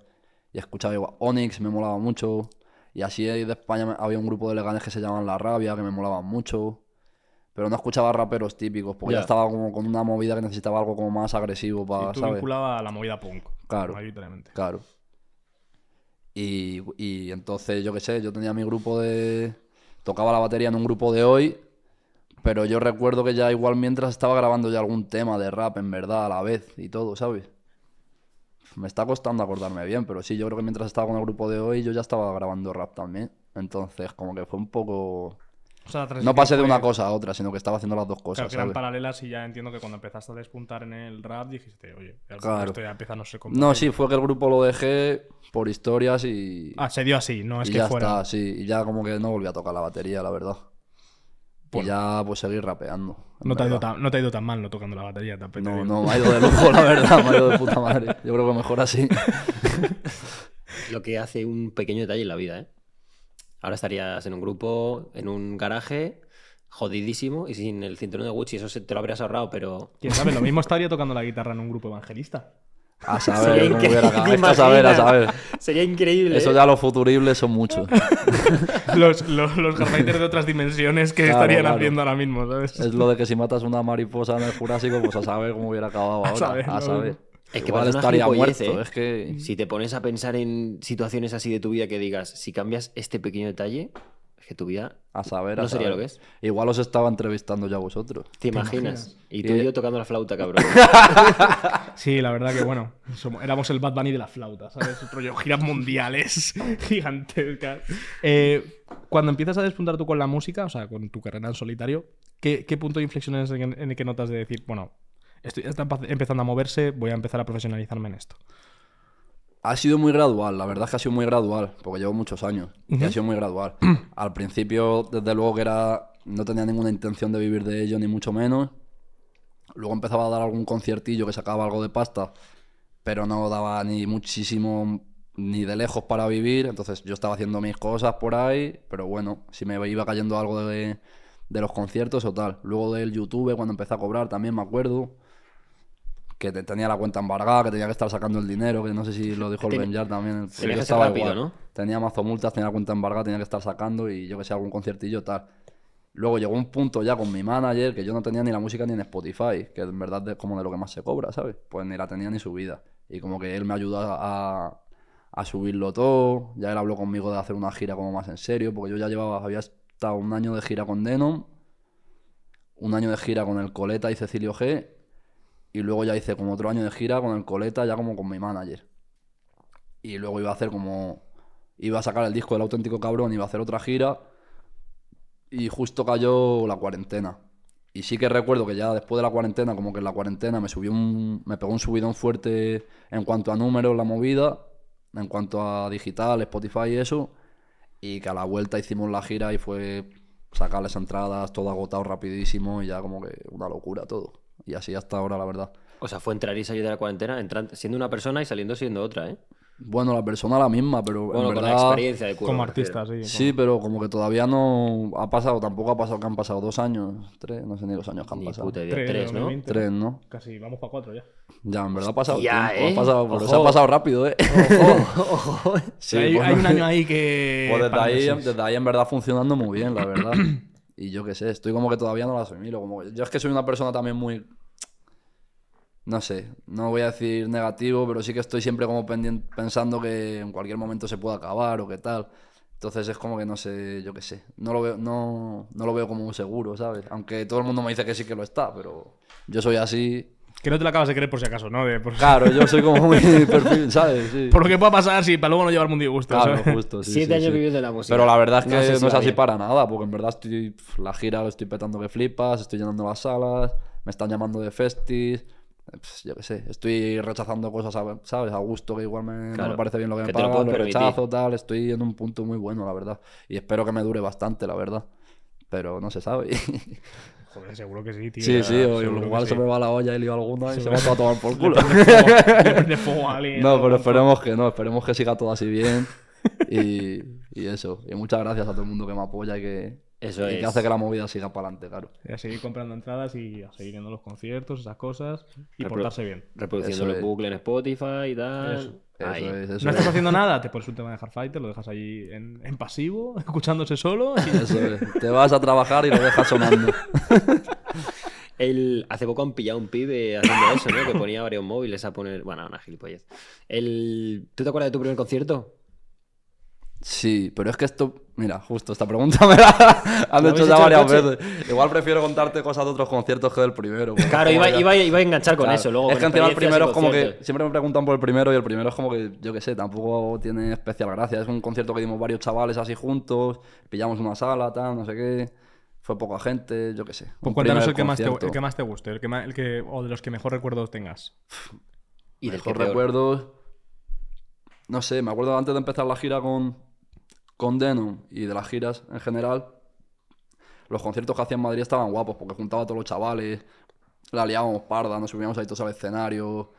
[SPEAKER 1] Y escuchaba igual. Onyx me molaba mucho. Y así de España me- había un grupo de leganes que se llamaban La Rabia, que me molaban mucho. Pero no escuchaba raperos típicos, porque
[SPEAKER 2] Ya.
[SPEAKER 1] ya estaba como con una movida que necesitaba algo como más agresivo
[SPEAKER 3] y
[SPEAKER 1] para,
[SPEAKER 3] tú
[SPEAKER 1] Pues, ¿sabes?
[SPEAKER 3] vinculaba a la movida punk.
[SPEAKER 1] Claro.
[SPEAKER 3] Mayoritariamente.
[SPEAKER 1] Claro. Y, y entonces, yo qué sé, yo tenía mi grupo de... Tocaba la batería en un grupo de hoy, pero yo recuerdo que ya igual mientras estaba grabando ya algún tema de rap, en verdad, a la vez y todo, ¿sabes? Me está costando acordarme bien, pero sí, yo creo que mientras estaba con el grupo de hoy yo ya estaba grabando rap también. Entonces, como que fue un poco...
[SPEAKER 3] O sea,
[SPEAKER 1] No
[SPEAKER 3] la transición
[SPEAKER 1] pasé de
[SPEAKER 3] fue-
[SPEAKER 1] una cosa a otra, sino que estaba haciendo las dos
[SPEAKER 3] Claro,
[SPEAKER 1] cosas,
[SPEAKER 3] que eran
[SPEAKER 1] ¿sabes?
[SPEAKER 3] paralelas y ya entiendo que cuando empezaste a despuntar en el rap dijiste, oye, ya-
[SPEAKER 1] Claro.
[SPEAKER 3] esto ya empieza a no ser
[SPEAKER 1] No,
[SPEAKER 3] compatible.
[SPEAKER 1] sí, fue que el grupo lo dejé por historias y...
[SPEAKER 3] Ah, se dio así, no es
[SPEAKER 1] y
[SPEAKER 3] que
[SPEAKER 1] ya
[SPEAKER 3] fuera.
[SPEAKER 1] está, sí. Y ya como que no volví a tocar la batería, la verdad.
[SPEAKER 3] Bueno.
[SPEAKER 1] Y ya pues seguir rapeando. en
[SPEAKER 3] No te, ha ido
[SPEAKER 1] verdad.
[SPEAKER 3] tan, no te ha ido tan mal no tocando la batería. tampoco te
[SPEAKER 1] No,
[SPEAKER 3] digo.
[SPEAKER 1] no, me ha ido de lujo, la verdad. Me ha ido de puta madre. Yo creo que mejor así.
[SPEAKER 2] lo que hace un pequeño detalle en la vida, ¿eh? Ahora estarías en un grupo, en un garaje, jodidísimo y sin el cinturón de Gucci, eso se te lo habrías ahorrado, pero.
[SPEAKER 3] Quién sabe, lo mismo estaría tocando la guitarra en un grupo evangelista.
[SPEAKER 1] A
[SPEAKER 2] Sería
[SPEAKER 1] saber, cómo
[SPEAKER 2] increíble,
[SPEAKER 1] hubiera acabado.
[SPEAKER 2] ¿te
[SPEAKER 1] Esto a saber, a
[SPEAKER 2] imaginas?
[SPEAKER 1] saber.
[SPEAKER 2] Sería increíble.
[SPEAKER 1] Eso
[SPEAKER 2] ¿eh?
[SPEAKER 1] ya los futuribles son muchos.
[SPEAKER 3] Los, los, los Hardfighters de otras dimensiones que
[SPEAKER 1] Claro,
[SPEAKER 3] estarían
[SPEAKER 1] claro.
[SPEAKER 3] haciendo ahora mismo, ¿sabes?
[SPEAKER 1] Es lo de que si matas una mariposa en el Jurásico, pues a saber cómo hubiera acabado ahora. A
[SPEAKER 3] saber,
[SPEAKER 1] saber.
[SPEAKER 3] ¿no?
[SPEAKER 2] Es que
[SPEAKER 1] Igual
[SPEAKER 2] parece una
[SPEAKER 1] estaría
[SPEAKER 2] gilipollez,
[SPEAKER 1] muerto.
[SPEAKER 2] ¿eh?
[SPEAKER 1] Es que.
[SPEAKER 2] Si te pones a pensar en situaciones así de tu vida que digas, si cambias este pequeño detalle, es que tu vida
[SPEAKER 1] A saber, a
[SPEAKER 2] no sería
[SPEAKER 1] saber.
[SPEAKER 2] lo que es.
[SPEAKER 1] Igual os estaba entrevistando ya a vosotros.
[SPEAKER 2] ¿Te imaginas? Y tú
[SPEAKER 1] Eh,
[SPEAKER 2] y yo tocando la flauta, cabrón.
[SPEAKER 3] Sí, la verdad que bueno, somos- éramos el Bad Bunny de la flauta, ¿sabes? Rollo, giras mundiales gigantescas. Eh, cuando empiezas a despuntar tú con la música, o sea, con tu carrera en solitario, ¿qué, qué punto de inflexión es en, en el que notas de decir, bueno, estoy está empa- empezando a moverse, voy a empezar a profesionalizarme en esto?
[SPEAKER 1] Ha sido muy gradual, la verdad es que ha sido muy gradual, porque llevo muchos años. y ha sido muy gradual. Al principio, desde luego que era. No tenía ninguna intención de vivir de ello, ni mucho menos. Luego empezaba a dar algún conciertillo que sacaba algo de pasta, pero no daba ni muchísimo ni de lejos para vivir. Entonces yo estaba haciendo mis cosas por ahí, pero bueno, si me iba cayendo algo de, de los conciertos o tal. Luego del YouTube, cuando empecé a cobrar, también me acuerdo que te- tenía la cuenta embargada, que tenía que estar sacando el dinero, que no sé si lo dijo el
[SPEAKER 2] Ten-
[SPEAKER 1] Benjar también. porque
[SPEAKER 2] tenía
[SPEAKER 1] yo
[SPEAKER 2] que ser
[SPEAKER 1] estaba
[SPEAKER 2] rápido,
[SPEAKER 1] igual.
[SPEAKER 2] ¿no?
[SPEAKER 1] Tenía mazo multas, tenía la cuenta embargada, tenía que estar sacando y yo que sé, algún conciertillo tal. Luego llegó un punto ya con mi manager que yo no tenía ni la música ni en Spotify, que en verdad es como de lo que más se cobra, ¿sabes? Pues ni la tenía ni subida. Y como que él me ayudó a, a subirlo todo, ya él habló conmigo de hacer una gira como más en serio, porque yo ya llevaba, había estado un año de gira con Denon, un año de gira con el Coleta y Cecilio G, y luego ya hice como otro año de gira con el Coleta, ya como con mi manager. Y luego iba a hacer como. Iba a sacar el disco del auténtico cabrón, iba a hacer otra gira. Y justo cayó la cuarentena. Y sí que recuerdo que ya después de la cuarentena, como que en la cuarentena me subió un. me pegó un subidón fuerte en cuanto a números, la movida, en cuanto a digital, Spotify y eso. Y que a la vuelta hicimos la gira y fue sacar las entradas, todo agotado rapidísimo y ya como que una locura todo. Y así hasta ahora, la verdad.
[SPEAKER 2] O sea, fue entrar y salir de la cuarentena, entrando, siendo una persona y saliendo siendo otra, ¿eh?
[SPEAKER 1] Bueno, la persona la misma, pero Pues, en
[SPEAKER 2] Bueno, con la
[SPEAKER 1] verdad-
[SPEAKER 2] experiencia de curro.
[SPEAKER 3] Como
[SPEAKER 2] me refiero.
[SPEAKER 3] artista, sí.
[SPEAKER 1] eh, Sí, pero como que todavía no ha pasado, tampoco ha pasado que han pasado dos años, tres, no sé ni los años que han
[SPEAKER 2] Ni
[SPEAKER 1] pasado.
[SPEAKER 2] puta idea.
[SPEAKER 3] Tres,
[SPEAKER 2] Tres, ¿no?
[SPEAKER 3] 2020.
[SPEAKER 1] Tres, ¿no?
[SPEAKER 3] Casi, vamos para cuatro ya.
[SPEAKER 1] Ya, en verdad ha pasado
[SPEAKER 2] Hostia,
[SPEAKER 1] tiempo,
[SPEAKER 2] ¿eh?
[SPEAKER 1] ha pasado, pero se
[SPEAKER 2] Ojo.
[SPEAKER 1] ha pasado rápido, ¿eh? Sí,
[SPEAKER 3] hay,
[SPEAKER 1] bueno.
[SPEAKER 3] hay un año ahí
[SPEAKER 2] Eh,
[SPEAKER 3] que...
[SPEAKER 1] Pues desde ahí,
[SPEAKER 3] paréntesis.
[SPEAKER 1] desde ahí en verdad funcionando muy bien, la verdad. Y yo qué sé, estoy como que todavía no la asimilo. Como que- yo es que soy una persona también muy... No sé, no voy a decir negativo, pero sí que estoy siempre como pendien- pensando que en cualquier momento se puede acabar o qué tal. Entonces es como que no sé, yo qué sé. No lo veo, no, no lo veo como seguro, ¿sabes? Aunque todo el mundo me dice que sí que lo está, pero yo soy así
[SPEAKER 3] Que no te la acabas de creer por si acaso, ¿no? De- por,
[SPEAKER 1] Claro, yo soy como muy perfil, ¿sabes? Sí.
[SPEAKER 3] por lo que pueda pasar, sí, para luego no llevarme un disgusto.
[SPEAKER 1] Claro,
[SPEAKER 3] ¿sabes?
[SPEAKER 1] justo. sí, sí,
[SPEAKER 2] Siete años
[SPEAKER 1] sí.
[SPEAKER 2] viviendo de la música.
[SPEAKER 1] Pero la verdad es que
[SPEAKER 2] Pues
[SPEAKER 1] no,
[SPEAKER 2] No sé si
[SPEAKER 1] es
[SPEAKER 2] va
[SPEAKER 1] así
[SPEAKER 2] bien.
[SPEAKER 1] para nada, porque en verdad estoy pf, la gira lo estoy petando que flipas, estoy llenando las salas, me están llamando de festis, eh, pf, yo qué sé, estoy rechazando cosas, a- ¿sabes? A gusto, que igual me, no
[SPEAKER 2] Claro,
[SPEAKER 1] me parece bien lo que,
[SPEAKER 2] que
[SPEAKER 1] me
[SPEAKER 2] te lo
[SPEAKER 1] pagan, lo,
[SPEAKER 2] puedes permitir.
[SPEAKER 1] rechazo, tal, estoy en un punto muy bueno, la verdad. Y espero que me dure bastante, la verdad. Pero no se sabe.
[SPEAKER 3] Joder, seguro que sí, tío.
[SPEAKER 1] sí, sí, o
[SPEAKER 3] Seguro que
[SPEAKER 1] igual
[SPEAKER 3] sí.
[SPEAKER 1] se me va la olla y lío alguna y
[SPEAKER 3] Se
[SPEAKER 1] se
[SPEAKER 3] me-
[SPEAKER 1] va todo a tomar por culo.
[SPEAKER 3] Le prende fuego a alguien.
[SPEAKER 1] No, pero esperemos que no, esperemos que siga todo así bien. Y, y eso. Y muchas gracias a todo el mundo que me apoya y que,
[SPEAKER 2] Eso
[SPEAKER 1] y
[SPEAKER 2] es.
[SPEAKER 1] que hace que la movida siga para adelante, claro.
[SPEAKER 3] Y a seguir comprando entradas y a seguir yendo a los conciertos, esas cosas. Y
[SPEAKER 2] Repro-
[SPEAKER 3] portarse bien.
[SPEAKER 2] Reproduciendo
[SPEAKER 1] Eso
[SPEAKER 2] los
[SPEAKER 1] es.
[SPEAKER 2] bucles en Spotify y tal.
[SPEAKER 3] Eso,
[SPEAKER 1] Eso
[SPEAKER 2] Ahí.
[SPEAKER 1] es, eso
[SPEAKER 3] No estás
[SPEAKER 1] es.
[SPEAKER 3] haciendo nada, te pones un tema de Hardfighter, lo dejas ahí en, en pasivo, escuchándose solo. y-
[SPEAKER 1] Eso es. Te vas a trabajar y lo dejas sonando.
[SPEAKER 2] El- hace poco han pillado un pibe haciendo eso, ¿no? Que ponía varios móviles a poner. Bueno, una gilipollez. El... ¿Tú te acuerdas de tu primer concierto?
[SPEAKER 1] Sí, pero es que esto. Mira, justo esta pregunta me la han
[SPEAKER 2] ¿Lo
[SPEAKER 1] hecho
[SPEAKER 2] habéis
[SPEAKER 1] ya
[SPEAKER 2] hecho en
[SPEAKER 1] varias
[SPEAKER 2] coche?
[SPEAKER 1] veces. Igual prefiero contarte cosas de otros conciertos que del primero. porque
[SPEAKER 2] Claro,
[SPEAKER 1] es como
[SPEAKER 2] iba,
[SPEAKER 1] que-
[SPEAKER 2] iba, iba a enganchar con
[SPEAKER 1] Claro.
[SPEAKER 2] eso. Luego,
[SPEAKER 1] es
[SPEAKER 2] con
[SPEAKER 1] que encima el
[SPEAKER 2] experiencias
[SPEAKER 1] primero
[SPEAKER 2] y
[SPEAKER 1] es como que
[SPEAKER 2] conciertos.
[SPEAKER 1] siempre me preguntan por el primero y el primero es como que, yo qué sé, tampoco tiene especial gracia. Es un concierto que dimos varios chavales así juntos, pillamos una sala, tal, no sé qué. Fue poca gente, yo qué sé.
[SPEAKER 3] Pues
[SPEAKER 1] Un
[SPEAKER 3] cuéntanos
[SPEAKER 1] primer
[SPEAKER 3] el que, más te,
[SPEAKER 1] concierto.
[SPEAKER 3] el que más te guste, el que más- el que, o de los que mejor recuerdos tengas.
[SPEAKER 2] Y del que
[SPEAKER 1] Mejor
[SPEAKER 2] peor.
[SPEAKER 1] recuerdos. No sé, me acuerdo antes de empezar la gira con, con Denon y de las giras en general. Los conciertos que hacía en Madrid estaban guapos porque juntaba a todos los chavales, la liábamos parda, nos subíamos ahí todos al escenario,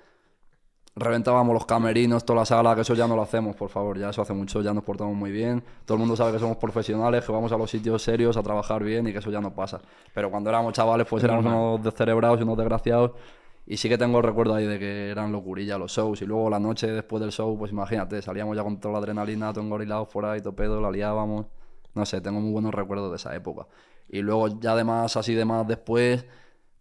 [SPEAKER 1] reventábamos los camerinos, toda la sala, que eso ya no lo hacemos, por favor, ya eso hace mucho, ya nos portamos muy bien. Todo el mundo sabe que somos profesionales, que vamos a los sitios serios a trabajar bien y que eso ya no pasa. Pero cuando éramos chavales, pues éramos unos descerebrados y unos desgraciados. Y sí que tengo el recuerdo ahí de que eran locurillas los shows. Y luego la noche después del show, pues imagínate, salíamos ya con toda la adrenalina, todo engorilado por ahí, topedo, la liábamos. No sé, tengo muy buenos recuerdos de esa época. Y luego ya además, así de más después,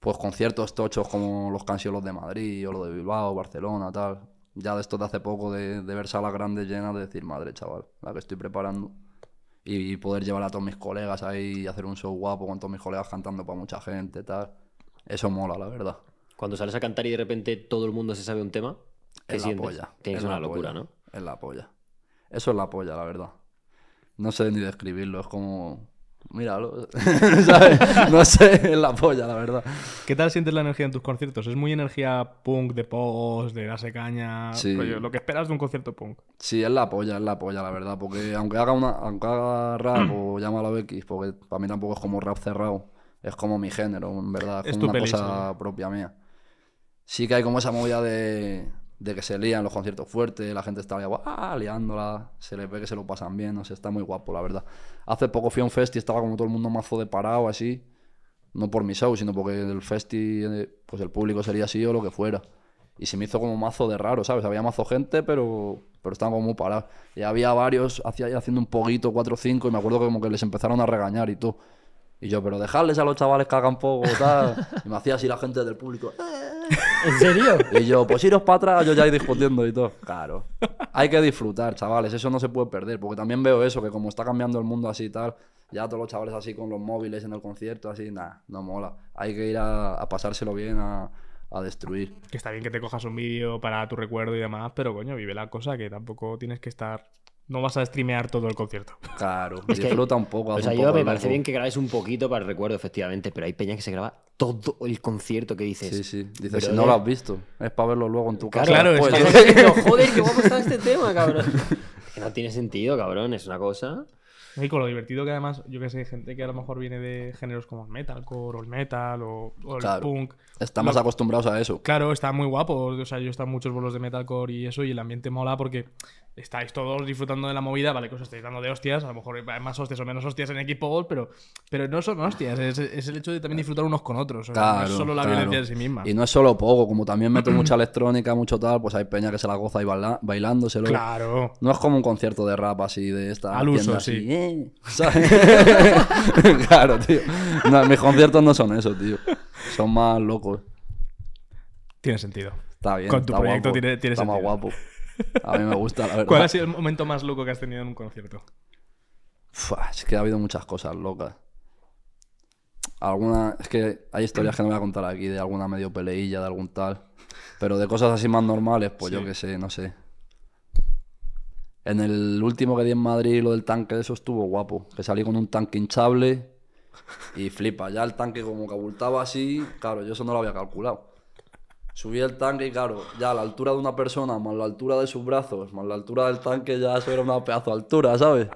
[SPEAKER 1] pues conciertos tochos como los canciones de Madrid o los de Bilbao, Barcelona, tal. Ya de estos de hace poco, de, de ver salas grandes llenas, de decir, madre chaval, la que estoy preparando. Y, poder llevar a todos mis colegas ahí y hacer un show guapo con todos mis colegas cantando para mucha gente, tal. Eso mola, la verdad.
[SPEAKER 2] Cuando sales a cantar y de repente todo el mundo se sabe un tema, ¿qué
[SPEAKER 1] Es la
[SPEAKER 2] sientes?
[SPEAKER 1] polla.
[SPEAKER 2] Tienes
[SPEAKER 1] es
[SPEAKER 2] una
[SPEAKER 1] la
[SPEAKER 2] locura,
[SPEAKER 1] polla,
[SPEAKER 2] ¿no?
[SPEAKER 1] Es la polla. Eso es la polla, la verdad. No sé ni describirlo, es como. Míralo. ¿Sabes? No sé, es la polla, la verdad.
[SPEAKER 3] ¿Qué tal sientes la energía en tus conciertos? ¿Es muy energía punk, de pogos, de darse caña?
[SPEAKER 1] Sí.
[SPEAKER 3] rollo, lo que esperas de un concierto punk.
[SPEAKER 1] Sí, es la polla, es la polla, la verdad. Porque aunque haga una, aunque haga
[SPEAKER 3] Mm.
[SPEAKER 1] rap o llámalo X, porque para mí tampoco es como rap cerrado. Es como mi género, en verdad. Es,
[SPEAKER 3] Es
[SPEAKER 1] como
[SPEAKER 3] tu
[SPEAKER 1] una
[SPEAKER 3] peli,
[SPEAKER 1] cosa propia mía. Sí que hay como esa movida de, de que se lían los conciertos fuertes, la gente está ahí, "Guau", liándola, se les ve que se lo pasan bien, no sé, está muy guapo, la verdad. Hace poco fui a un fest y estaba como todo el mundo mazo de parado, así. No por mi show, sino porque el festi, eh, pues el público sería así o lo que fuera. Y se me hizo como mazo de raro, ¿sabes? Había mazo gente, pero, pero estaban como muy parados. Y había varios hacía, haciendo un poquito, cuatro o cinco, y me acuerdo que como que les empezaron a regañar y todo. Y yo, pero dejarles a los chavales que hagan poco, tal. Y me hacía así la gente del público.
[SPEAKER 2] ¿En serio?
[SPEAKER 1] Y yo, pues iros para atrás, yo ya ahí discutiendo y todo. Claro. Hay que disfrutar, chavales, eso no se puede perder, porque también veo eso, que como está cambiando el mundo así y tal, ya todos los chavales así con los móviles en el concierto, así, nada, no mola. Hay que ir a, a pasárselo bien, a, a destruir.
[SPEAKER 3] Que está bien que te cojas un vídeo para tu recuerdo y demás, pero coño, vive la cosa que tampoco tienes que estar... No vas a streamear todo el concierto.
[SPEAKER 1] Claro,
[SPEAKER 2] Es que-
[SPEAKER 1] disfruta un poco.
[SPEAKER 2] O
[SPEAKER 1] haz
[SPEAKER 2] sea,
[SPEAKER 1] un
[SPEAKER 2] yo
[SPEAKER 1] poco
[SPEAKER 2] me
[SPEAKER 1] el
[SPEAKER 2] parece
[SPEAKER 1] loco.
[SPEAKER 2] bien que grabes un poquito para el recuerdo, efectivamente, pero hay peña que se graba todo el concierto que dices.
[SPEAKER 1] Sí, sí. Dices,
[SPEAKER 2] Pero
[SPEAKER 1] si no
[SPEAKER 2] ya-
[SPEAKER 1] lo has visto, es para verlo luego en tu casa. Pues,
[SPEAKER 3] Claro, es
[SPEAKER 1] después".
[SPEAKER 3] que-
[SPEAKER 2] Estás diciendo, joder, qué guapo está este tema, cabrón. Que no tiene sentido, cabrón, es una cosa.
[SPEAKER 3] Y con lo divertido que además, yo que sé, gente que a lo mejor viene de géneros como el metalcore o el metal o, o el
[SPEAKER 1] Claro.
[SPEAKER 3] punk.
[SPEAKER 1] Estamos acostumbrados a eso.
[SPEAKER 3] Claro, está muy guapo. O sea, yo he estado en muchos bolos de metalcore y eso, y el ambiente mola porque estáis todos disfrutando de la movida, vale, que os estáis dando de hostias, a lo mejor hay más hostias o menos hostias en equipos, pero, pero no son hostias, es, es el hecho de también disfrutar unos con otros. o sea, no
[SPEAKER 1] Claro,
[SPEAKER 3] es solo la
[SPEAKER 1] claro.
[SPEAKER 3] violencia en sí misma. Mm.
[SPEAKER 1] Y no es solo poco, como también meto mucha electrónica, mucho tal, pues hay peña que se la goza y baila, bailándoselo.
[SPEAKER 3] Claro.
[SPEAKER 1] No es como un concierto de rap así de esta.
[SPEAKER 3] Al
[SPEAKER 1] tienda
[SPEAKER 3] uso,
[SPEAKER 1] así,
[SPEAKER 3] sí.
[SPEAKER 1] "Eh", ¿sabes? claro, tío. No, mis conciertos no son eso, tío. Son más locos.
[SPEAKER 3] Tiene sentido.
[SPEAKER 1] Está bien.
[SPEAKER 3] Con tu
[SPEAKER 1] está
[SPEAKER 3] proyecto
[SPEAKER 1] guapo,
[SPEAKER 3] tiene- tiene
[SPEAKER 1] Está más
[SPEAKER 3] sentido.
[SPEAKER 1] guapo. A mí me gusta, la verdad.
[SPEAKER 3] ¿Cuál ha sido el momento más loco que has tenido en un concierto?
[SPEAKER 1] Fua, es que ha habido muchas cosas locas. alguna. Es que hay historias que no voy a contar aquí de alguna medio peleilla, de algún tal. Pero de cosas así más normales, pues yo qué sé, no sé. En el último que di en Madrid, lo del tanque de eso estuvo guapo. Que salí con un tanque hinchable y flipa. Ya el tanque como que abultaba así, claro, yo eso no lo había calculado. Subí el tanque y claro, ya la altura de una persona, más la altura de sus brazos, más la altura del tanque, ya eso era una pedazo de altura, ¿sabes?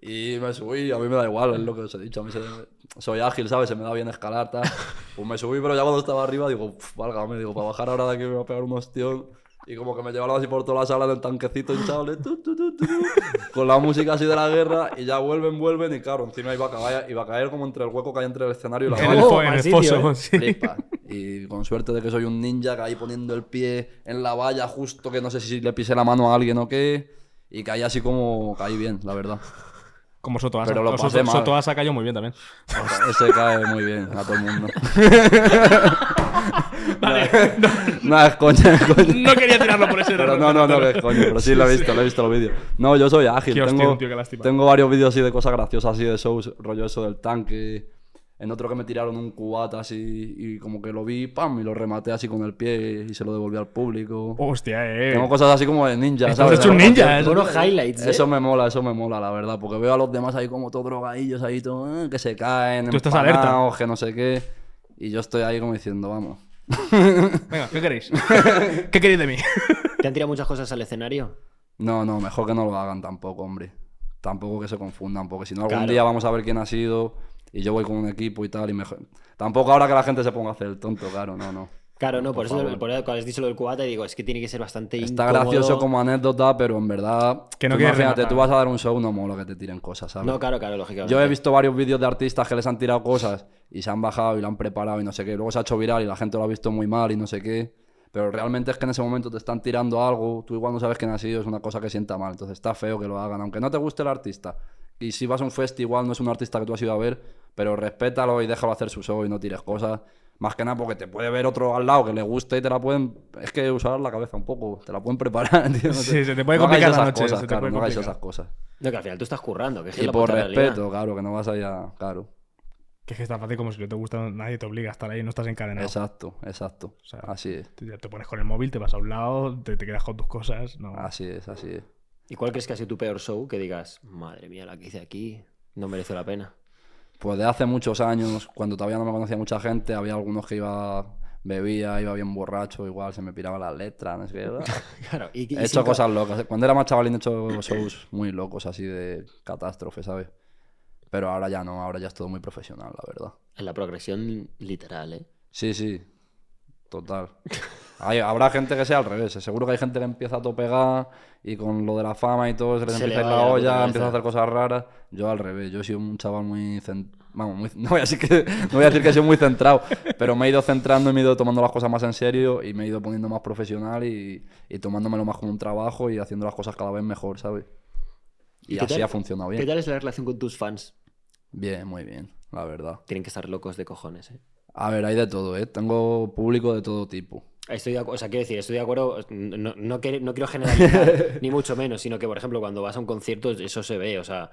[SPEAKER 1] Y me subí, a mí me da igual, es lo que os he dicho. A mí se- soy ágil, ¿sabes? Se me da bien escalar, tal. Pues me subí, pero ya cuando estaba arriba, digo, "Pf, válgame, digo, para bajar ahora de aquí me va a pegar un hostión. Y como que me llevaron así por toda la sala del tanquecito hinchable, tu, tu, tu, tu, tu, con la música así de la guerra, y ya vuelven, vuelven, y claro, encima iba a caer, iba a caer como entre el hueco que hay entre el escenario y la
[SPEAKER 3] En
[SPEAKER 1] bala.
[SPEAKER 3] el,
[SPEAKER 2] Oh,
[SPEAKER 3] fo- en
[SPEAKER 2] mal
[SPEAKER 3] el
[SPEAKER 2] sitio,
[SPEAKER 3] foso,
[SPEAKER 2] ¿eh?
[SPEAKER 3] sí.
[SPEAKER 1] Flipa. Y con suerte de que soy un ninja, caí poniendo el pie en la valla justo que no sé si le pisé la mano a alguien o qué. Y caí así como caí bien, la verdad.
[SPEAKER 3] Como Sotoasa.
[SPEAKER 1] Pero lo
[SPEAKER 3] Soto-
[SPEAKER 1] pasé mal.
[SPEAKER 3] Sotoasa cayó muy bien también.
[SPEAKER 1] Ese cae muy bien a todo el mundo.
[SPEAKER 3] Vale.
[SPEAKER 1] No, es coña, es coña.
[SPEAKER 3] No quería tirarlo por ese
[SPEAKER 1] Pero no, no, no, que es coña. Pero sí lo he visto, lo he visto los vídeos. No, yo soy ágil.
[SPEAKER 3] Qué hostia,
[SPEAKER 1] Tengo,
[SPEAKER 3] tío, qué lástima.
[SPEAKER 1] tengo varios vídeos así de cosas graciosas, así de shows, rollo eso del tanque. En otro que me tiraron un cubata así y como que lo vi, pam, y lo rematé así con el pie y se lo devolví al público.
[SPEAKER 3] Hostia, eh.
[SPEAKER 1] Tengo cosas así como de ninja,
[SPEAKER 3] Estás
[SPEAKER 1] ¿sabes?
[SPEAKER 3] hecho un ninja,
[SPEAKER 1] Eso-
[SPEAKER 2] Buenos highlights, ¿eh?
[SPEAKER 1] Eso me mola, eso me mola, la verdad, porque veo a los demás ahí como todos drogadillos, ahí todo, eh, que se caen,
[SPEAKER 3] Tú estás
[SPEAKER 1] empanados,
[SPEAKER 3] alerta.
[SPEAKER 1] que no sé qué, y yo estoy ahí como diciendo, vamos.
[SPEAKER 3] Venga, ¿qué queréis? ¿Qué queréis de mí?
[SPEAKER 2] ¿Te han tirado muchas cosas al escenario?
[SPEAKER 1] No, no, mejor que no lo hagan tampoco, hombre. Tampoco que se confundan, porque si no algún
[SPEAKER 2] Claro.
[SPEAKER 1] día vamos a ver quién ha sido y yo voy con un equipo y tal, y mejor... Tampoco ahora que la gente se ponga a hacer el tonto, claro, no, no.
[SPEAKER 2] Claro, no, por,
[SPEAKER 1] Por
[SPEAKER 2] eso
[SPEAKER 1] favor.
[SPEAKER 2] por eso cuando has dicho lo del cubata y digo, es que tiene que ser bastante
[SPEAKER 1] Está
[SPEAKER 2] incómodo.
[SPEAKER 1] gracioso como anécdota, pero en verdad...
[SPEAKER 3] Que no
[SPEAKER 1] tú
[SPEAKER 3] quieres
[SPEAKER 1] imagínate,
[SPEAKER 3] rematar.
[SPEAKER 1] tú vas a dar un show, no mola que te tiren cosas, ¿sabes?
[SPEAKER 2] No, claro, claro, lógicamente.
[SPEAKER 1] Yo he visto varios vídeos de artistas que les han tirado cosas y se han bajado y lo han preparado y no sé qué. Luego se ha hecho viral y la gente lo ha visto muy mal y no sé qué. Pero realmente es que en ese momento te están tirando algo, tú igual no sabes quién ha sido, es una cosa que sienta mal. Entonces está feo que lo hagan, aunque no te guste el artista. Y si vas a un fest, igual no es un artista que tú has ido a ver, pero respétalo y déjalo hacer su show y no tires cosas. Más que nada porque te puede ver otro al lado que le guste y te la pueden... Es que usar la cabeza un poco, te la pueden preparar, tío. no
[SPEAKER 3] Sí,
[SPEAKER 1] sé.
[SPEAKER 3] se te puede
[SPEAKER 1] No hagáis
[SPEAKER 3] complicar la
[SPEAKER 1] esas
[SPEAKER 3] noche,
[SPEAKER 1] Cosas,
[SPEAKER 3] se te
[SPEAKER 1] claro,
[SPEAKER 3] puede
[SPEAKER 1] no hagáis
[SPEAKER 3] complicar.
[SPEAKER 1] esas cosas.
[SPEAKER 2] No, que al final tú estás currando, que es
[SPEAKER 1] Y
[SPEAKER 2] la
[SPEAKER 1] por
[SPEAKER 2] puta realidad.
[SPEAKER 1] respeto, claro, que no vas allá, claro.
[SPEAKER 3] Que es que está fácil como si no te gusta, nadie te obliga a estar ahí, no estás encadenado.
[SPEAKER 1] Exacto, exacto.
[SPEAKER 3] sea,
[SPEAKER 1] así es,
[SPEAKER 3] Tú ya Te pones con el móvil, te vas a un lado, te, te quedas con tus cosas. No.
[SPEAKER 1] así es, así es.
[SPEAKER 2] ¿Y cuál crees que ha sido tu peor show que digas, madre mía, la que hice aquí no mereció la pena?
[SPEAKER 1] Pues de hace muchos años, cuando todavía no me conocía mucha gente, había algunos que iba, bebía, iba bien borracho, igual se me piraba las letras, no sé qué.
[SPEAKER 2] Claro, y, y
[SPEAKER 1] He
[SPEAKER 2] sin
[SPEAKER 1] hecho
[SPEAKER 2] ca-
[SPEAKER 1] cosas locas. Cuando era más chavalín he hecho shows muy locos, así de catástrofe, ¿sabes? Pero ahora ya no, ahora ya es todo muy profesional, la verdad.
[SPEAKER 2] En la progresión literal, ¿eh?
[SPEAKER 1] Sí, sí. Total. Hay- habrá gente que sea al revés. eh. Seguro que hay gente que empieza a topega y con lo de la fama y todo, se les
[SPEAKER 2] Se le
[SPEAKER 1] empieza a ir
[SPEAKER 2] va
[SPEAKER 1] la
[SPEAKER 2] la
[SPEAKER 1] olla,
[SPEAKER 2] cabeza.
[SPEAKER 1] empieza a hacer cosas raras. Yo al revés. Yo he sido un chaval muy... cen- Vamos, muy- No, voy a decir que... no voy a decir que he sido muy centrado, pero me he ido centrando y me he ido tomando las cosas más en serio y me he ido poniendo más profesional y, y tomándomelo más como un trabajo y haciendo las cosas cada vez mejor, ¿sabes? Y,
[SPEAKER 2] ¿Y qué
[SPEAKER 1] así
[SPEAKER 2] tal-
[SPEAKER 1] ha funcionado
[SPEAKER 2] ¿Qué
[SPEAKER 1] bien.
[SPEAKER 2] tal es la relación con tus fans?
[SPEAKER 1] Bien, muy bien, la verdad.
[SPEAKER 2] Tienen que estar locos de cojones, ¿eh?
[SPEAKER 1] A ver, hay de todo, ¿eh? Tengo público de todo tipo.
[SPEAKER 2] Estoy de acu- o sea, quiero decir, estoy de acuerdo, no, no, quer- no quiero generalizar, ni mucho menos, sino que, por ejemplo, cuando vas a un concierto, eso se ve, o sea,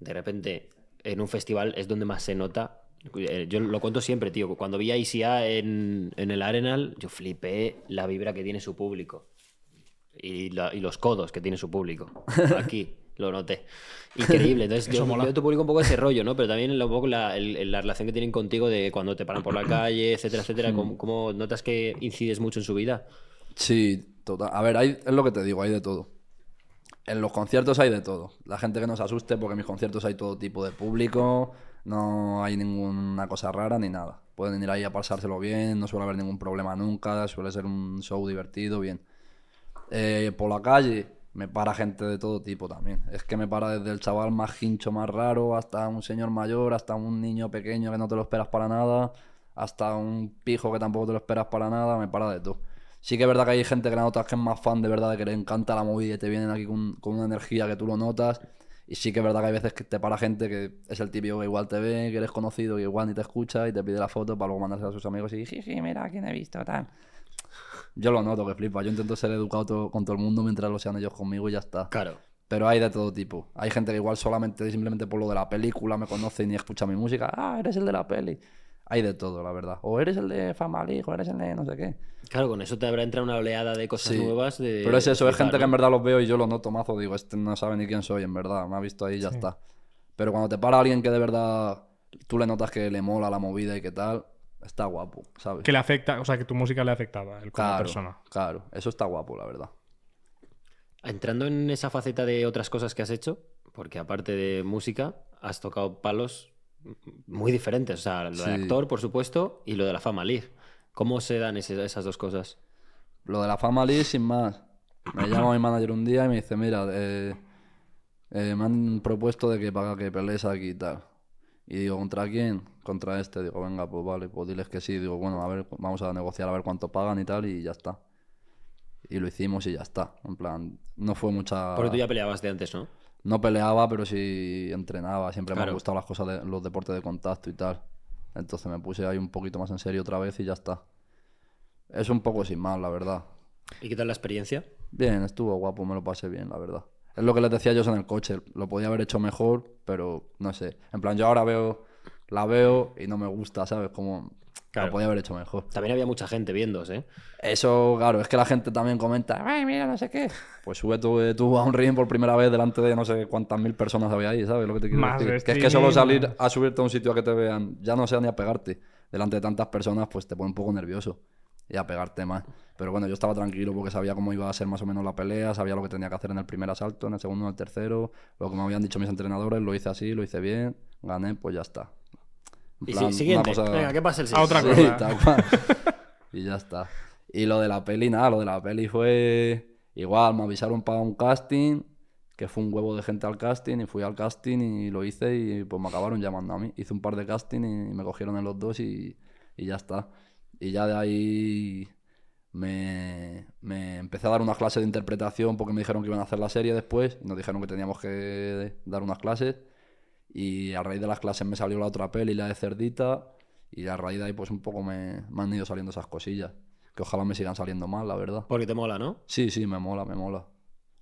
[SPEAKER 2] de repente, en un festival es donde más se nota. Eh, Yo lo cuento siempre, tío, cuando vi a ICA en, en el Arenal, yo flipé la vibra que tiene su público y, la- y los codos que tiene su público. Aquí lo noté. Increíble. Entonces, yo veo tu público un poco ese rollo, ¿no? Pero también lo- un poco la, el- la relación que tienen contigo de cuando te paran por la calle, etcétera, etcétera.
[SPEAKER 1] Hmm.
[SPEAKER 2] ¿Cómo, cómo notas que incides mucho en su vida?
[SPEAKER 1] Sí, total. A ver, hay, es lo que te digo, hay de todo. En los conciertos hay de todo. La gente que nos asuste, porque en mis conciertos hay todo tipo de público, no hay ninguna cosa rara ni nada. Pueden ir ahí a pasárselo bien, no suele haber ningún problema nunca, suele ser un show divertido, bien. Eh, por la calle me para gente de todo tipo también. Es que me para desde el chaval más hincho, más raro, hasta un señor mayor, hasta un niño pequeño que no te lo esperas para nada, hasta un pijo que tampoco te lo esperas para nada, me para de todo. Sí que es verdad que hay gente que la notas que es más fan de verdad, de que le encanta la movida y te vienen aquí con, con una energía que tú lo notas. Y sí que es verdad que hay veces que te para gente que es el típico que igual te ve, que eres conocido, que igual ni te escucha y te pide la foto para luego mandársela a sus amigos y jiji, mira a quién he visto, tal. Yo lo noto que flipa. Yo intento ser educado to- con todo el mundo mientras lo sean ellos conmigo y ya está.
[SPEAKER 2] Claro.
[SPEAKER 1] Pero hay de todo tipo. Hay gente que igual solamente, simplemente por lo de la película me conocen y escucha mi música. Ah, eres el de la peli. Hay de todo, la verdad. O eres el de Family, o eres el de no sé qué.
[SPEAKER 2] Claro, con eso te habrá entrado una oleada de cosas
[SPEAKER 1] Sí.
[SPEAKER 2] nuevas. De,
[SPEAKER 1] Pero es eso, es
[SPEAKER 2] quizá,
[SPEAKER 1] gente
[SPEAKER 2] ¿no?
[SPEAKER 1] que en verdad los veo y yo los noto mazo. Digo, este no sabe ni quién soy, en verdad. Me ha visto ahí y ya está. Pero cuando te para alguien que de verdad tú le notas que le mola la movida y que tal, está guapo, ¿sabes?
[SPEAKER 3] Que le afecta, o sea, que tu música le afectaba él como
[SPEAKER 1] claro,
[SPEAKER 3] persona.
[SPEAKER 1] claro. Eso está guapo, la verdad.
[SPEAKER 2] Entrando en esa faceta de otras cosas que has hecho, porque aparte de música, has tocado palos muy diferentes. O sea, lo de
[SPEAKER 1] Sí.
[SPEAKER 2] actor, por supuesto, y lo de la fama league. ¿Cómo se dan ese- esas dos cosas?
[SPEAKER 1] Lo de la fama Lee, sin más. Me llama mi manager un día y me dice, mira, eh, eh, me han propuesto de que para que pelees aquí y tal. Y digo, ¿contra quién? Contra este. Digo, venga, pues vale, pues diles que sí. Digo, bueno, a ver, vamos a negociar a ver cuánto pagan y tal, y ya está. Y lo hicimos y ya está. En plan, no fue mucha...
[SPEAKER 2] Porque tú ya peleabas de antes, ¿no?
[SPEAKER 1] No peleaba, pero sí entrenaba. Siempre me
[SPEAKER 2] Claro.
[SPEAKER 1] han gustado las cosas de los deportes de contacto y tal. Entonces me puse ahí un poquito más en serio otra vez y ya está. Es un poco sin más, la verdad.
[SPEAKER 2] ¿Y qué tal la experiencia?
[SPEAKER 1] Bien, estuvo guapo, me lo pasé bien, la verdad. Es lo que les decía yo en el coche, lo podía haber hecho mejor, pero no sé. En plan, yo ahora veo, la veo y no me gusta, ¿sabes? Como
[SPEAKER 2] Claro.
[SPEAKER 1] lo podía haber hecho mejor.
[SPEAKER 2] También había mucha gente viéndose. ¿eh?
[SPEAKER 1] Eso, claro, es que la gente también comenta, ay, mira, no sé qué. Pues sube tú, eh, tú a un ring por primera vez delante de no sé cuántas mil personas había ahí, ¿sabes? Lo que te quiero
[SPEAKER 3] Más
[SPEAKER 1] decir. Que es que
[SPEAKER 3] streaming,
[SPEAKER 1] solo salir
[SPEAKER 3] más.
[SPEAKER 1] a subirte a un sitio a que te vean, ya no sea ni a pegarte. Delante de tantas personas, pues te pone un poco nervioso y a pegarte más. Pero bueno, yo estaba tranquilo porque sabía cómo iba a ser más o menos la pelea, sabía lo que tenía que hacer en el primer asalto, en el segundo, en el tercero, lo que me habían dicho mis entrenadores, lo hice así, lo hice bien, gané, pues ya está. En
[SPEAKER 2] Y
[SPEAKER 1] plan,
[SPEAKER 2] sí,
[SPEAKER 1] una
[SPEAKER 2] siguiente.
[SPEAKER 1] cosa-
[SPEAKER 2] Venga, ¿qué pasa el
[SPEAKER 3] A otra
[SPEAKER 2] siguiente?
[SPEAKER 3] cosa.
[SPEAKER 1] Sí, tal cual. y ya está. Y lo de la peli, nada, lo de la peli fue igual, me avisaron para un casting, que fue un huevo de gente al casting, y fui al casting y lo hice y pues me acabaron llamando a mí. Hice un par de casting y me cogieron en los dos y, y ya está. Y ya de ahí me, me empecé a dar unas clases de interpretación porque me dijeron que iban a hacer la serie después, y nos dijeron que teníamos que dar unas clases. Y a raíz de las clases me salió la otra peli, la de Cerdita. Y a raíz de ahí, pues un poco me, me han ido saliendo esas cosillas. Que ojalá me sigan saliendo más, la verdad.
[SPEAKER 2] Porque te mola, ¿no?
[SPEAKER 1] Sí, sí, me mola, me mola.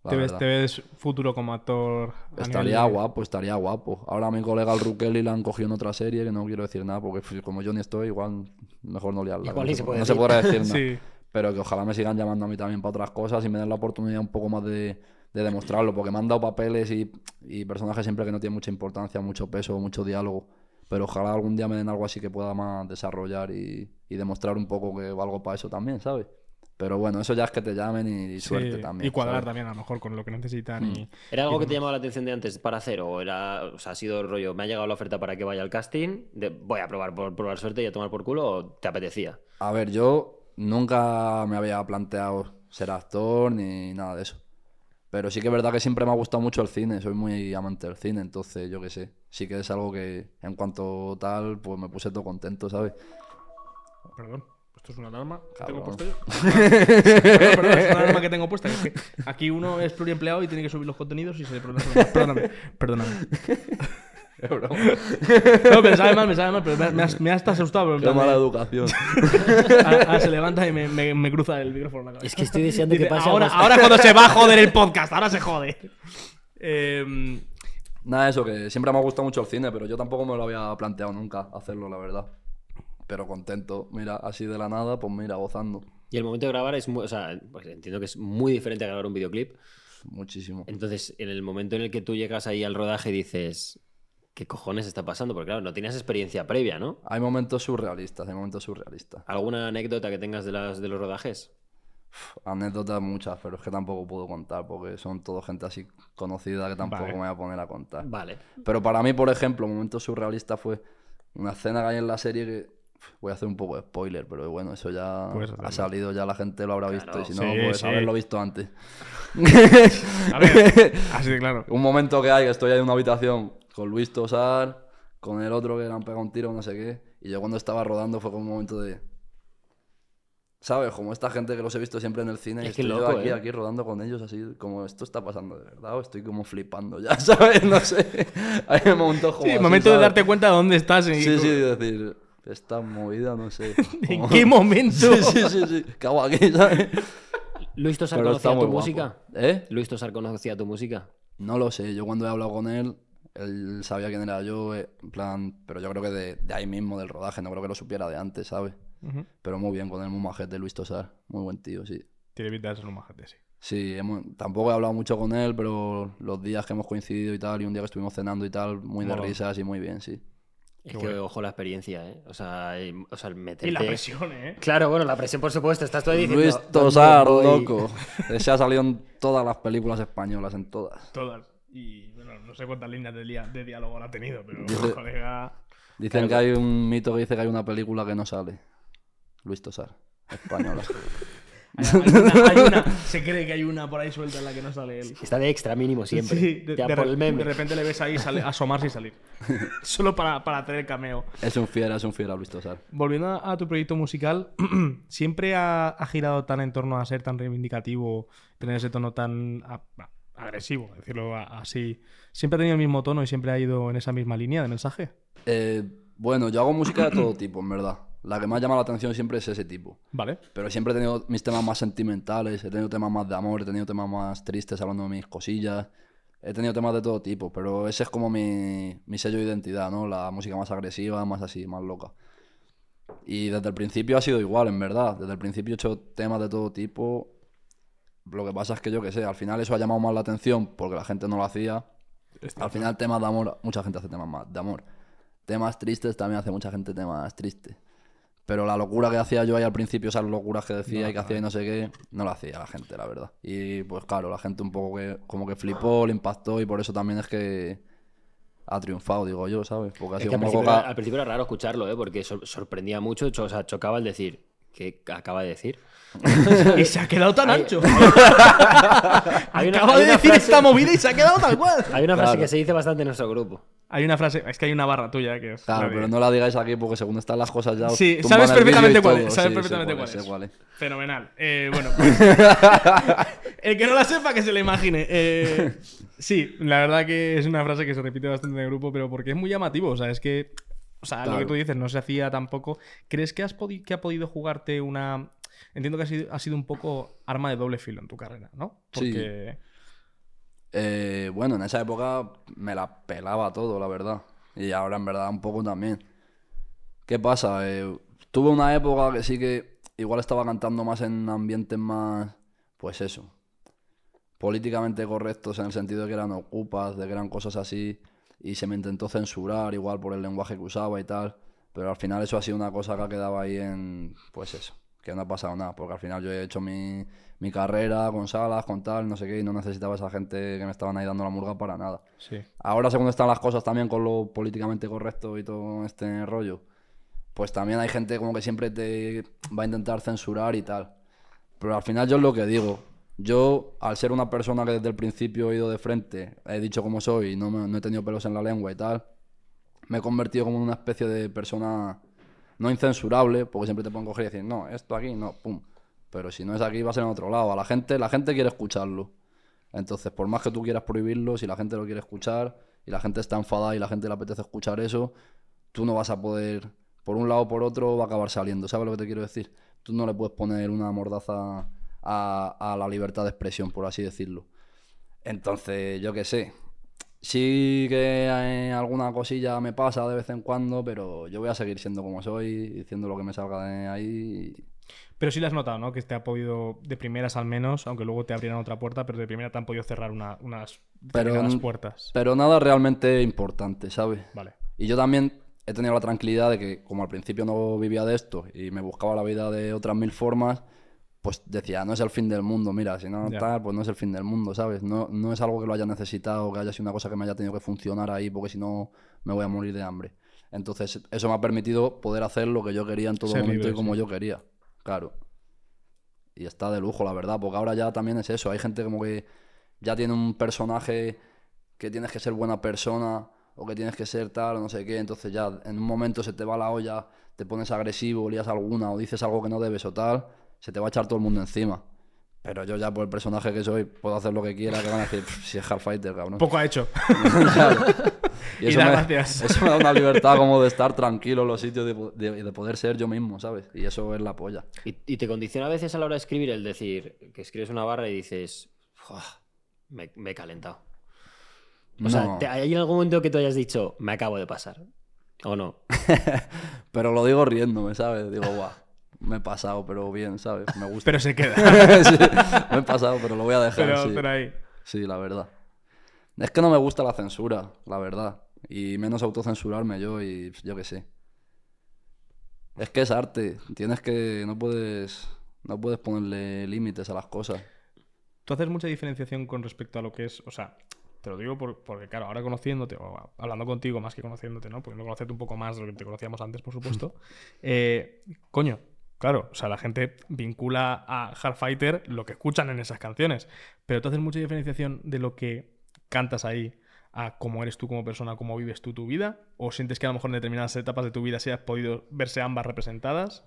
[SPEAKER 1] la
[SPEAKER 3] ¿Te ves,
[SPEAKER 1] verdad.
[SPEAKER 3] te ves futuro como actor? a
[SPEAKER 1] Estaría
[SPEAKER 3] nivel de-
[SPEAKER 1] guapo, estaría guapo. Ahora a mi colega el Rukeli la han cogido en otra serie que no quiero decir nada porque pff, como yo ni estoy, igual mejor no liarla.
[SPEAKER 2] Igual
[SPEAKER 1] no
[SPEAKER 2] ni
[SPEAKER 1] se,
[SPEAKER 2] se puede
[SPEAKER 1] no se
[SPEAKER 2] decir.
[SPEAKER 1] podrá decir nada.
[SPEAKER 3] Sí.
[SPEAKER 1] Pero que ojalá me sigan llamando a mí también para otras cosas y me den la oportunidad un poco más de, de demostrarlo, porque me han dado papeles y, y personajes siempre que no tienen mucha importancia, mucho peso, mucho diálogo. Pero ojalá algún día me den algo así que pueda más desarrollar y, y demostrar un poco que valgo para eso también, ¿sabes? Pero bueno, eso ya es que te llamen y, y suerte
[SPEAKER 3] sí.
[SPEAKER 1] también.
[SPEAKER 3] Y cuadrar
[SPEAKER 1] ¿sabes? Mm.
[SPEAKER 3] también a lo mejor con lo que necesitan. Y...
[SPEAKER 2] ¿Era algo que te llamaba la atención de antes para hacer? ¿O, era, o sea, ha sido el rollo, me ha llegado la oferta para que vaya al casting, de, voy a probar por probar suerte y a tomar por culo? ¿O te apetecía?
[SPEAKER 1] A ver, yo nunca me había planteado ser actor ni nada de eso. Pero sí que es verdad que siempre me ha gustado mucho el cine, soy muy amante del cine, entonces yo qué sé. Sí que es algo que en cuanto tal, pues me puse todo contento, ¿sabes?
[SPEAKER 3] Perdón. Esto es una alarma que
[SPEAKER 1] Cabrón.
[SPEAKER 3] tengo puesta yo. perdón, perdón, es una alarma que tengo puesta. que es que aquí uno es pluriempleado y tiene que subir los contenidos y se le pregunta. Perdóname, perdóname. No, me sabe mal, me sabe mal, pero me, me has, me has asustado. pero en
[SPEAKER 1] Qué
[SPEAKER 3] plan,
[SPEAKER 1] mala
[SPEAKER 3] eh,
[SPEAKER 1] educación.
[SPEAKER 3] Ah, ah, se levanta y me, me- me cruza el micrófono en la cabeza.
[SPEAKER 2] Es que estoy deseando
[SPEAKER 3] Dice,
[SPEAKER 2] que pase
[SPEAKER 3] ahora,
[SPEAKER 2] algo-
[SPEAKER 3] ahora es cuando se va a joder el podcast, ahora se jode. Em,
[SPEAKER 1] Nada, eso, que siempre me ha gustado mucho el cine, pero yo tampoco me lo había planteado nunca hacerlo, la verdad. Pero contento, mira, así de la nada, pues mira, gozando
[SPEAKER 2] Y el momento de grabar es muy, o sea, pues entiendo que es muy diferente a grabar un videoclip.
[SPEAKER 1] muchísimo.
[SPEAKER 2] Entonces, en el momento en el que tú llegas ahí al rodaje dices, ¿qué cojones está pasando? Porque claro, no tenías experiencia previa, ¿no?
[SPEAKER 1] Hay momentos surrealistas, hay momentos surrealistas.
[SPEAKER 2] ¿Alguna anécdota que tengas de, las, de los rodajes?
[SPEAKER 1] Anécdotas muchas, pero es que tampoco puedo contar porque son todo gente así conocida que tampoco
[SPEAKER 3] Vale.
[SPEAKER 1] me voy a poner a contar.
[SPEAKER 2] Vale.
[SPEAKER 1] Pero para mí, por ejemplo, un momento surrealista fue una escena que hay en la serie que voy a hacer un poco de spoiler, pero bueno, eso ya
[SPEAKER 3] Puedes
[SPEAKER 1] ha
[SPEAKER 3] hacerlo.
[SPEAKER 1] salido, ya la gente lo habrá visto y si no,
[SPEAKER 3] sí,
[SPEAKER 1] pues
[SPEAKER 3] Pues sí.
[SPEAKER 1] haberlo visto antes.
[SPEAKER 3] a ver, así de Ah, claro.
[SPEAKER 1] Un momento que hay, que estoy ahí en una habitación con Luis Tosar, con el otro que le han pegado un tiro, no sé qué. Y yo cuando estaba rodando fue como un momento de. ¿Sabes? Como esta gente que los he visto siempre en el cine. y
[SPEAKER 2] Es que
[SPEAKER 1] estoy yo
[SPEAKER 2] loco,
[SPEAKER 1] aquí,
[SPEAKER 2] ¿eh?
[SPEAKER 1] aquí rodando con ellos, así como esto está pasando de verdad, o estoy como flipando ya, ¿sabes? No sé. Hay momentos como.
[SPEAKER 3] Sí,
[SPEAKER 1] así,
[SPEAKER 3] momento de
[SPEAKER 1] ¿sabes?
[SPEAKER 3] darte cuenta de dónde estás. y-
[SPEAKER 1] Sí, sí, decir, esta movida, no sé.
[SPEAKER 3] ¿En
[SPEAKER 1] como-
[SPEAKER 3] qué momento?
[SPEAKER 1] Sí, sí, sí, sí. ¿Qué hago aquí, ¿sabes?
[SPEAKER 2] ¿Luis Tosar
[SPEAKER 1] Pero está
[SPEAKER 2] conocía tu
[SPEAKER 1] muy guapo.
[SPEAKER 2] música?
[SPEAKER 1] ¿Eh?
[SPEAKER 2] ¿Luis Tosar conocía tu música?
[SPEAKER 1] No lo sé, yo cuando he hablado con él, él sabía quién era yo, eh, en plan, pero yo creo que de, de ahí mismo, del rodaje, no creo que lo supiera de antes, ¿sabes?
[SPEAKER 3] Ujú.
[SPEAKER 1] Pero muy bien con él, muy majete, Luis Tosar, muy buen tío, sí.
[SPEAKER 3] Tiene pinta de ser un majete, sí.
[SPEAKER 1] Sí, hemos- tampoco he hablado mucho con él, pero los días que hemos coincidido y tal, y un día que estuvimos cenando y tal, muy de
[SPEAKER 3] Mola.
[SPEAKER 1] risas y muy bien, sí.
[SPEAKER 2] Es
[SPEAKER 3] Qué
[SPEAKER 2] que
[SPEAKER 3] guay.
[SPEAKER 2] ojo la experiencia, ¿eh? O sea, el, o sea, el meterte.
[SPEAKER 3] Y la presión, ¿eh?
[SPEAKER 2] Claro, bueno, la presión, por supuesto. Estás todo diciendo.
[SPEAKER 1] Luis
[SPEAKER 2] "¿Dónde
[SPEAKER 1] Tosar,
[SPEAKER 2] voy?".
[SPEAKER 1] loco. Se ha salido en todas las películas españolas, en todas.
[SPEAKER 3] Todas. Y bueno, no sé cuántas líneas de, lia- de diálogo la ha tenido, pero
[SPEAKER 1] Dice-
[SPEAKER 3] colega.
[SPEAKER 1] Dicen que hay un mito que dice que hay una película que no sale. Luis Tosar, española.
[SPEAKER 3] Hay, hay una, hay una- se cree que hay una por ahí suelta en la que no sale él.
[SPEAKER 2] Está de extra mínimo siempre.
[SPEAKER 3] Sí, de,
[SPEAKER 2] ya
[SPEAKER 3] de
[SPEAKER 2] por
[SPEAKER 3] re-
[SPEAKER 2] el meme.
[SPEAKER 3] de repente le ves ahí sale- asomarse y salir. Solo para, para hacer el cameo.
[SPEAKER 1] es un fiera, es un fiera Luis Tosar.
[SPEAKER 3] Volviendo a, a tu proyecto musical, ¿siempre ha, ha girado tan en torno a ser tan reivindicativo, tener ese tono tan a- a- agresivo, decirlo a- así? ¿Siempre ha tenido el mismo tono y siempre ha ido en esa misma línea de mensaje?
[SPEAKER 1] Eh, bueno, yo hago música de todo tipo, en verdad. La que más llama la atención siempre es ese tipo.
[SPEAKER 3] Vale.
[SPEAKER 1] Pero siempre he tenido mis temas más sentimentales, he tenido temas más de amor, he tenido temas más tristes hablando de mis cosillas, he tenido temas de todo tipo, pero ese es como mi, mi sello de identidad, ¿no? La música más agresiva, más así, más loca. Y desde el principio ha sido igual, en verdad. Desde el principio he hecho temas de todo tipo. Lo que pasa es que yo qué sé, al final eso ha llamado más la atención porque la gente no lo hacía. Al final temas de amor, mucha gente hace temas más de amor. Temas tristes también hace mucha gente temas tristes. Pero la locura que hacía yo ahí al principio, esas locuras que decía y que hacía y no sé qué, no la hacía la gente, la verdad. Y pues claro, la gente un poco que como que flipó, le impactó y por eso también es que ha triunfado, digo yo, ¿sabes? Porque ha
[SPEAKER 2] Es
[SPEAKER 1] sido
[SPEAKER 2] que al
[SPEAKER 1] como
[SPEAKER 2] principio,
[SPEAKER 1] coca-
[SPEAKER 2] era, al principio era raro escucharlo, ¿eh? Porque sor- sorprendía mucho, cho- o sea, chocaba el decir. ¿Qué acaba de decir?
[SPEAKER 3] Y se ha quedado tan
[SPEAKER 2] Hay-
[SPEAKER 3] ancho.
[SPEAKER 2] Hay una,
[SPEAKER 3] Acaba
[SPEAKER 2] hay
[SPEAKER 3] de
[SPEAKER 2] una
[SPEAKER 3] decir
[SPEAKER 2] frase,
[SPEAKER 3] esta movida y se ha quedado tal cual.
[SPEAKER 2] hay una frase
[SPEAKER 1] Claro.
[SPEAKER 2] que se dice bastante en nuestro grupo.
[SPEAKER 3] Hay una frase, es que hay una barra tuya eh, que es. la
[SPEAKER 1] Claro,
[SPEAKER 3] de-
[SPEAKER 1] pero no la digáis aquí porque según están las cosas ya. os
[SPEAKER 3] Sí,
[SPEAKER 1] tumban
[SPEAKER 3] sabes
[SPEAKER 1] el vídeo y
[SPEAKER 3] perfectamente cuál
[SPEAKER 1] todo.
[SPEAKER 3] es, sabes
[SPEAKER 1] Sí, sé
[SPEAKER 3] perfectamente
[SPEAKER 1] cuál
[SPEAKER 3] cuál
[SPEAKER 1] sé
[SPEAKER 3] es. Fenomenal. Eh, bueno, pues, el que no la sepa, que se la imagine. Eh, sí, la verdad que es una frase que se repite bastante en el grupo, pero porque es muy llamativo. O sea, es que. O sea, lo que
[SPEAKER 1] Claro.
[SPEAKER 3] tú dices no se hacía tampoco. ¿Crees que, has podi- que ha podido jugarte una. Entiendo que ha sido, ha sido un poco arma de doble filo en tu carrera, ¿no?
[SPEAKER 1] Sí.
[SPEAKER 3] Porque.
[SPEAKER 1] Eh, bueno, en esa época me la pelaba todo, la verdad. Y ahora en verdad un poco también. ¿Qué pasa? Eh, tuve una época que sí que igual estaba cantando más en ambientes más, pues eso, políticamente correctos en el sentido de que eran ocupas, de que eran cosas así, y se me intentó censurar igual por el lenguaje que usaba y tal, pero al final eso ha sido una cosa que ha quedado ahí en, pues eso, que no ha pasado nada, porque al final yo he hecho mi, mi carrera con salas, con tal, no sé qué, y no necesitaba esa gente que me estaban ahí dando la murga para nada.
[SPEAKER 3] Sí.
[SPEAKER 1] Ahora, según están las cosas también con lo políticamente correcto y todo este rollo, pues también hay gente como que siempre te va a intentar censurar y tal. Pero al final yo es lo que digo. Yo, al ser una persona que desde el principio he ido de frente, he dicho como soy, no, me- no he tenido pelos en la lengua y tal, me he convertido como en una especie de persona no incensurable, porque siempre te pueden coger y decir, no, esto aquí, no, pum. Pero si no es aquí, va a ser en otro lado. A la gente, la gente quiere escucharlo. Entonces, por más que tú quieras prohibirlo, si la gente lo quiere escuchar y la gente está enfadada y la gente le apetece escuchar eso, tú no vas a poder, por un lado o por otro, va a acabar saliendo. ¿Sabes lo que te quiero decir? Tú no le puedes poner una mordaza a, a la libertad de expresión, por así decirlo. Entonces, yo qué sé. Sí que eh, alguna cosilla me pasa de vez en cuando, pero yo voy a seguir siendo como soy, diciendo lo que me salga de ahí.
[SPEAKER 3] Pero sí lo has notado, ¿no? Que te ha podido, de primeras al menos, aunque luego te abrieran otra puerta, pero de primera te han podido cerrar una- unas
[SPEAKER 1] Pero
[SPEAKER 3] determinadas
[SPEAKER 1] n-
[SPEAKER 3] puertas.
[SPEAKER 1] Pero nada realmente importante, ¿sabes?
[SPEAKER 3] Vale.
[SPEAKER 1] Y yo también he tenido la tranquilidad de que, como al principio no vivía de esto y me buscaba la vida de otras mil formas, pues decía, no es el fin del mundo, mira, si no
[SPEAKER 3] Ya.
[SPEAKER 1] tal, pues no es el fin del mundo, ¿sabes? No, no es algo que lo haya necesitado, que haya sido una cosa que me haya tenido que funcionar ahí, porque si no me voy a morir de hambre. Entonces, eso me ha permitido poder hacer lo que yo quería en todo
[SPEAKER 3] Ser
[SPEAKER 1] momento
[SPEAKER 3] libre,
[SPEAKER 1] y como
[SPEAKER 3] sí.
[SPEAKER 1] yo quería, claro. Y está de lujo, la verdad, porque ahora ya también es eso, hay gente como que ya tiene un personaje que tienes que ser buena persona o que tienes que ser tal o no sé qué, entonces ya en un momento se te va la olla, te pones agresivo, lías alguna o dices algo que no debes o tal, se te va a echar todo el mundo encima. Pero yo ya por el personaje que soy puedo hacer lo que quiera, que van a decir, "Pff, si es Hardfighter, cabrón.
[SPEAKER 3] Poco ha hecho.
[SPEAKER 1] Claro.
[SPEAKER 3] Y
[SPEAKER 1] eso
[SPEAKER 3] da
[SPEAKER 1] me,
[SPEAKER 3] gracias.
[SPEAKER 1] eso me da una libertad como de estar tranquilo en los sitios de po- de- de poder ser yo mismo, ¿sabes? Y eso es la polla.
[SPEAKER 2] Y, y te condiciona a veces a la hora de escribir el decir que escribes una barra y dices, "Fua, me, me he calentado. O sea,
[SPEAKER 1] No.
[SPEAKER 2] ¿te- ¿hay algún momento que tú hayas dicho, me acabo de pasar? ¿O no?
[SPEAKER 1] Pero lo digo riéndome, ¿sabes? Digo, guau, me he pasado, pero bien, ¿sabes? Me gusta.
[SPEAKER 3] Pero se queda.
[SPEAKER 1] Sí, me he pasado, pero lo voy a dejar.
[SPEAKER 3] pero,
[SPEAKER 1] sí.
[SPEAKER 3] pero ahí.
[SPEAKER 1] Sí, la verdad. Es que no me gusta la censura, la verdad. Y menos autocensurarme yo y pf, yo qué sé. Es que es arte. Tienes que. No puedes. No puedes ponerle límites a las cosas.
[SPEAKER 3] Tú haces mucha diferenciación con respecto a lo que es, o sea, te lo digo por- porque, claro, ahora conociéndote, o hablando contigo más que conociéndote, ¿no? Porque no conocerte un poco más de lo que te conocíamos antes, por supuesto. Eh, coño, claro, o sea, la gente vincula a Hardfighter lo que escuchan en esas canciones, pero tú haces mucha diferenciación de lo que cantas ahí a cómo eres tú como persona, cómo vives tú tu vida, o sientes que a lo mejor en determinadas etapas de tu vida sí has podido verse ambas representadas.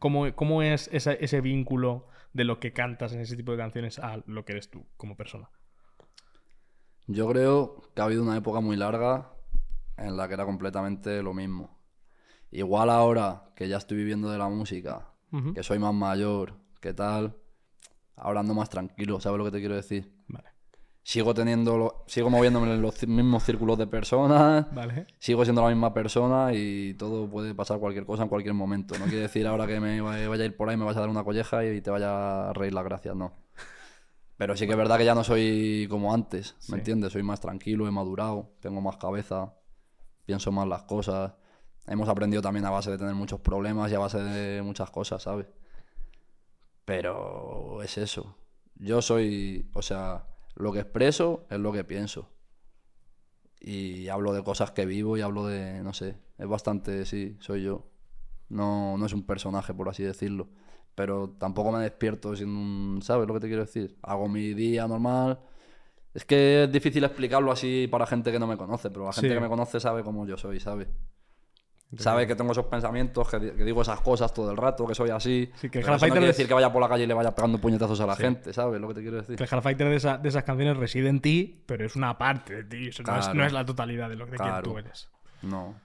[SPEAKER 3] ¿Cómo, cómo es esa- ese vínculo de lo que cantas en ese tipo de canciones a lo que eres tú como persona?
[SPEAKER 1] Yo creo que ha habido una época muy larga en la que era completamente lo mismo. Igual ahora que ya estoy viviendo de la música, que soy más mayor, que tal, ahora ando más tranquilo, ¿sabes lo que te quiero decir?
[SPEAKER 3] Vale.
[SPEAKER 1] Sigo teniendo, lo- sigo moviéndome en los ci- mismos círculos de personas,
[SPEAKER 3] Vale.
[SPEAKER 1] sigo siendo la misma persona y todo puede pasar cualquier cosa en cualquier momento. No quiere decir ahora que me va- vaya a ir por ahí, me vas a dar una colleja y te vaya a reír las gracias, no. Pero sí que es verdad que ya no soy como antes, ¿me
[SPEAKER 3] Sí.
[SPEAKER 1] entiendes? Soy más tranquilo, he madurado, tengo más cabeza, pienso más las cosas. Hemos aprendido también a base de tener muchos problemas y a base de muchas cosas, ¿sabes? Pero es eso. Yo soy, o sea, lo que expreso es lo que pienso. Y hablo de cosas que vivo y hablo de, no sé, es bastante, sí, soy yo. No, no es un personaje, por así decirlo. Pero tampoco me despierto sin un, ¿sabes lo que te quiero decir? Hago mi día normal. Es que es difícil explicarlo así para gente que no me conoce, pero la gente
[SPEAKER 3] Sí.
[SPEAKER 1] que me conoce sabe cómo yo soy, ¿sabes? Sabe que tengo esos pensamientos, que, di- que digo esas cosas todo el rato, que soy así.
[SPEAKER 3] Sí, que
[SPEAKER 1] Pero
[SPEAKER 3] el
[SPEAKER 1] eso
[SPEAKER 3] Hellfighter
[SPEAKER 1] no quiere
[SPEAKER 3] es-
[SPEAKER 1] decir que vaya por la calle y le vaya pegando puñetazos a la gente, ¿sabes? Lo que te quiero decir.
[SPEAKER 3] Que el Hardfighter de, esa- de esas canciones reside en ti, pero es una parte de ti. eso no, es,
[SPEAKER 1] Claro.
[SPEAKER 3] no es la totalidad de lo de
[SPEAKER 1] Claro.
[SPEAKER 3] que tú eres.
[SPEAKER 1] No.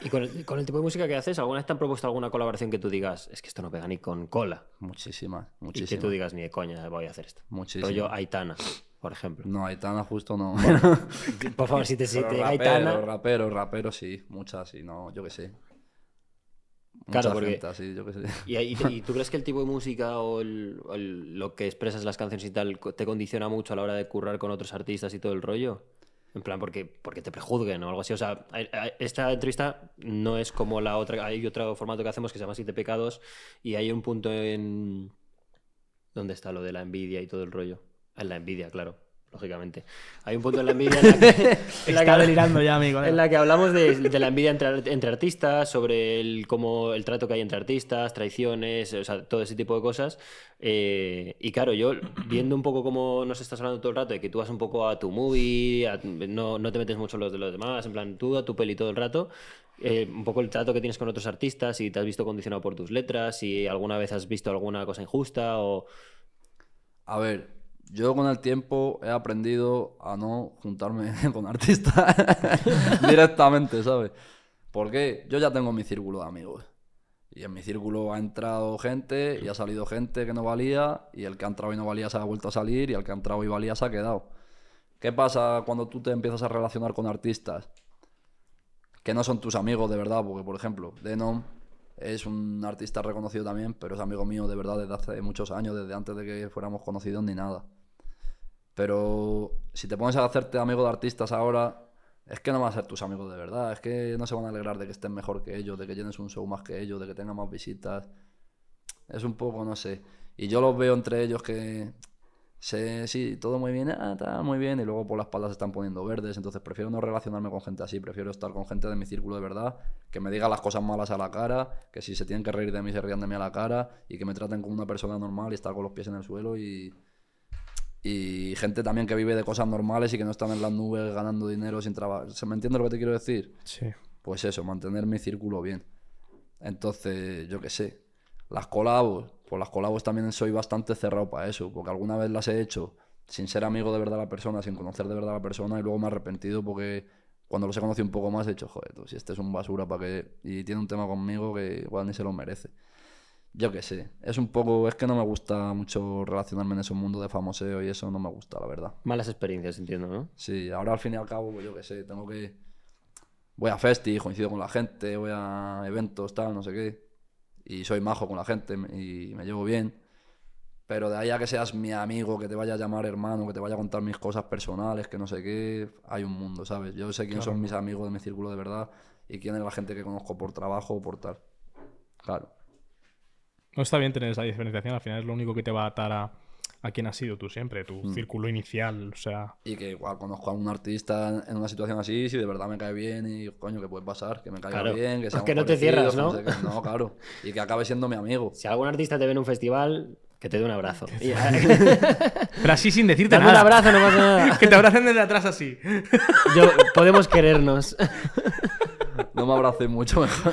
[SPEAKER 2] ¿Y con el, con el tipo de música que haces, alguna vez te han propuesto alguna colaboración que tú digas, es que esto no pega ni con cola?
[SPEAKER 1] Muchísimas,
[SPEAKER 2] Y que tú
[SPEAKER 1] muchísimas.
[SPEAKER 2] digas, ni de coña voy a hacer esto.
[SPEAKER 1] Muchísimas.
[SPEAKER 2] Rollo Aitana, por ejemplo.
[SPEAKER 1] No, Aitana justo no.
[SPEAKER 2] Por favor, si te, si
[SPEAKER 1] Pero
[SPEAKER 2] te-
[SPEAKER 1] rapero,
[SPEAKER 2] Aitana...
[SPEAKER 1] rapero, rapero, sí. Muchas, sí, no, yo qué sé. Mucha
[SPEAKER 2] Claro, porque-
[SPEAKER 1] gente así, yo qué sé.
[SPEAKER 2] ¿Y, y- y tú crees que el tipo de música o, el- o el- lo que expresas en las canciones y tal co- te condiciona mucho a la hora de currar con otros artistas y todo el rollo? En plan, porque, porque te prejuzguen o algo así. O sea, hay- hay- esta entrevista no es como la otra. Hay otro formato que hacemos que se llama Siete Pecados y hay un punto en. ¿Dónde está lo de la envidia y todo el rollo? En la envidia, claro, lógicamente. Hay un punto en la envidia en la que. en la que-
[SPEAKER 3] Está delirando ya, amigo. ¿eh?
[SPEAKER 2] en la que hablamos de, de la envidia entre, ar- entre artistas, sobre el, cómo, el trato que hay entre artistas, traiciones, o sea, todo ese tipo de cosas. Eh, y claro, yo viendo un poco cómo nos estás hablando todo el rato, de que tú vas un poco a tu movie, a- no, no te metes mucho en los de los demás, en plan tú a tu peli todo el rato, eh, un poco el trato que tienes con otros artistas, si te has visto condicionado por tus letras, si alguna vez has visto alguna cosa injusta o...
[SPEAKER 1] A ver, yo con el tiempo he aprendido a no juntarme con artistas directamente, ¿sabes? Porque yo ya tengo mi círculo de amigos. Y en mi círculo ha entrado gente y ha salido gente que no valía, y el que ha entrado y no valía se ha vuelto a salir, y el que ha entrado y valía se ha quedado. ¿Qué pasa cuando tú te empiezas a relacionar con artistas? que no son tus amigos de verdad, porque por ejemplo, Denom es un artista reconocido también, pero es amigo mío de verdad desde hace muchos años, desde antes de que fuéramos conocidos ni nada. Pero si te pones a hacerte amigo de artistas ahora, es que no van a ser tus amigos de verdad, es que no se van a alegrar de que estés mejor que ellos, de que llenes un show más que ellos, de que tengas más visitas. Es un poco, no sé. Y yo los veo entre ellos que se, sí, todo muy bien, ah, está muy bien, y luego por las espaldas se están poniendo verdes, entonces prefiero no relacionarme con gente así, prefiero estar con gente de mi círculo de verdad, que me diga las cosas malas a la cara, que si se tienen que reír de mí se rían de mí a la cara, y que me traten como una persona normal y estar con los pies en el suelo y... Y gente también que vive de cosas normales y que no están en las nubes ganando dinero sin trabajo. ¿Se me entiende lo que te quiero decir?
[SPEAKER 3] Sí.
[SPEAKER 1] pues eso, mantener mi círculo bien. Entonces, yo qué sé. Las colabos, pues las colabos también soy bastante cerrado para eso, porque alguna vez las he hecho sin ser amigo de verdad a la persona, sin conocer de verdad a la persona, y luego me he arrepentido porque cuando los he conocido un poco más he dicho, joder, tú, si este es un basura para que... y tiene un tema conmigo que igual ni se lo merece. Yo qué sé. Es un poco. Es que no me gusta mucho relacionarme en ese mundo de famoseo y eso no me gusta, la verdad.
[SPEAKER 2] Malas experiencias, entiendo, ¿no?
[SPEAKER 1] Sí, ahora al fin y al cabo, pues yo qué sé, tengo que. Voy a festi, coincido con la gente, voy a eventos, tal, no sé qué. Y soy majo con la gente me- y me llevo bien. Pero de ahí a que seas mi amigo, que te vaya a llamar hermano, que te vaya a contar mis cosas personales, que no sé qué, hay un mundo, ¿sabes? Yo sé quién son mis amigos de mi círculo de verdad y quién es la gente que conozco por trabajo o por tal. Claro.
[SPEAKER 3] No está bien tener esa diferenciación, al final es lo único que te va a atar a, a quién has sido tú siempre, tu
[SPEAKER 2] Mm.
[SPEAKER 3] círculo inicial, o sea...
[SPEAKER 1] Y que igual conozco a un artista en una situación así, si de verdad me cae bien y coño, que puede pasar, que me caiga
[SPEAKER 2] Claro. Pues
[SPEAKER 1] bien, que seamos
[SPEAKER 2] Que no te
[SPEAKER 1] parecidos,
[SPEAKER 2] cierras,
[SPEAKER 1] que
[SPEAKER 2] ¿no?
[SPEAKER 1] sé qué. no, claro. Y que acabe siendo mi amigo.
[SPEAKER 2] Si algún artista te ve en un festival, que te dé un abrazo. Y-
[SPEAKER 3] Pero así sin decirte
[SPEAKER 2] Dame un abrazo, no pasa nada.
[SPEAKER 3] que te abracen desde atrás así.
[SPEAKER 2] Yo- podemos querernos.
[SPEAKER 1] No me abracé mucho mejor.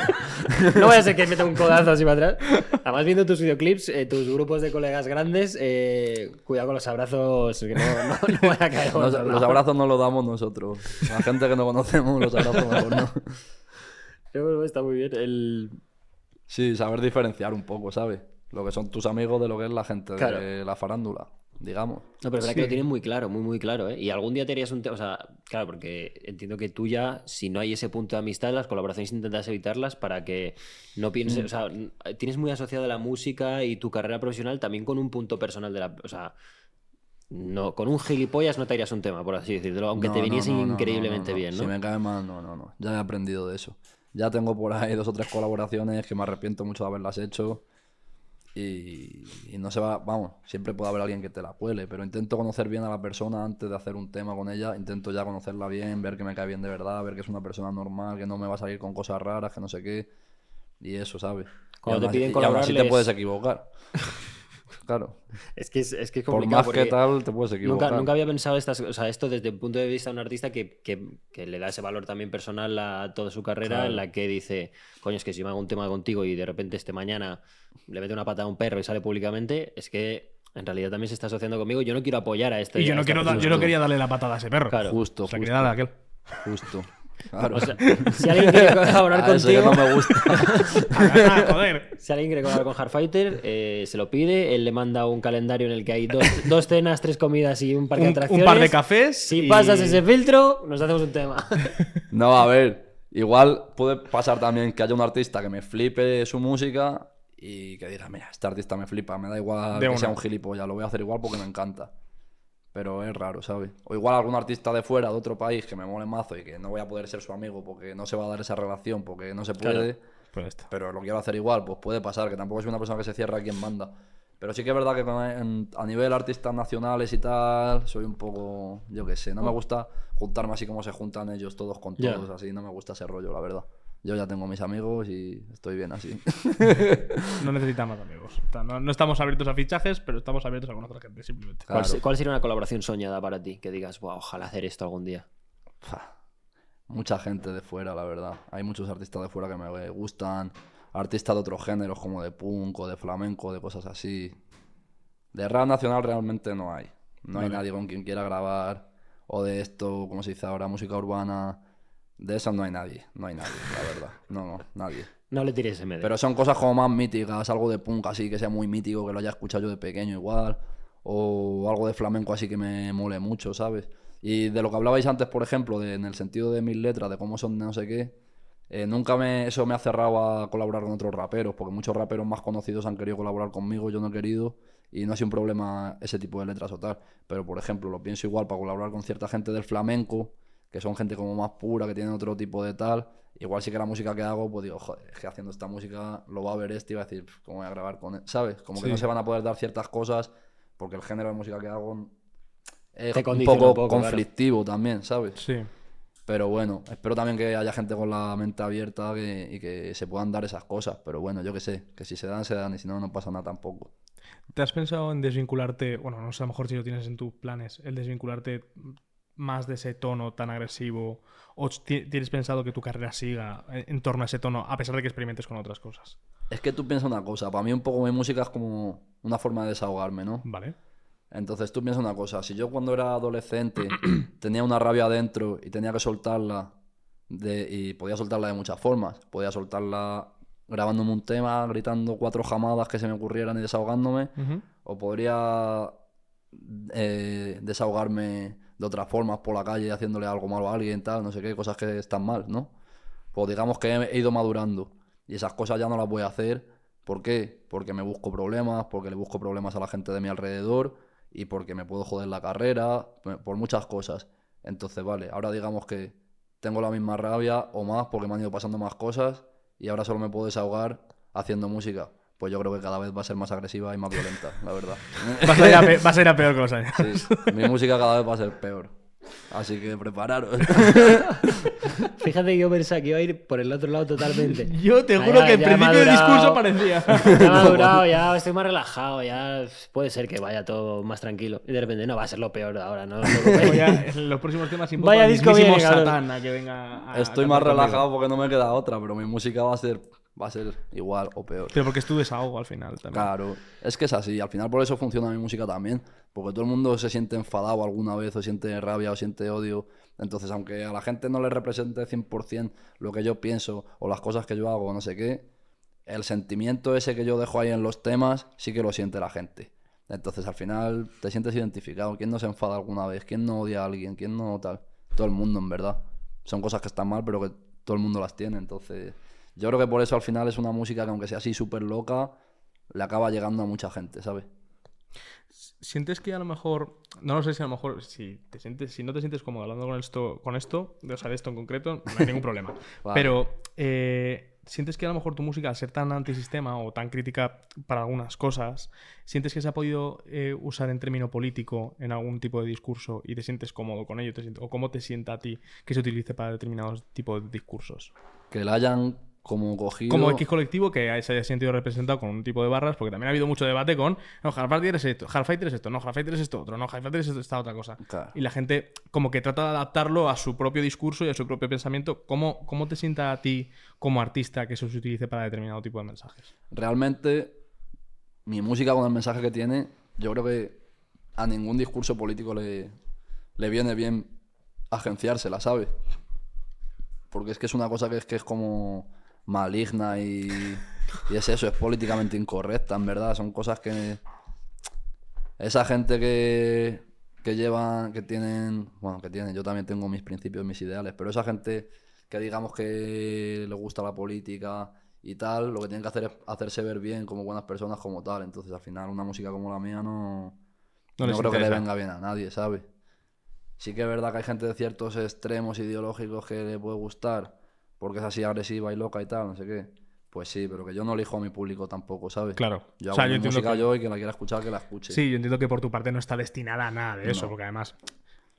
[SPEAKER 2] Pues No vaya a ser que meta un codazo así para atrás. Además, viendo tus videoclips, eh, tus grupos de colegas grandes, eh, cuidado con los abrazos, que no, no, no van a caer. por
[SPEAKER 1] Nos-
[SPEAKER 2] otro
[SPEAKER 1] los
[SPEAKER 2] lado.
[SPEAKER 1] abrazos no los damos nosotros. La gente que no conocemos, los abrazos mejor no.
[SPEAKER 2] No, Está muy bien. El...
[SPEAKER 1] Sí, saber diferenciar un poco, ¿sabes? Lo que son tus amigos de lo que es la gente
[SPEAKER 2] Claro.
[SPEAKER 1] de la farándula, digamos.
[SPEAKER 2] No, pero es verdad que
[SPEAKER 3] Sí.
[SPEAKER 2] lo tienen muy claro, muy, muy claro. ¿eh? Y algún día te harías un tema. O sea, claro, porque entiendo que tú ya, si no hay ese punto de amistad, las colaboraciones intentas evitarlas para que no pienses. O sea, n- tienes muy asociada la música y tu carrera profesional también con un punto personal de la. O sea, no, con un gilipollas no te harías un tema, por así decirlo, aunque
[SPEAKER 1] No,
[SPEAKER 2] te
[SPEAKER 1] no,
[SPEAKER 2] viniese
[SPEAKER 1] no, no, no,
[SPEAKER 2] increíblemente
[SPEAKER 1] no, no.
[SPEAKER 2] bien, ¿no?
[SPEAKER 1] Si me cae mal, no, no, no. Ya he aprendido de eso. Ya tengo por ahí dos o tres colaboraciones que me arrepiento mucho de haberlas hecho. Y, y no se va, vamos, siempre puede haber alguien que te la cuele, pero intento conocer bien a la persona antes de hacer un tema con ella, intento ya conocerla bien, ver que me cae bien de verdad, ver que es una persona normal, que no me va a salir con cosas raras, que no sé qué, y eso, ¿sabes? Y
[SPEAKER 2] Cuando te
[SPEAKER 1] aún así-
[SPEAKER 2] piden
[SPEAKER 1] y aún así te
[SPEAKER 2] colaborarles-
[SPEAKER 1] puedes equivocar. claro,
[SPEAKER 2] Es que es, es que es
[SPEAKER 1] por
[SPEAKER 2] complicado.
[SPEAKER 1] más que
[SPEAKER 2] porque-
[SPEAKER 1] tal, te puedes equivocar.
[SPEAKER 2] Nunca, nunca había pensado estas, o sea, esto desde el punto de vista de un artista que, que- que le da ese valor también personal a toda su carrera,
[SPEAKER 1] Claro.
[SPEAKER 2] en la que dice, coño, es que si me hago un tema contigo y de repente este mañana le mete una pata a un perro y sale públicamente, es que en realidad también se está asociando conmigo. Yo no quiero apoyar a este.
[SPEAKER 3] Y yo
[SPEAKER 2] a
[SPEAKER 3] no,
[SPEAKER 2] esta
[SPEAKER 3] quiero dar- yo
[SPEAKER 2] persona.
[SPEAKER 3] no quería darle la patada a ese perro.
[SPEAKER 2] Claro.
[SPEAKER 1] Justo,
[SPEAKER 3] O sea,
[SPEAKER 1] justo,
[SPEAKER 3] quería darle a aquel.
[SPEAKER 1] justo. Claro.
[SPEAKER 2] O sea, si alguien quiere colaborar
[SPEAKER 1] Ah, eso ya
[SPEAKER 2] contigo,
[SPEAKER 1] no me gusta.
[SPEAKER 3] Ah, joder.
[SPEAKER 2] si alguien quiere colaborar con Hardfighter, eh, se lo pide. Él le manda un calendario en el que hay dos, dos cenas, tres comidas y un par de
[SPEAKER 3] Un,
[SPEAKER 2] atracciones.
[SPEAKER 3] un par de cafés.
[SPEAKER 2] Si
[SPEAKER 3] y-
[SPEAKER 2] pasas ese filtro, nos hacemos un tema.
[SPEAKER 1] No, a ver. Igual puede pasar también que haya un artista que me flipe su música y que diga, mira, este artista me flipa, me da igual
[SPEAKER 3] De
[SPEAKER 1] que
[SPEAKER 3] una.
[SPEAKER 1] sea un gilipollas, lo voy a hacer igual porque me encanta. Pero es raro, ¿sabes? O igual algún artista de fuera, de otro país, que me mole mazo y que no voy a poder ser su amigo porque no se va a dar esa relación, porque no se puede,
[SPEAKER 3] Pues ya está.
[SPEAKER 1] pero lo quiero hacer igual, pues puede pasar, que tampoco soy una persona que se cierra a quien manda. Pero sí que es verdad que con- en- a nivel artistas nacionales y tal, soy un poco, yo qué sé, no me gusta juntarme así como se juntan ellos todos con
[SPEAKER 2] Oh. Ya.
[SPEAKER 1] todos, así, no me gusta ese rollo, la verdad. Yo ya tengo mis amigos y estoy bien así.
[SPEAKER 3] No necesitamos amigos. O sea, No, no estamos abiertos a fichajes, pero estamos abiertos a conocer gente, simplemente.
[SPEAKER 1] Claro.
[SPEAKER 2] ¿Cuál, se- cuál sería una colaboración soñada para ti? Que digas, wow, ojalá hacer esto algún día.
[SPEAKER 1] Fa, Mucha gente de fuera, la verdad. Hay muchos artistas de fuera que me gustan. Artistas de otros géneros, como de punk o de flamenco, de cosas así. De rap nacional realmente no hay. No hay nadie con quien quiera grabar. O de esto, como se dice ahora, música urbana. De eso no hay nadie. No hay nadie, la verdad. No, no, nadie.
[SPEAKER 2] No le tires MD.
[SPEAKER 1] Pero son cosas como más míticas, algo de punk así que sea muy mítico, que lo haya escuchado yo de pequeño igual, o algo de flamenco así que me mole mucho, ¿sabes? Y de lo que hablabais antes, por ejemplo, de- en el sentido de mis letras, de cómo son de no sé qué, eh, nunca me, eso me ha cerrado a colaborar con otros raperos, porque muchos raperos más conocidos han querido colaborar conmigo, yo no he querido, y no ha sido un problema ese tipo de letras o tal. Pero, por ejemplo, lo pienso igual para colaborar con cierta gente del flamenco, que son gente como más pura, que tienen otro tipo de tal. Igual sí que la música que hago, pues digo, joder, es que haciendo esta música lo va a ver este y va a decir, "Pf, ¿cómo voy a grabar con él? ¿Sabes? Como que
[SPEAKER 3] Sí.
[SPEAKER 1] no se van a poder dar ciertas cosas, porque el género de música que hago es
[SPEAKER 2] Te
[SPEAKER 1] un
[SPEAKER 2] condiciona
[SPEAKER 1] poco,
[SPEAKER 2] un poco, claro.
[SPEAKER 1] conflictivo también, ¿sabes?
[SPEAKER 3] Sí.
[SPEAKER 1] Pero bueno, espero también que haya gente con la mente abierta que- y que se puedan dar esas cosas. Pero bueno, yo qué sé, que si se dan, se dan y si no, no pasa nada tampoco.
[SPEAKER 3] ¿Te has pensado en desvincularte? Bueno, no sé a lo mejor si lo tienes en tus planes, el desvincularte más de ese tono tan agresivo. ¿O ti- tienes pensado que tu carrera siga en, en torno a ese tono, a pesar de que experimentes con otras cosas?
[SPEAKER 1] Es que tú piensas una cosa, para mí un poco mi música es como una forma de desahogarme, ¿no?
[SPEAKER 3] ¿Vale?
[SPEAKER 1] Entonces tú piensas una cosa, si yo cuando era adolescente tenía una rabia adentro y tenía que soltarla de- y podía soltarla de muchas formas, podía soltarla grabándome un tema, gritando cuatro jamadas que se me ocurrieran y desahogándome,
[SPEAKER 3] Ujú.
[SPEAKER 1] o podría eh, desahogarme de otras formas por la calle haciéndole algo malo a alguien, tal, no sé qué, cosas que están mal, ¿no? Pues digamos que he he ido madurando y esas cosas ya no las voy a hacer. ¿Por qué? Porque me busco problemas, porque le busco problemas a la gente de mi alrededor y porque me puedo joder la carrera, me- por muchas cosas. Entonces, vale, ahora digamos que tengo la misma rabia o más porque me han ido pasando más cosas y ahora solo me puedo desahogar haciendo música. Pues yo creo que cada vez va a ser más agresiva y más violenta, la verdad.
[SPEAKER 3] Vas a ir a pe- vas a ir a peor con los años.
[SPEAKER 1] Sí, mi música cada vez va a ser peor. Así que prepararos.
[SPEAKER 2] Fíjate que yo pensaba que iba a ir por el otro lado totalmente.
[SPEAKER 3] Yo te
[SPEAKER 2] Ah,
[SPEAKER 3] juro
[SPEAKER 2] ya-
[SPEAKER 3] que el
[SPEAKER 2] ya he
[SPEAKER 3] principio del
[SPEAKER 2] madurado.
[SPEAKER 3] discurso parecía.
[SPEAKER 2] Ya he madurado, ya estoy más relajado, ya puede ser que vaya todo más tranquilo. Y de repente no va a ser lo peor ahora, ¿no? os preocupéis.
[SPEAKER 3] Voy a- en los próximos temas invoco
[SPEAKER 2] Vaya
[SPEAKER 3] al
[SPEAKER 2] disco
[SPEAKER 3] mismísimo
[SPEAKER 2] viene, cabrón.
[SPEAKER 3] Satán a que venga
[SPEAKER 4] Ah,
[SPEAKER 3] a- a
[SPEAKER 1] Estoy
[SPEAKER 3] cantar
[SPEAKER 1] más
[SPEAKER 3] conmigo.
[SPEAKER 1] relajado porque no me queda otra, pero mi música va a ser, va a ser igual o peor.
[SPEAKER 3] Pero porque es tu desahogo al final también.
[SPEAKER 1] Claro, es que es así. Al final por eso funciona mi música también. Porque todo el mundo se siente enfadado alguna vez, o siente rabia, o siente odio. Entonces, aunque a la gente no le represente 100% lo que yo pienso, o las cosas que yo hago, o no sé qué, el sentimiento ese que yo dejo ahí en los temas sí que lo siente la gente. Entonces, al final te sientes identificado. ¿Quién no se enfada alguna vez? ¿Quién no odia a alguien? ¿Quién no tal? Todo el mundo, en verdad. Son cosas que están mal, pero que todo el mundo las tiene. Entonces, yo creo que por eso al final es una música que, aunque sea así súper loca, le acaba llegando a mucha gente, ¿sabes?
[SPEAKER 3] ¿Sientes que a lo mejor, no lo sé si a lo mejor, si, te sientes, si no te sientes cómodo hablando con esto, con esto, de- o sea, de esto en concreto, no hay ningún problema.
[SPEAKER 1] Vale.
[SPEAKER 3] Pero, eh, ¿sientes que a lo mejor tu música, al ser tan antisistema o tan crítica para algunas cosas, sientes que se ha podido eh, usar en término político en algún tipo de discurso y te sientes cómodo con ello? Te sientes- ¿O cómo te sienta a ti que se utilice para determinados tipos de discursos?
[SPEAKER 1] Que la hayan como cogido.
[SPEAKER 3] Como X colectivo que se haya sentido representado con un tipo de barras, porque también ha habido mucho debate con no, Half-Fighter es esto, Half-Fighter es esto, no, Half-Fighter es esto otro, no, Half-Fighter es esto, esta otra cosa.
[SPEAKER 1] Claro.
[SPEAKER 3] Y la gente como que trata de adaptarlo a su propio discurso y a su propio pensamiento. ¿Cómo, cómo te sienta a ti como artista que eso se utilice para determinado tipo de mensajes?
[SPEAKER 1] Realmente, mi música con el mensaje que tiene, yo creo que a ningún discurso político le, le viene bien agenciársela, ¿sabes? Porque es que es una cosa que es que es como maligna y, y es eso, es políticamente incorrecta, en verdad. Son cosas que. Esa gente que, que llevan, que tienen, bueno, que tienen, yo también tengo mis principios, mis ideales, pero esa gente que digamos que le gusta la política y tal, lo que tienen que hacer es hacerse ver bien como buenas personas como tal. Entonces, al final, una música como la mía no,
[SPEAKER 3] No
[SPEAKER 1] no,
[SPEAKER 3] les
[SPEAKER 1] creo que le
[SPEAKER 3] interesa.
[SPEAKER 1] venga bien a nadie, ¿sabes? Sí que es verdad que hay gente de ciertos extremos ideológicos que le puede gustar porque es así agresiva y loca y tal, no sé qué. Pues sí, pero que yo no elijo a mi público tampoco, ¿sabes?
[SPEAKER 3] Claro.
[SPEAKER 1] Yo
[SPEAKER 3] O
[SPEAKER 1] hago
[SPEAKER 3] sea, yo
[SPEAKER 1] mi
[SPEAKER 3] entiendo
[SPEAKER 1] música
[SPEAKER 3] que-
[SPEAKER 1] yo y quien la quiera escuchar, que la escuche.
[SPEAKER 3] Sí, yo entiendo que por tu parte no está destinada a nada de eso,
[SPEAKER 1] No.
[SPEAKER 3] porque además,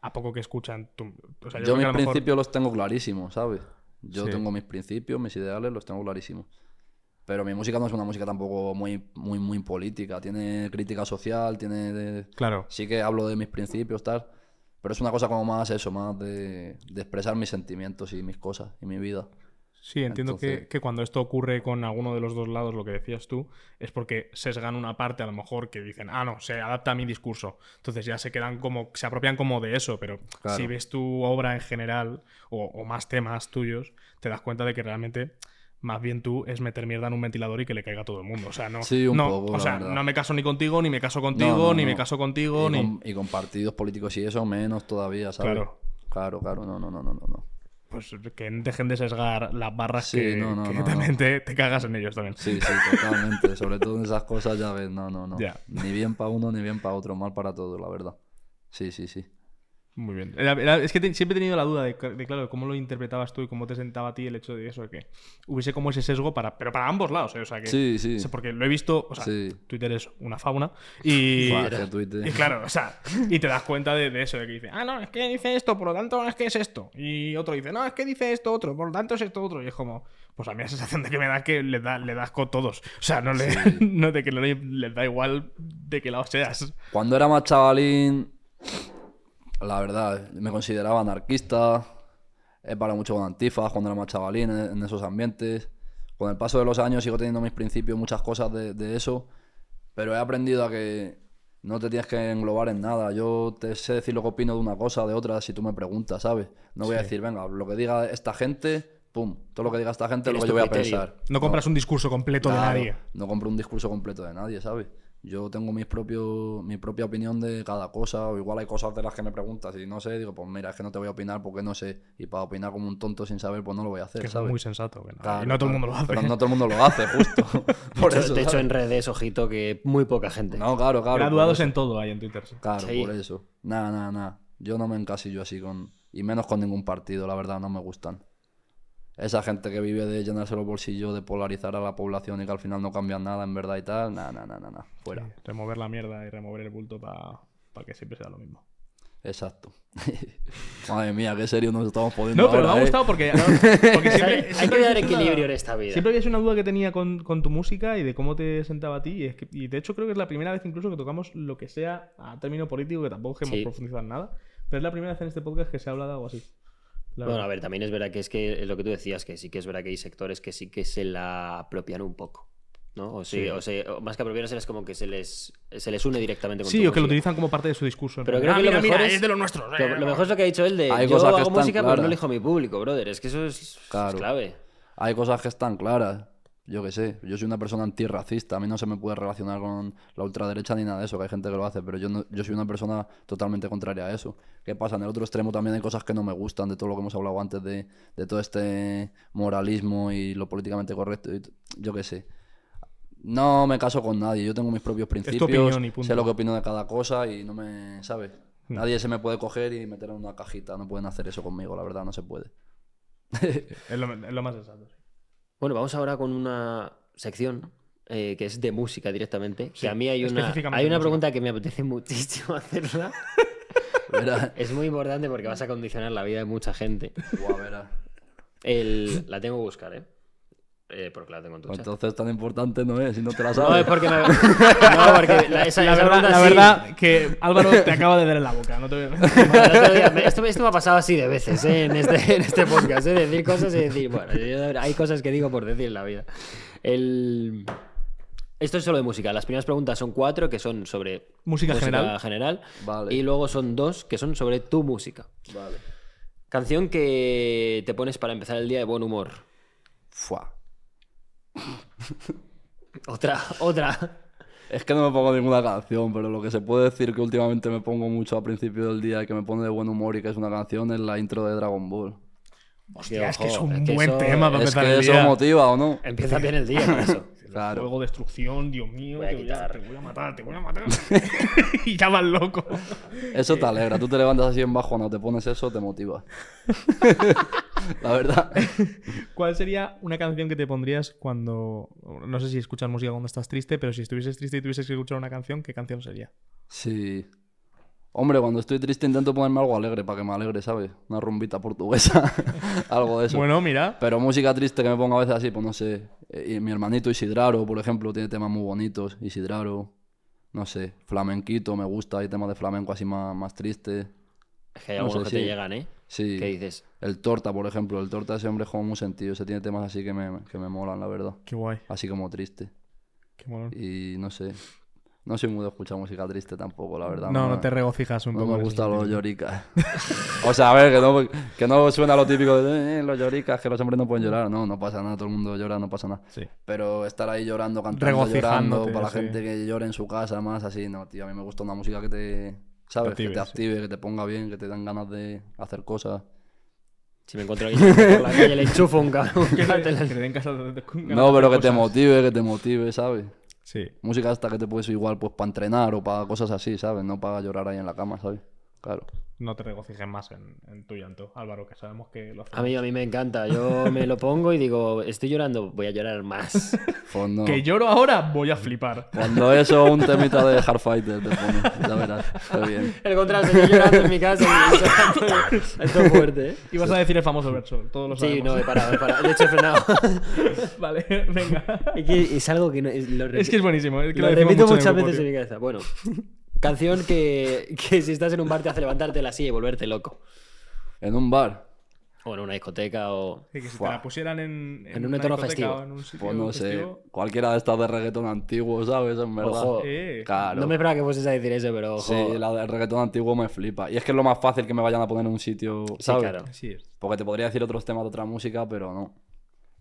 [SPEAKER 3] a poco que escuchan tu... o sea,
[SPEAKER 1] yo
[SPEAKER 3] creo que
[SPEAKER 1] mis
[SPEAKER 3] a lo mejor-
[SPEAKER 1] principios los tengo clarísimos, ¿sabes? Yo
[SPEAKER 3] Sí.
[SPEAKER 1] tengo mis principios, mis ideales, los tengo clarísimos. Pero mi música no es una música tampoco muy, muy, muy política. Tiene crítica social, tiene de-
[SPEAKER 3] Claro.
[SPEAKER 1] sí que hablo de mis principios, tal. Pero es una cosa como más eso, más de, de expresar mis sentimientos y mis cosas y mi vida.
[SPEAKER 3] Sí, entiendo que,
[SPEAKER 1] Entonces-
[SPEAKER 3] que cuando esto ocurre con alguno de los dos lados, lo que decías tú, es porque sesgan una parte a lo mejor que dicen, ah, no, se adapta a mi discurso. Entonces ya se quedan como, se apropian como de eso, pero
[SPEAKER 1] Claro.
[SPEAKER 3] si ves tu obra en general o, o más temas tuyos, te das cuenta de que realmente más bien tú es meter mierda en un ventilador y que le caiga a todo el mundo. O sea, no,
[SPEAKER 1] Sí, un
[SPEAKER 3] no,
[SPEAKER 1] poco,
[SPEAKER 3] o
[SPEAKER 1] la
[SPEAKER 3] sea,
[SPEAKER 1] verdad.
[SPEAKER 3] no me caso ni contigo, ni me caso contigo,
[SPEAKER 1] no,
[SPEAKER 3] ni me
[SPEAKER 1] no.
[SPEAKER 3] caso
[SPEAKER 1] Y
[SPEAKER 3] contigo, ni...
[SPEAKER 1] con, y con partidos políticos y eso, menos todavía, ¿sabes?
[SPEAKER 3] Claro.
[SPEAKER 1] Claro, claro, no, no, no, no, no, no.
[SPEAKER 3] Pues que dejen de sesgar las barras
[SPEAKER 1] Sí,
[SPEAKER 3] que,
[SPEAKER 1] no, no,
[SPEAKER 3] que
[SPEAKER 1] no, no.
[SPEAKER 3] también Te, te cagas en ellos también.
[SPEAKER 1] Sí, sí, totalmente. Sobre todo en esas cosas, ya ves, no, no, no.
[SPEAKER 3] Ya.
[SPEAKER 1] Ni bien para uno, ni bien para otro, mal para todos, la verdad. Sí, sí, sí.
[SPEAKER 3] Muy bien. Era- era- es que te- siempre he tenido la duda de, de, claro, cómo lo interpretabas tú y cómo te sentaba a ti el hecho de eso, de que hubiese como ese sesgo para, pero para ambos lados, ¿eh? o sea que,
[SPEAKER 1] Sí, sí.
[SPEAKER 3] o sea, porque lo he visto, o sea,
[SPEAKER 1] Sí.
[SPEAKER 3] Twitter es una fauna y,
[SPEAKER 1] Buah, es que Twitter.
[SPEAKER 3] y claro, o sea, y te das cuenta de, de eso, de que dice, ah, no, es que dice esto, por lo tanto es que es esto, y otro dice, no, es que dice esto otro, por lo tanto es esto otro, y es como, pues a mí la sensación de que me da es que le, da, le das con todos, o sea, no, le, no de que no le- les da igual de qué lado seas.
[SPEAKER 1] Cuando era más chavalín, la verdad, me consideraba anarquista. He parado mucho con antifas cuando era más chavalín en, en esos ambientes. Con el paso de los años sigo teniendo mis principios, muchas cosas de, de eso. Pero he aprendido a que no te tienes que englobar en nada. Yo te sé decir lo que opino de una cosa, de otra, si tú me preguntas, ¿sabes? No voy a decir, venga, lo que diga esta gente, Pum. Todo lo que diga esta gente es lo
[SPEAKER 2] Eres
[SPEAKER 1] que yo
[SPEAKER 2] tu
[SPEAKER 1] voy a
[SPEAKER 2] criterio.
[SPEAKER 1] pensar.
[SPEAKER 3] No compras un discurso completo de
[SPEAKER 1] Claro,
[SPEAKER 3] nadie.
[SPEAKER 1] No compro un discurso completo de nadie, ¿sabes? Yo tengo mis propios, mi propia opinión de cada cosa, o igual hay cosas de las que me preguntas y no sé, digo, pues mira, es que no te voy a opinar porque no sé, y para opinar como un tonto sin saber, pues no lo voy a hacer,
[SPEAKER 3] Que es
[SPEAKER 1] ¿sabes?
[SPEAKER 3] muy sensato. que no-
[SPEAKER 1] Claro,
[SPEAKER 3] y no todo el
[SPEAKER 1] claro.
[SPEAKER 3] mundo lo hace.
[SPEAKER 1] Pero no todo el mundo lo hace, justo. Por
[SPEAKER 2] de hecho,
[SPEAKER 1] eso,
[SPEAKER 2] de hecho,
[SPEAKER 1] ¿sabes?
[SPEAKER 2] en redes, ojito, que muy poca gente.
[SPEAKER 1] No, claro, claro.
[SPEAKER 3] Graduados
[SPEAKER 1] por eso.
[SPEAKER 3] en todo hay en Twitter. sí.
[SPEAKER 1] Claro,
[SPEAKER 2] Sí.
[SPEAKER 1] por eso. Nada, nada, nada. Yo no me encasillo así con... Y menos con ningún partido, la verdad, no me gustan. Esa gente que vive de llenarse los bolsillos, de polarizar a la población y que al final no cambian nada en verdad y tal, nada, nada, nada, nada. Fuera.
[SPEAKER 3] Sí, Remover la mierda y remover el bulto para que siempre sea lo mismo.
[SPEAKER 1] Exacto. Madre mía, qué serio nos estamos poniendo.
[SPEAKER 3] No, pero me
[SPEAKER 1] ahora,
[SPEAKER 3] ha
[SPEAKER 1] ¿eh?
[SPEAKER 3] gustado porque, porque
[SPEAKER 2] O sea, hay-
[SPEAKER 3] siempre,
[SPEAKER 2] hay que
[SPEAKER 3] siempre
[SPEAKER 2] dar
[SPEAKER 3] había sido una-
[SPEAKER 2] equilibrio en esta vida.
[SPEAKER 3] Siempre había una duda que tenía con, con tu música y de cómo te sentaba a ti. Y, es que- y de hecho creo que es la primera vez incluso que tocamos lo que sea a término político, que tampoco es que hemos
[SPEAKER 2] Sí.
[SPEAKER 3] profundizado en nada. Pero es la primera vez en este podcast que se habla de algo así. La
[SPEAKER 2] Bueno, a
[SPEAKER 3] verdad.
[SPEAKER 2] ver, también es verdad que es que es lo que tú decías, que sí que es verdad que hay sectores que sí que se la apropian un poco. ¿no? O, sí,
[SPEAKER 3] Sí.
[SPEAKER 2] o se- o más que apropiarse es como que se les, se les une directamente con
[SPEAKER 3] sí,
[SPEAKER 2] tu
[SPEAKER 3] o que
[SPEAKER 2] música.
[SPEAKER 3] lo utilizan como parte de su discurso. en
[SPEAKER 2] Pero
[SPEAKER 3] plan,
[SPEAKER 2] creo
[SPEAKER 3] "Ah,
[SPEAKER 2] que
[SPEAKER 3] mira,
[SPEAKER 2] lo mejor
[SPEAKER 3] mira,
[SPEAKER 2] es,
[SPEAKER 5] es de los nuestros,
[SPEAKER 2] Lo,
[SPEAKER 5] eh,
[SPEAKER 2] lo mejor es lo que ha dicho él de
[SPEAKER 1] Hay
[SPEAKER 2] yo
[SPEAKER 1] cosas que
[SPEAKER 2] hago
[SPEAKER 1] están
[SPEAKER 2] música, pero
[SPEAKER 1] claras.
[SPEAKER 2] no elijo a mi público, brother. Es que eso es,
[SPEAKER 1] Claro.
[SPEAKER 2] es clave.
[SPEAKER 1] Hay cosas que están claras. Yo qué sé, yo soy una persona antirracista, a mí no se me puede relacionar con la ultraderecha ni nada de eso, que hay gente que lo hace, pero yo, no- yo soy una persona totalmente contraria a eso. ¿Qué pasa? En el otro extremo también hay cosas que no me gustan, de todo lo que hemos hablado antes, de, de todo este moralismo y lo políticamente correcto, y t- yo qué sé. No me caso con nadie, yo tengo mis propios principios,
[SPEAKER 3] opinión y punto.
[SPEAKER 1] sé lo que opino de cada cosa y no me, ¿sabes? Nadie se me puede coger y meter en una cajita, no pueden hacer eso conmigo, la verdad, no se puede.
[SPEAKER 3] Es lo, es lo más sensato. sí.
[SPEAKER 2] Bueno, vamos ahora con una sección eh, que es de música directamente.
[SPEAKER 3] Sí,
[SPEAKER 2] que a mí hay una,
[SPEAKER 3] específicamente
[SPEAKER 2] hay una
[SPEAKER 3] música.
[SPEAKER 2] pregunta que me apetece muchísimo hacerla.
[SPEAKER 1] Verás.
[SPEAKER 2] es muy importante porque vas a condicionar la vida de mucha gente.
[SPEAKER 1] Buah, verás.
[SPEAKER 2] El- la tengo que buscar, ¿eh? Eh, porque la tengo en tu
[SPEAKER 1] Pues
[SPEAKER 2] chat.
[SPEAKER 1] entonces tan importante no es, si no te la
[SPEAKER 2] No,
[SPEAKER 1] sabes.
[SPEAKER 2] es porque me... No, porque la, esa, esa
[SPEAKER 3] La verdad,
[SPEAKER 2] pregunta
[SPEAKER 3] la
[SPEAKER 2] sí.
[SPEAKER 3] verdad que Álvaro te acaba de dar en la boca. No te voy a-
[SPEAKER 2] El otro día me- Esto, esto me ha pasado así de veces, ¿eh? En este, en este podcast, ¿eh? Decir cosas y decir, bueno, yo- hay cosas que digo por decir en la vida. El... Esto es solo de música. Las primeras preguntas son cuatro, que son sobre
[SPEAKER 3] Música general.
[SPEAKER 2] general,
[SPEAKER 1] Vale.
[SPEAKER 2] Y luego son dos, que son sobre tu música.
[SPEAKER 1] Vale.
[SPEAKER 2] Canción que te pones para empezar el día de buen humor.
[SPEAKER 1] Fua.
[SPEAKER 2] Otra, otra.
[SPEAKER 1] Es que no me pongo ninguna canción, pero lo que se puede decir que últimamente me pongo mucho a principio del día y que me pone de buen humor y que es una canción es la intro de Dragon Ball.
[SPEAKER 2] Tío,
[SPEAKER 3] Hostia, es que es
[SPEAKER 2] ojo,
[SPEAKER 3] un
[SPEAKER 2] es que
[SPEAKER 3] buen
[SPEAKER 2] eso-
[SPEAKER 3] tema para
[SPEAKER 1] Es
[SPEAKER 3] empezar
[SPEAKER 1] que
[SPEAKER 3] el
[SPEAKER 1] eso
[SPEAKER 3] día.
[SPEAKER 1] motiva o no.
[SPEAKER 2] Empieza bien el día con eso.
[SPEAKER 1] Claro.
[SPEAKER 3] Juego, destrucción, Dios mío.
[SPEAKER 2] Voy a
[SPEAKER 3] te, voy a,
[SPEAKER 2] quitar.
[SPEAKER 3] te voy a matar, te voy a matar. y ya vas loco.
[SPEAKER 1] Eso te alegra. Tú te levantas así en bajo, no te pones eso, te motiva. la verdad.
[SPEAKER 3] ¿Cuál sería una canción que te pondrías cuando. No sé si escuchas música cuando estás triste, pero si estuvieses triste y tuvieses que escuchar una canción, ¿qué canción sería?
[SPEAKER 1] Sí. Hombre, cuando estoy triste intento ponerme algo alegre para que me alegre, ¿sabes? Una rumbita portuguesa. algo de eso.
[SPEAKER 3] Bueno, mira.
[SPEAKER 1] Pero música triste que me pongo a veces así, pues no sé. Eh, Y mi hermanito Isidraro, por ejemplo, tiene temas muy bonitos. Isidraro, no sé. Flamenquito me gusta, hay temas de flamenco así más, más tristes.
[SPEAKER 2] Es que hay
[SPEAKER 1] No
[SPEAKER 2] algunos
[SPEAKER 1] sé,
[SPEAKER 2] que
[SPEAKER 1] sí.
[SPEAKER 2] te llegan, ¿eh?
[SPEAKER 1] Sí.
[SPEAKER 2] Que dices,
[SPEAKER 1] El Torta, por ejemplo. El Torta ese hombre es como muy sentido. Se tiene temas así que me, que me molan, la verdad.
[SPEAKER 3] Qué guay,
[SPEAKER 1] Así como triste.
[SPEAKER 3] qué molón.
[SPEAKER 1] Y no sé. No soy muy de escuchar música triste tampoco, la verdad.
[SPEAKER 3] No, no
[SPEAKER 1] me-
[SPEAKER 3] te regocijas un
[SPEAKER 1] No
[SPEAKER 3] poco.
[SPEAKER 1] me
[SPEAKER 3] en ese
[SPEAKER 1] gustan los
[SPEAKER 3] sentido.
[SPEAKER 1] lloricas. O sea, a ver, que no, que no suena lo típico de "Eh, los lloricas, que los hombres no pueden llorar. No, no pasa nada, todo el mundo llora, no pasa nada.
[SPEAKER 3] Sí.
[SPEAKER 1] Pero estar ahí llorando, cantando,
[SPEAKER 3] Regocijándote,
[SPEAKER 1] llorando, para la
[SPEAKER 3] sí.
[SPEAKER 1] gente que llore en su casa, más así, no, tío. A mí me gusta una música que te, ¿sabes?
[SPEAKER 3] Te active,
[SPEAKER 1] que te
[SPEAKER 3] sí.
[SPEAKER 1] active, que te ponga bien, que te dan ganas de hacer cosas.
[SPEAKER 2] si me encuentro aquí por la calle, le enchufo un cabrón.
[SPEAKER 3] Que te- que te den casas de- con ganas
[SPEAKER 1] No,
[SPEAKER 3] de
[SPEAKER 1] pero que
[SPEAKER 3] hacer
[SPEAKER 1] te
[SPEAKER 3] cosas.
[SPEAKER 1] motive, que te motive, ¿sabes?
[SPEAKER 3] Sí.
[SPEAKER 1] Música hasta que te puedes igual, pues, para entrenar o para cosas así, ¿sabes? No para llorar ahí en la cama, ¿sabes? Claro.
[SPEAKER 3] No te regocijes más en, en tu llanto, Álvaro, que sabemos que lo haces.
[SPEAKER 2] A mí, a mí me encanta. Yo me lo pongo y digo, estoy llorando, voy a llorar más.
[SPEAKER 1] Pues no.
[SPEAKER 3] Que lloro ahora, voy a flipar.
[SPEAKER 1] Cuando eso, un temita de Hardfighter te pone, ya verás. Está bien.
[SPEAKER 2] El contrario, estoy llorando en mi casa. y llorando. Esto es fuerte, ¿eh?
[SPEAKER 3] Y vas a decir el famoso verso, todos lo
[SPEAKER 2] Sí,
[SPEAKER 3] sabemos.
[SPEAKER 2] no, eh. he parado, he parado. De hecho, he frenado.
[SPEAKER 3] vale, venga.
[SPEAKER 2] Es, que es algo que no- es, lo,
[SPEAKER 3] Es que es buenísimo. Es que
[SPEAKER 2] lo
[SPEAKER 3] lo decimos
[SPEAKER 2] repito
[SPEAKER 3] mucho en el
[SPEAKER 2] muchas
[SPEAKER 3] grupo,
[SPEAKER 2] veces en
[SPEAKER 3] tío.
[SPEAKER 2] mi cabeza. Bueno, canción que, que si estás en un bar te hace levantarte de la silla y volverte loco.
[SPEAKER 1] En un bar.
[SPEAKER 2] O en una discoteca o...
[SPEAKER 3] Sí, que si
[SPEAKER 1] Fua.
[SPEAKER 3] te la pusieran en,
[SPEAKER 2] En un
[SPEAKER 3] una
[SPEAKER 2] entorno
[SPEAKER 3] discoteca
[SPEAKER 2] festivo.
[SPEAKER 3] o en un sitio
[SPEAKER 1] Pues no sé,
[SPEAKER 3] festivo,
[SPEAKER 1] cualquiera de estas de reggaetón antiguo, ¿sabes? En verdad.
[SPEAKER 2] Ojo.
[SPEAKER 3] eh,
[SPEAKER 1] Claro.
[SPEAKER 2] No me esperaba que fueses a decir eso, pero... Ojo.
[SPEAKER 1] Sí, la del reggaetón antiguo me flipa. Y es que es lo más fácil que me vayan a poner en un sitio,
[SPEAKER 2] Sí,
[SPEAKER 1] ¿sabes?
[SPEAKER 2] claro.
[SPEAKER 3] sí,
[SPEAKER 1] Porque te podría decir otros temas de otra música, pero no.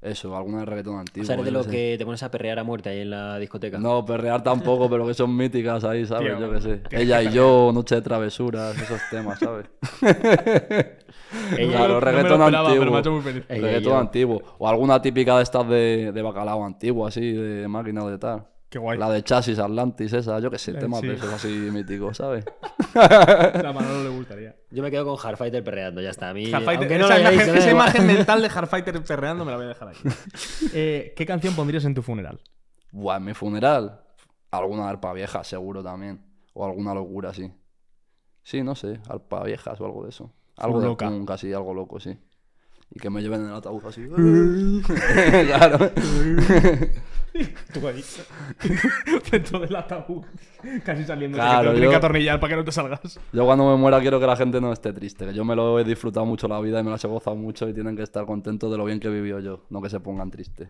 [SPEAKER 1] Eso, alguna de reggaetón antiguo.
[SPEAKER 2] O sea, eres de
[SPEAKER 1] yo
[SPEAKER 2] los
[SPEAKER 1] qué sé.
[SPEAKER 2] que te pones a perrear a muerte ahí en la discoteca.
[SPEAKER 1] No, perrear tampoco, pero que son míticas ahí, ¿sabes?
[SPEAKER 3] Tío,
[SPEAKER 1] yo qué sé.
[SPEAKER 3] tienes que
[SPEAKER 1] Ella y yo, Noche de Travesuras, esos temas, ¿sabes?
[SPEAKER 2] Ella-
[SPEAKER 1] Claro,
[SPEAKER 2] Eh,
[SPEAKER 3] no me lo
[SPEAKER 1] reggaetón
[SPEAKER 3] esperaba, pero
[SPEAKER 1] antiguo.
[SPEAKER 3] me ha hecho muy feliz.
[SPEAKER 2] Ey,
[SPEAKER 1] Reggaetón
[SPEAKER 2] yo.
[SPEAKER 1] antiguo. O alguna típica de estas de, de bacalao antiguo, así, de máquina de tal.
[SPEAKER 3] Qué guay.
[SPEAKER 1] La de chasis Atlantis, esa, yo qué sé,
[SPEAKER 3] Eh,
[SPEAKER 1] temas
[SPEAKER 3] sí.
[SPEAKER 1] de esos así míticos, ¿sabes?
[SPEAKER 3] A Manolo le gustaría.
[SPEAKER 2] Yo me quedo con Hardfighter perreando, ya está. A mí,
[SPEAKER 3] Hardfighter-
[SPEAKER 2] aunque no lo
[SPEAKER 3] esa
[SPEAKER 2] hayáis,
[SPEAKER 3] imagen,
[SPEAKER 2] me da
[SPEAKER 3] esa
[SPEAKER 2] igual.
[SPEAKER 3] imagen mental de Hardfighter perreando me la voy a dejar ahí. Eh, ¿Qué canción pondrías en tu funeral?
[SPEAKER 1] Buah, en mi funeral. Alguna arpa vieja, seguro también. O alguna locura así. Sí, no sé, arpa viejas o algo de eso. Algo de
[SPEAKER 3] loca.
[SPEAKER 1] punk así, algo loco, sí. Y que me lleven en el ataúd así. claro.
[SPEAKER 3] Tú ahí. Dentro del ataúd. Casi saliendo.
[SPEAKER 1] Claro,
[SPEAKER 3] que te lo tienen
[SPEAKER 1] yo-
[SPEAKER 3] que atornillar para que no te salgas.
[SPEAKER 1] Yo cuando me muera quiero que la gente no esté triste. Que yo me lo he disfrutado mucho la vida y me las he gozado mucho y tienen que estar contentos de lo bien que he vivido yo. No que se pongan tristes.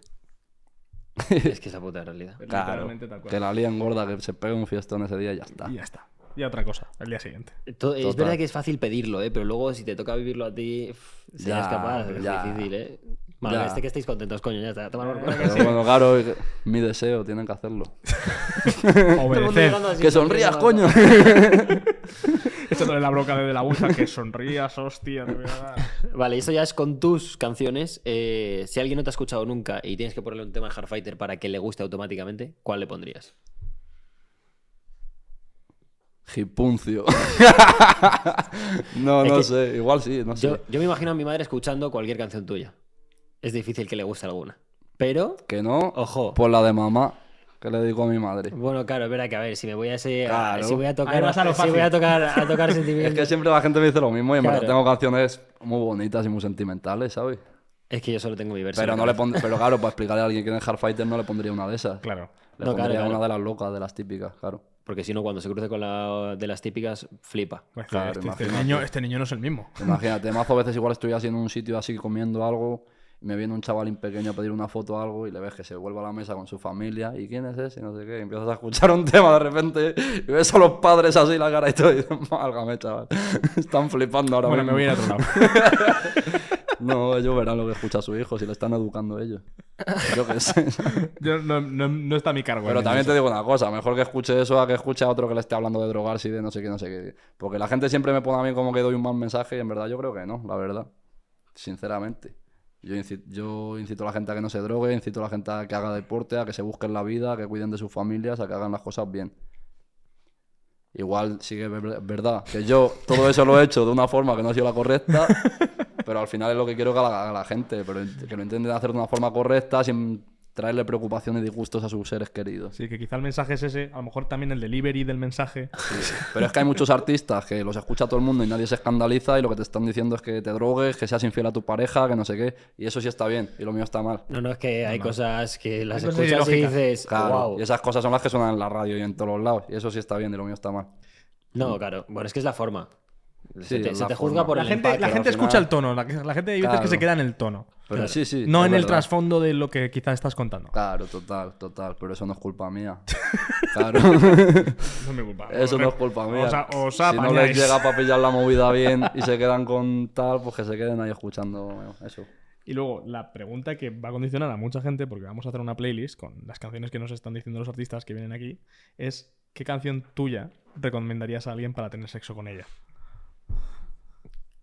[SPEAKER 2] Es que esa puta realidad.
[SPEAKER 1] Claro.
[SPEAKER 3] Literalmente tal cual.
[SPEAKER 1] Que la líen gorda, que se pegue un fiestón ese día y ya está.
[SPEAKER 3] Y ya está. Y a otra cosa, al día siguiente.
[SPEAKER 2] To- Es
[SPEAKER 1] Eh, Total.
[SPEAKER 2] verdad que es fácil pedirlo, ¿eh? pero luego si te toca vivirlo a ti, pff,
[SPEAKER 1] Ya,
[SPEAKER 2] serás capaz. Es
[SPEAKER 1] ya.
[SPEAKER 2] difícil, ¿eh? Bueno,
[SPEAKER 1] Ya.
[SPEAKER 2] este que estáis contentos, coño, ya está. Tomar por culo.
[SPEAKER 1] Pero bueno, claro, mi deseo, tienen que hacerlo.
[SPEAKER 2] Todo el mundo
[SPEAKER 3] Obedecer.
[SPEAKER 2] llegando así,
[SPEAKER 1] ¡Que
[SPEAKER 2] todo el mundo
[SPEAKER 1] sonrías,
[SPEAKER 2] llegando.
[SPEAKER 1] coño!
[SPEAKER 3] Esto de la broca de, de la aguja, que sonrías, hostia. te voy a dar.
[SPEAKER 2] Vale, eso ya es con tus canciones. Eh, si alguien no te ha escuchado nunca y tienes que ponerle un tema de Hardfighter para que le guste automáticamente, ¿cuál le pondrías?
[SPEAKER 1] Gipuncio. no,
[SPEAKER 2] Es
[SPEAKER 1] no
[SPEAKER 2] que-
[SPEAKER 1] sé. Igual sí, no sé.
[SPEAKER 2] Yo, yo me imagino a mi madre escuchando cualquier canción tuya. Es difícil que le guste alguna. Pero,
[SPEAKER 1] Que no,
[SPEAKER 2] ojo.
[SPEAKER 1] por la de mamá, que le digo a mi madre.
[SPEAKER 2] Bueno, claro, espera que a ver, si me voy a ese. a-
[SPEAKER 1] Pues- Claro.
[SPEAKER 2] si voy a tocar.
[SPEAKER 3] Ahí vas a lo
[SPEAKER 2] si voy a
[SPEAKER 3] fácil.
[SPEAKER 2] tocar, a tocar sentimientos.
[SPEAKER 1] Es que siempre la gente me dice lo mismo y en verdad
[SPEAKER 2] Eh, Claro.
[SPEAKER 1] tengo canciones muy bonitas y muy sentimentales, ¿sabes?
[SPEAKER 2] Es que yo solo tengo mi verso.
[SPEAKER 1] Pero
[SPEAKER 2] en
[SPEAKER 1] no
[SPEAKER 2] la
[SPEAKER 1] le pon- pero claro, para explicarle a alguien que es Hardfighter no le pondría una de esas.
[SPEAKER 3] Claro.
[SPEAKER 1] Le
[SPEAKER 2] No, claro,
[SPEAKER 1] pondría
[SPEAKER 2] claro.
[SPEAKER 1] una de las locas, de las típicas, claro.
[SPEAKER 2] cabeza. Porque si no, cuando se cruce con la de las típicas, flipa.
[SPEAKER 3] Pues,
[SPEAKER 1] Claro,
[SPEAKER 3] este, este
[SPEAKER 1] imagínate.
[SPEAKER 3] niño, este niño no es el mismo.
[SPEAKER 1] Imagínate, mazo veces igual estoy así en un sitio así comiendo algo y me viene un chavalín pequeño a pedir una foto o algo y le ves que se vuelve a la mesa con su familia y quién es ese y no sé qué. Y empiezas a escuchar un tema de repente y ves a los padres así la cara y todo y dices, "Válgame, chaval, están flipando ahora
[SPEAKER 3] Bueno, me
[SPEAKER 1] mismo".
[SPEAKER 3] voy a ir a otro lado.
[SPEAKER 1] No, ellos verán lo que escucha su hijo si le están educando ellos. Yo qué sé.
[SPEAKER 3] Yo no, no- no está a mi cargo. este.
[SPEAKER 1] Pero
[SPEAKER 3] en
[SPEAKER 1] también
[SPEAKER 3] eso.
[SPEAKER 1] te digo una cosa, mejor que escuche eso a que escuche a otro que le esté hablando de drogarse y de no sé qué, no sé qué. Porque la gente siempre me pone a mí como que doy un mal mensaje y en verdad yo creo que no, la verdad. Sinceramente. Yo incito, yo incito a la gente a que no se drogue, incito a la gente a que haga deporte, a que se busquen la vida, a que cuiden de sus familias, a que hagan las cosas bien. Igual sí que es ver- verdad que yo todo eso lo he hecho de una forma que no ha sido la correcta, pero al final es lo que quiero que haga la gente, pero ent- que lo intenten hacer de una forma correcta sin traerle preocupaciones y disgustos a sus seres queridos.
[SPEAKER 3] Sí, que quizá el mensaje es ese. A lo mejor también el delivery del mensaje.
[SPEAKER 1] Pero es que hay muchos artistas que los escucha todo el mundo y nadie se escandaliza y lo que te están diciendo es que te drogues, que seas infiel a tu pareja, que no sé qué, y eso sí está bien y lo mío está mal.
[SPEAKER 2] No, no, es que hay cosas que las
[SPEAKER 3] Hay cosas
[SPEAKER 2] escuchas y
[SPEAKER 3] ideológicas.
[SPEAKER 2] dices,
[SPEAKER 1] Claro,
[SPEAKER 2] wow.
[SPEAKER 1] y esas cosas son las que suenan en la radio y en todos los lados, y eso sí está bien y lo mío está mal.
[SPEAKER 2] No, claro. Bueno, es que es la forma. se
[SPEAKER 1] Sí,
[SPEAKER 2] te,
[SPEAKER 1] es
[SPEAKER 2] se
[SPEAKER 1] la
[SPEAKER 2] te juzga
[SPEAKER 1] forma.
[SPEAKER 2] por
[SPEAKER 3] La
[SPEAKER 2] el
[SPEAKER 3] gente, la
[SPEAKER 2] empaque.
[SPEAKER 1] al
[SPEAKER 3] gente
[SPEAKER 1] final.
[SPEAKER 3] escucha el tono. La, la gente hay veces
[SPEAKER 1] Claro.
[SPEAKER 3] que se queda en el tono.
[SPEAKER 1] Pero sí, sí.
[SPEAKER 3] No
[SPEAKER 1] es
[SPEAKER 3] en el
[SPEAKER 1] verdad.
[SPEAKER 3] trasfondo de lo que quizá estás contando.
[SPEAKER 1] Claro, total, total, pero eso no es culpa mía. Claro,
[SPEAKER 3] No es mi culpa.
[SPEAKER 1] eso no es culpa mía.
[SPEAKER 3] Os, a- os
[SPEAKER 1] si no les
[SPEAKER 3] apañáis.
[SPEAKER 1] llega para pillar la movida bien y se quedan con tal, pues que se queden ahí escuchando bueno, eso.
[SPEAKER 3] Y luego, la pregunta que va a condicionar a mucha gente, porque vamos a hacer una playlist con las canciones que nos están diciendo los artistas que vienen aquí, es ¿qué canción tuya recomendarías a alguien para tener sexo con ella?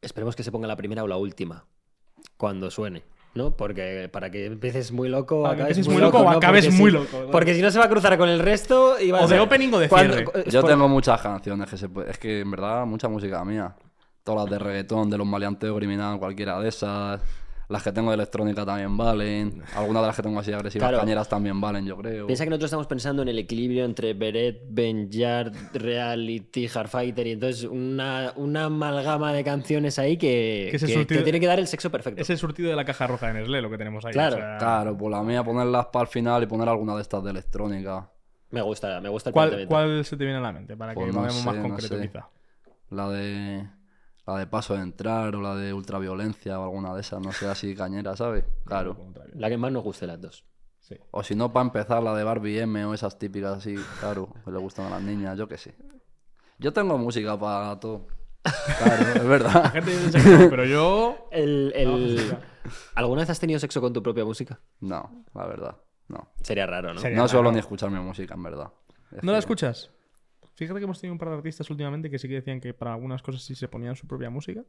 [SPEAKER 2] Esperemos que se ponga la primera o la última. Cuando suene. ¿No? Porque para que empieces muy loco.
[SPEAKER 3] Para que
[SPEAKER 2] acabes
[SPEAKER 3] empieces muy loco o
[SPEAKER 2] ¿no?
[SPEAKER 3] acabes
[SPEAKER 2] Porque
[SPEAKER 3] muy
[SPEAKER 2] si-
[SPEAKER 3] loco, ¿no?
[SPEAKER 2] Porque si no se va a cruzar con el resto y va a
[SPEAKER 3] O de
[SPEAKER 2] ser-
[SPEAKER 3] opening o de
[SPEAKER 2] cuando-
[SPEAKER 3] cierre.
[SPEAKER 2] cu-
[SPEAKER 1] Yo
[SPEAKER 2] por-
[SPEAKER 1] tengo muchas canciones que se puede... Es que en verdad mucha música mía. Todas las de reggaetón, de los maleanteos criminal, cualquiera de esas. Las que tengo de electrónica también valen. Algunas de las que tengo así agresivas
[SPEAKER 2] Claro.
[SPEAKER 1] cañeras también valen, yo creo.
[SPEAKER 2] Piensa que nosotros estamos pensando en el equilibrio entre Beret, Benjar, Reality, Hardfighter y entonces una, una amalgama de canciones ahí que,
[SPEAKER 3] Que
[SPEAKER 2] que,
[SPEAKER 3] se surtido-
[SPEAKER 2] que tiene que dar el sexo perfecto.
[SPEAKER 3] Es el surtido de la caja roja de Nestlé, lo que tenemos ahí.
[SPEAKER 2] Claro,
[SPEAKER 1] Claro, pues la mía ponerlas para el final y poner alguna de estas de electrónica.
[SPEAKER 2] Me gusta, me gusta el
[SPEAKER 3] ¿cuál,
[SPEAKER 2] planteamiento.
[SPEAKER 3] cuál se te viene a la mente? Para que
[SPEAKER 1] Pues no
[SPEAKER 3] vayamos más
[SPEAKER 1] sé, no
[SPEAKER 3] concreto
[SPEAKER 1] sé.
[SPEAKER 3] quizá.
[SPEAKER 1] La de... La de paso de entrar o la de ultraviolencia o alguna de esas, no sé, así cañera, ¿sabes? Claro.
[SPEAKER 2] La que más nos guste las dos.
[SPEAKER 3] Sí.
[SPEAKER 1] O si no, para empezar, la de Barbie M o esas típicas así, claro, que le gustan a las niñas, yo qué sé. Yo tengo música para todo. Claro, es
[SPEAKER 3] La
[SPEAKER 1] verdad.
[SPEAKER 3] gente dice que no, pero yo.
[SPEAKER 2] El, el- ¿Alguna vez has tenido sexo con tu propia música?
[SPEAKER 1] No, la verdad, no.
[SPEAKER 2] Sería raro, ¿no?
[SPEAKER 3] Sería-
[SPEAKER 1] No suelo
[SPEAKER 3] raro.
[SPEAKER 1] ni escuchar mi música, en verdad. Es
[SPEAKER 3] ¿No la
[SPEAKER 1] que-
[SPEAKER 3] escuchas? Fíjate que hemos tenido un par de artistas últimamente que sí que decían que para algunas cosas sí se ponían su propia música.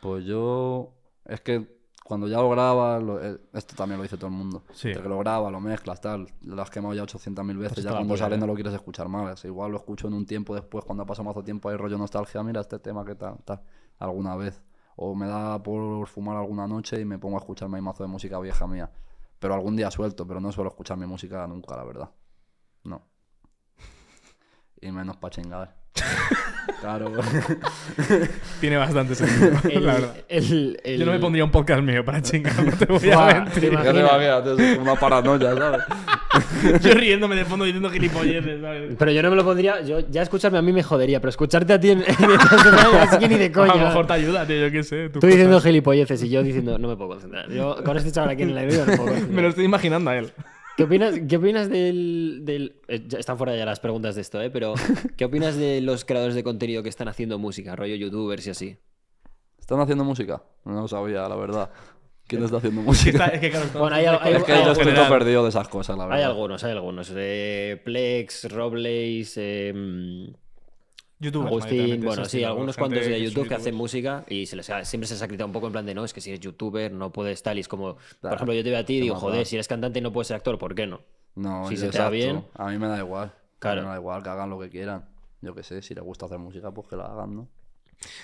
[SPEAKER 1] Pues yo. Es que cuando ya lo grabas, lo- eh, esto también lo dice todo el mundo.
[SPEAKER 3] Sí.
[SPEAKER 1] De que lo grabas, lo mezclas, tal. Lo has quemado ya 800.000 veces.
[SPEAKER 3] Pues
[SPEAKER 1] ya
[SPEAKER 3] está la
[SPEAKER 1] cuando
[SPEAKER 3] polla,
[SPEAKER 1] sale
[SPEAKER 3] ¿eh?
[SPEAKER 1] no lo quieres escuchar más. Igual lo escucho en un tiempo después, cuando ha pasado más tiempo, hay rollo nostalgia. Mira este tema, que tal, tal. Alguna vez. O me da por fumar alguna noche y me pongo a escuchar mi mazo de música vieja mía. Pero algún día suelto, pero no suelo escuchar mi música nunca, la verdad. No. Y menos para chingar. claro.
[SPEAKER 3] Tiene bastante sentido,
[SPEAKER 2] El-
[SPEAKER 3] la verdad.
[SPEAKER 2] el- el-
[SPEAKER 3] Yo no me pondría ¿eh? un podcast mío para chingar, no te voy
[SPEAKER 2] Buah,
[SPEAKER 3] a
[SPEAKER 2] te
[SPEAKER 3] mentir.
[SPEAKER 1] Ya te
[SPEAKER 2] imaginas.
[SPEAKER 1] imaginas, es una paranoia, ¿sabes?
[SPEAKER 3] Yo riéndome de fondo diciendo gilipolleces, ¿sabes?
[SPEAKER 2] Pero yo no me lo pondría. Yo, ya escucharme a mí me jodería, pero escucharte a ti en, en estas semanas, así que ni de coña.
[SPEAKER 3] A lo mejor te ayuda, tío, yo qué sé. tú
[SPEAKER 2] Tú
[SPEAKER 3] cosas.
[SPEAKER 2] diciendo gilipolleces y yo diciendo no me puedo concentrar. Yo con este chaval aquí en el aire no me puedo concentrar.
[SPEAKER 3] Me lo estoy imaginando a él.
[SPEAKER 2] ¿Qué opinas, qué opinas del. del- eh, ya están fuera ya las preguntas de esto, ¿eh? Pero, ¿qué opinas de los creadores de contenido que están haciendo música, rollo youtubers y así?
[SPEAKER 1] ¿Están haciendo música? No lo sabía, la verdad. ¿Quién está haciendo música?
[SPEAKER 3] Está- es que claro, estamos
[SPEAKER 2] Bueno, hay al- hay-
[SPEAKER 1] Es que yo estoy
[SPEAKER 3] general.
[SPEAKER 1] todo perdido de esas cosas, la
[SPEAKER 2] Hay
[SPEAKER 1] verdad.
[SPEAKER 2] algunos, hay algunos. Eh, Plex, Robleis, eh,
[SPEAKER 3] youtubers,
[SPEAKER 2] Agustín.
[SPEAKER 3] mayoritariamente,
[SPEAKER 2] Bueno,
[SPEAKER 3] eso
[SPEAKER 2] sí,
[SPEAKER 3] sí,
[SPEAKER 2] algunos
[SPEAKER 3] gente
[SPEAKER 2] cuantos de
[SPEAKER 3] que son
[SPEAKER 2] YouTube que hacen
[SPEAKER 3] youtubers.
[SPEAKER 2] música y se les ha- siempre se les ha criticado un poco en plan de no, es que si eres youtuber no puedes tal. Y es como, por
[SPEAKER 1] Claro.
[SPEAKER 2] ejemplo, yo te veo a ti y digo,
[SPEAKER 1] más
[SPEAKER 2] joder,
[SPEAKER 1] da?
[SPEAKER 2] si eres cantante y no puedes ser actor, ¿por qué no?
[SPEAKER 1] No,
[SPEAKER 2] Si
[SPEAKER 1] yo
[SPEAKER 2] se te da
[SPEAKER 1] exacto.
[SPEAKER 2] bien.
[SPEAKER 1] A mí me da igual.
[SPEAKER 2] Claro.
[SPEAKER 1] Me da igual, que hagan lo que quieran. Yo qué sé, si les gusta hacer música, pues que la hagan, ¿no?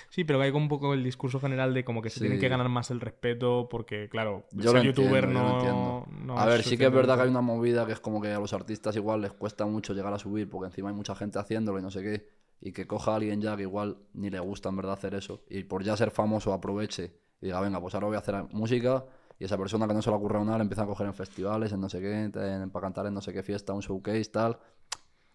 [SPEAKER 3] Sí, pero que hay como un poco el discurso general de como que se
[SPEAKER 1] Sí.
[SPEAKER 3] tienen que ganar más el respeto porque, claro,
[SPEAKER 1] Yo
[SPEAKER 3] ser
[SPEAKER 1] lo
[SPEAKER 3] youtuber
[SPEAKER 1] entiendo, yo
[SPEAKER 3] no,
[SPEAKER 1] lo entiendo.
[SPEAKER 3] no
[SPEAKER 1] a ver, sí que es verdad que hay
[SPEAKER 3] suficientemente-
[SPEAKER 1] una movida que es como que a los artistas igual les cuesta mucho llegar a subir porque encima hay mucha gente haciéndolo y no sé qué. Y que coja a alguien ya que igual ni le gusta en verdad hacer eso. Y por ya ser famoso aproveche y diga, venga, pues ahora voy a hacer música. Y esa persona que no se le ocurre nada le empieza a coger en festivales, en no sé qué, en- para cantar en no sé qué fiesta, un showcase, tal.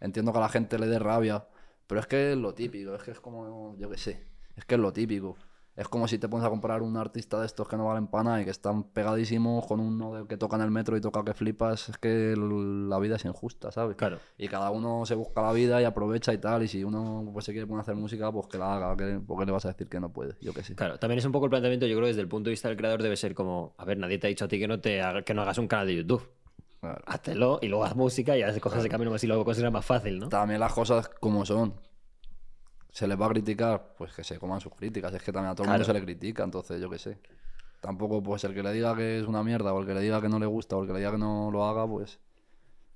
[SPEAKER 1] Entiendo que a la gente le dé rabia, pero es que es lo típico, es que es como, yo qué sé, es que es lo típico. Es como si te pones a comprar un artista de estos que no valen pana y que están pegadísimos con uno de- que toca en el metro y toca que flipas, es que el- la vida es injusta, ¿sabes?
[SPEAKER 2] Claro.
[SPEAKER 1] Y cada uno se busca la vida y aprovecha y tal, y si uno pues, se quiere poner a hacer música, pues que la haga, que, porque le vas a decir que no puede, yo qué sé.
[SPEAKER 2] Claro, también es un poco el planteamiento, yo creo, desde el punto de vista del creador debe ser como, a ver, nadie te ha dicho a ti que no, te haga- que no hagas un canal de YouTube.
[SPEAKER 1] Claro.
[SPEAKER 2] Háztelo y luego haz música y haz coges ese camino más y luego consideras más fácil, ¿no?
[SPEAKER 1] También las cosas como son. ¿Se les va a criticar? Pues que se coman sus críticas. Es que también a todo el mundo se
[SPEAKER 2] Claro.
[SPEAKER 1] le critica, entonces yo qué sé. Tampoco, pues el que le diga que es una mierda, o el que le diga que no le gusta, o el que le diga que no lo haga, pues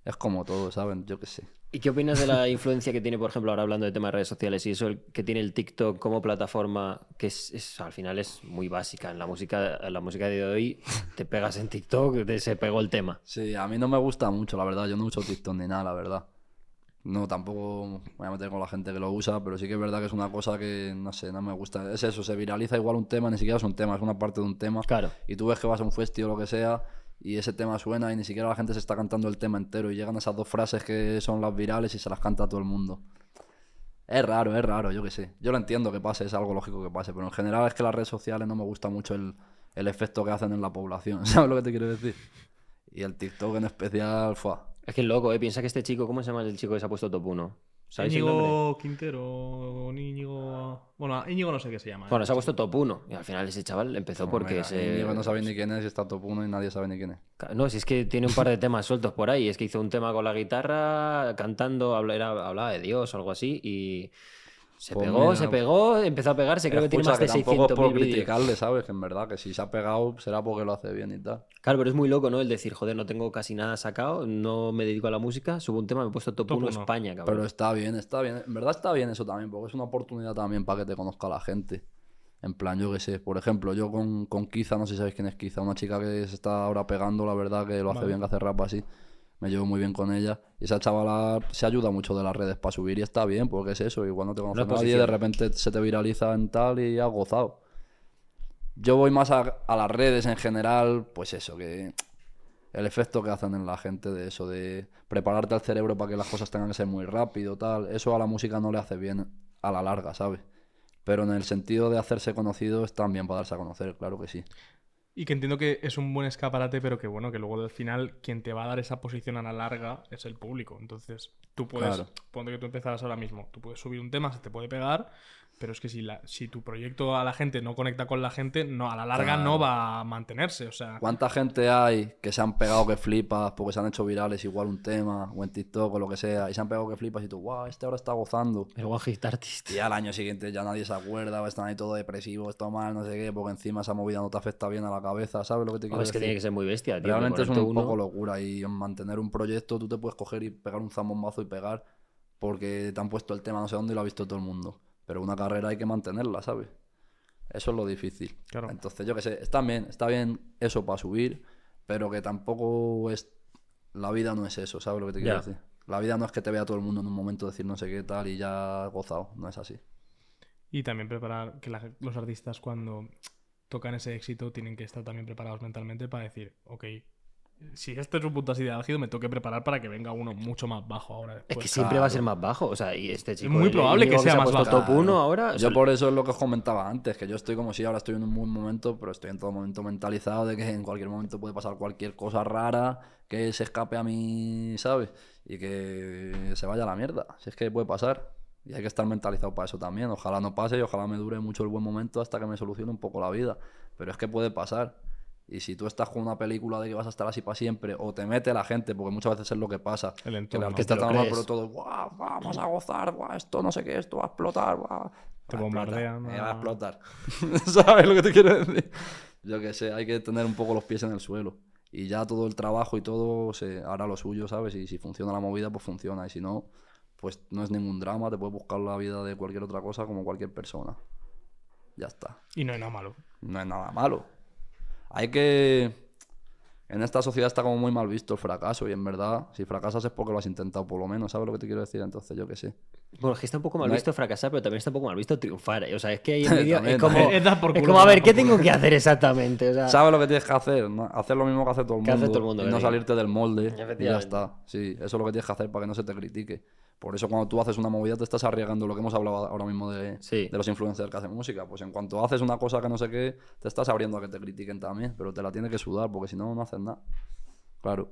[SPEAKER 1] es como todo, ¿saben? Yo qué sé.
[SPEAKER 2] ¿Y qué opinas de la influencia que tiene, por ejemplo, ahora hablando de temas de redes sociales y eso, el que tiene el TikTok como plataforma, que es, es- al final es muy básica en la música, en la música de hoy, te pegas en TikTok, te- se pegó el tema.
[SPEAKER 1] Sí, a mí no me gusta mucho, la verdad. Yo no uso TikTok ni nada, la verdad. No, tampoco me voy a meter con la gente que lo usa, pero sí que es verdad que es una cosa que, no sé, no me gusta. Es eso, se viraliza igual un tema, ni siquiera es un tema, es una parte de un tema.
[SPEAKER 2] Claro.
[SPEAKER 1] Y tú ves que vas a un festival o lo que sea y ese tema suena y ni siquiera la gente se está cantando el tema entero y llegan esas dos frases que son las virales y se las canta a todo el mundo. Es raro, es raro, yo qué sé. Yo lo entiendo que pase, es algo lógico que pase, pero en general es que las redes sociales no me gusta mucho el, el efecto que hacen en la población. ¿Sabes lo que te quiero decir? Y el TikTok en especial, fua.
[SPEAKER 2] Es que es loco, ¿eh? Piensa que este chico, ¿cómo se llama el chico que se ha puesto top 1? ¿Sabéis el nombre?
[SPEAKER 3] Íñigo Quintero, Íñigo... Bueno, Íñigo no sé qué se llama. ¿eh?
[SPEAKER 2] Bueno, se ha puesto top 1 y al final ese chaval empezó porque
[SPEAKER 1] Mira,
[SPEAKER 2] se...
[SPEAKER 1] Íñigo no sabe ni quién es y está top uno y nadie sabe ni quién es.
[SPEAKER 2] Ca- No, si es que tiene un par de temas sueltos por ahí. Es que hizo un tema con la guitarra, cantando, habla- era- hablaba de Dios o algo así, y se
[SPEAKER 1] Pues
[SPEAKER 2] pegó,
[SPEAKER 1] mira.
[SPEAKER 2] se pegó, empezó a pegarse. Creo que tiene
[SPEAKER 1] Escucha,
[SPEAKER 2] más de
[SPEAKER 1] tampoco es
[SPEAKER 2] 600
[SPEAKER 1] por
[SPEAKER 2] vídeos.
[SPEAKER 1] criticarle, ¿sabes? Que en verdad que si se ha pegado será porque lo hace bien y tal.
[SPEAKER 2] Claro, pero es muy loco, ¿no? El decir, joder, no tengo casi nada sacado, no me dedico a la música, subo un tema, me he puesto top
[SPEAKER 3] Top
[SPEAKER 2] 1
[SPEAKER 3] uno.
[SPEAKER 2] España, cabrón.
[SPEAKER 1] Pero está bien, está bien. En verdad está bien eso también, porque es una oportunidad también para que te conozca la gente. En plan, yo qué sé. Por ejemplo, yo con, con Kiza, no sé si sabéis quién es Kiza, una chica que se está ahora pegando, la verdad, que lo hace
[SPEAKER 3] Vale.
[SPEAKER 1] bien, que hace rap así. Me llevo muy bien con ella. Y esa chavala se ayuda mucho de las redes para subir y está bien, porque es eso. Igual no te conoce
[SPEAKER 2] Una
[SPEAKER 1] nadie, de
[SPEAKER 2] exposición.
[SPEAKER 1] repente se te viraliza en tal y has gozado. Yo voy más a, a las redes en general, pues eso, que el efecto que hacen en la gente de eso, de prepararte al cerebro para que las cosas tengan que ser muy rápido, tal, eso a la música no le hace bien a la larga, ¿sabes? Pero en el sentido de hacerse conocidos, también para darse a conocer, claro que sí.
[SPEAKER 3] Y que entiendo que es un buen escaparate, pero que bueno, que luego al final quien te va a dar esa posición a la larga es el público. Entonces, tú puedes,
[SPEAKER 1] Claro.
[SPEAKER 3] ponte que tú empezaras ahora mismo, tú puedes subir un tema, se te puede pegar, pero es que si, la, si tu proyecto a la gente no conecta con la gente, no, a la larga
[SPEAKER 1] Claro.
[SPEAKER 3] no va a mantenerse. O sea,
[SPEAKER 1] ¿Cuánta gente hay que se han pegado que flipas porque se han hecho virales igual un tema o en TikTok o lo que sea y se han pegado que flipas y tú, guau, este ahora está gozando?
[SPEAKER 2] El One Hit Artist.
[SPEAKER 1] Y al año siguiente ya nadie se acuerda, o están ahí todo depresivo, esto mal, no sé qué, porque encima esa movida no te afecta bien a la cabeza, ¿sabes lo que te quiero
[SPEAKER 2] Hombre, es que
[SPEAKER 1] decir?
[SPEAKER 2] tiene que ser muy bestia, tío.
[SPEAKER 1] Realmente es un
[SPEAKER 2] proponerte uno-
[SPEAKER 1] poco locura y en mantener un proyecto tú te puedes coger y pegar un zambombazo y pegar porque te han puesto el tema no sé dónde y lo ha visto todo el mundo. Pero una carrera hay que mantenerla, ¿sabes? Eso es lo difícil.
[SPEAKER 3] Claro.
[SPEAKER 1] Entonces, yo qué sé, está bien, está bien eso para subir, pero que tampoco es... La vida no es eso, ¿sabes lo que te quiero
[SPEAKER 2] Ya.
[SPEAKER 1] decir? La vida no es que te vea todo el mundo en un momento decir no sé qué tal y ya has gozado, no es así.
[SPEAKER 3] y también preparar que la- los artistas cuando tocan ese éxito tienen que estar también preparados mentalmente para decir, ok, si este es un punto así de álgido, me tengo que preparar para que venga uno mucho más bajo ahora.
[SPEAKER 2] Es
[SPEAKER 3] después.
[SPEAKER 2] que siempre va a
[SPEAKER 1] claro.
[SPEAKER 2] ser más bajo. O sea, y este chico.
[SPEAKER 3] muy
[SPEAKER 2] el- el
[SPEAKER 3] probable que
[SPEAKER 2] Íñigo
[SPEAKER 3] sea
[SPEAKER 2] se ha
[SPEAKER 3] más
[SPEAKER 2] puesto
[SPEAKER 3] bajo.
[SPEAKER 2] top 1 ahora. o sea,
[SPEAKER 1] Yo por eso es lo que os comentaba antes, que yo estoy como si ahora estoy en un buen momento, pero estoy en todo momento mentalizado de que en cualquier momento puede pasar cualquier cosa rara que se escape a mí, ¿sabes? Y que se vaya a la mierda. Si es que puede pasar. Y hay que estar mentalizado para eso también. Ojalá no pase y ojalá me dure mucho el buen momento hasta que me solucione un poco la vida. Pero es que puede pasar. Y si tú estás con una película de que vas a estar así para siempre, o te mete la gente, porque muchas veces es lo que pasa,
[SPEAKER 3] El
[SPEAKER 1] que la
[SPEAKER 3] entorno.
[SPEAKER 1] orquesta
[SPEAKER 2] Te
[SPEAKER 1] está
[SPEAKER 2] lo
[SPEAKER 1] normal,
[SPEAKER 2] crees.
[SPEAKER 1] pero todo, guau, vamos a gozar, guau, esto no sé qué, esto va a explotar, guau.
[SPEAKER 3] Te
[SPEAKER 1] Va a
[SPEAKER 3] bombardean,
[SPEAKER 1] explotar, eh,
[SPEAKER 3] ah.
[SPEAKER 1] Va a explotar. ¿Sabes lo que te quiero decir? Yo que sé, hay que tener un poco los pies en el suelo. Y ya todo el trabajo y todo se hará lo suyo, ¿sabes? Y si funciona la movida, pues funciona. Y si no, pues no es ningún drama, te puedes buscar la vida de cualquier otra cosa como cualquier persona. Ya está
[SPEAKER 3] Y no es nada malo.
[SPEAKER 1] no es nada malo. Hay que... En esta sociedad está como muy mal visto el fracaso y en verdad, si fracasas es porque lo has intentado por lo menos, ¿sabes lo que te quiero decir? Entonces yo qué sé.
[SPEAKER 2] Bueno, es que está un poco mal
[SPEAKER 1] No hay-
[SPEAKER 2] visto fracasar, pero también está un poco mal visto triunfar. ¿eh? O sea, es que ahí en medio
[SPEAKER 1] También,
[SPEAKER 2] es como,
[SPEAKER 1] también.
[SPEAKER 3] Es dar por
[SPEAKER 2] es
[SPEAKER 3] culo,
[SPEAKER 2] como, a
[SPEAKER 3] dar
[SPEAKER 2] ver,
[SPEAKER 3] por
[SPEAKER 2] ¿qué
[SPEAKER 3] culo.
[SPEAKER 2] tengo que hacer exactamente? O sea,
[SPEAKER 1] ¿Sabes lo que tienes que hacer? ¿no? Hacer lo mismo que hace todo el
[SPEAKER 2] Que
[SPEAKER 1] mundo.
[SPEAKER 2] hace todo el mundo,
[SPEAKER 1] y no
[SPEAKER 2] que
[SPEAKER 1] salirte del molde. Y ya
[SPEAKER 2] Efectivamente.
[SPEAKER 1] está. Sí, eso es lo que tienes que hacer para que no se te critique. Por eso cuando tú haces una movida te estás arriesgando lo que hemos hablado ahora mismo de,
[SPEAKER 2] Sí.
[SPEAKER 1] de los influencers que hacen música. Pues en cuanto haces una cosa que no sé qué, te estás abriendo a que te critiquen también, pero te la tienes que sudar porque si no, no haces nada. Claro.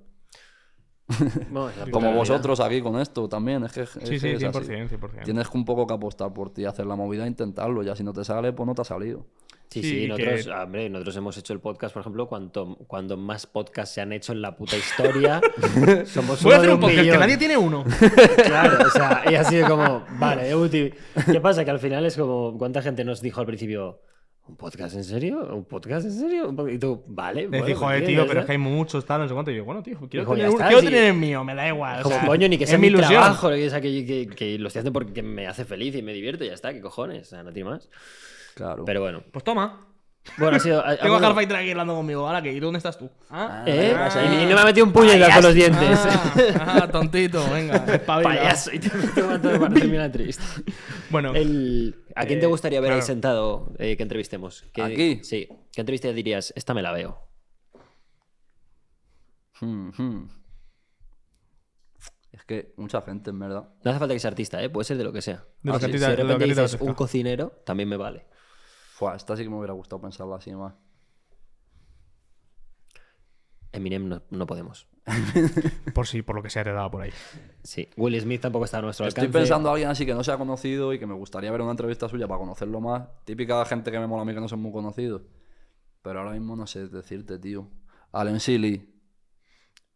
[SPEAKER 2] bueno, es la puta
[SPEAKER 1] Como
[SPEAKER 2] realidad.
[SPEAKER 1] vosotros aquí con esto también. Es que, es
[SPEAKER 3] Sí,
[SPEAKER 1] que
[SPEAKER 3] sí,
[SPEAKER 1] es así.
[SPEAKER 3] 100%, 100%.
[SPEAKER 1] Tienes que un poco que apostar por ti, hacer la movida, intentarlo. Ya si no te sale, pues no te ha salido.
[SPEAKER 2] Sí,
[SPEAKER 3] Sí,
[SPEAKER 2] sí,
[SPEAKER 3] y
[SPEAKER 2] nosotros,
[SPEAKER 3] que-
[SPEAKER 2] hombre, nosotros hemos hecho el podcast, por ejemplo, cuanto, cuando más podcasts se han hecho en la puta historia, somos
[SPEAKER 3] Voy
[SPEAKER 2] uno
[SPEAKER 3] a hacer
[SPEAKER 2] de
[SPEAKER 3] un podcast, que
[SPEAKER 2] millón.
[SPEAKER 3] nadie tiene uno.
[SPEAKER 2] Claro, o sea, y ha sido como, vale, EUTV. ¿Qué pasa? Que al final es como, ¿cuánta gente nos dijo al principio, ¿un podcast en serio? ¿Un podcast en serio? Un po-". Y tú, vale.
[SPEAKER 3] Me
[SPEAKER 2] bueno,
[SPEAKER 3] dijo,
[SPEAKER 2] pues
[SPEAKER 3] eh,
[SPEAKER 2] bien,
[SPEAKER 3] tío,
[SPEAKER 2] ya
[SPEAKER 3] pero es
[SPEAKER 2] está".
[SPEAKER 3] que hay muchos, tal, no sé cuánto. Y yo, bueno, tío, quiero
[SPEAKER 2] Dijo, ya
[SPEAKER 3] tener, un-
[SPEAKER 2] está,
[SPEAKER 3] quiero
[SPEAKER 2] sí.
[SPEAKER 3] tener el mío, me da igual. o
[SPEAKER 2] Como,
[SPEAKER 3] sea,
[SPEAKER 2] coño, ni que sea
[SPEAKER 3] es
[SPEAKER 2] mi,
[SPEAKER 3] ilusión.
[SPEAKER 2] trabajo, que, sea, que, que- que lo estoy haciendo porque me hace feliz y me divierto y ya está, ¿qué cojones? O sea, no tiene más.
[SPEAKER 1] Claro.
[SPEAKER 2] Pero bueno.
[SPEAKER 3] Pues toma.
[SPEAKER 2] Bueno, ha sido... ha-
[SPEAKER 3] Tengo a
[SPEAKER 2] bueno,
[SPEAKER 3] Half-Fighter aquí hablando conmigo. Ahora que, ¿y dónde estás tú? Ah,
[SPEAKER 2] ¿eh?
[SPEAKER 1] Ah,
[SPEAKER 2] Y, y no me ha metido un puñetazo con los dientes.
[SPEAKER 3] ah, ah, tontito, venga. espabila.
[SPEAKER 2] Payaso, y te meto un mato para terminar triste.
[SPEAKER 3] Bueno,
[SPEAKER 2] El- ¿A quién te
[SPEAKER 3] Eh,
[SPEAKER 2] gustaría ver ahí
[SPEAKER 3] claro.
[SPEAKER 2] sentado eh, que entrevistemos? ¿Qué-
[SPEAKER 1] ¿Aquí?
[SPEAKER 2] Sí. ¿Qué entrevista dirías? Esta me la veo.
[SPEAKER 1] Hmm, hmm. Es que mucha gente, en verdad.
[SPEAKER 2] No hace falta que sea artista, ¿eh? Puede ser de lo que sea.
[SPEAKER 3] De lo
[SPEAKER 2] Ah,
[SPEAKER 3] que a
[SPEAKER 2] si-
[SPEAKER 3] ti te-
[SPEAKER 2] si
[SPEAKER 3] de
[SPEAKER 2] de
[SPEAKER 3] lo que
[SPEAKER 2] repente
[SPEAKER 3] a ti te
[SPEAKER 2] dices
[SPEAKER 3] apetezca.
[SPEAKER 2] un cocinero, también me vale.
[SPEAKER 1] Fua, esta sí que me hubiera gustado pensarla así más.
[SPEAKER 2] Eminem no, no podemos.
[SPEAKER 3] por si, por lo que sea, te daba por ahí.
[SPEAKER 2] Sí. Will Smith tampoco está a nuestro
[SPEAKER 1] Estoy
[SPEAKER 2] alcance.
[SPEAKER 1] pensando a alguien así que no sea conocido y que me gustaría ver una entrevista suya para conocerlo más. Típica gente que me mola a mí que no son muy conocidos. Pero ahora mismo no sé decirte, tío. Al MC Lee,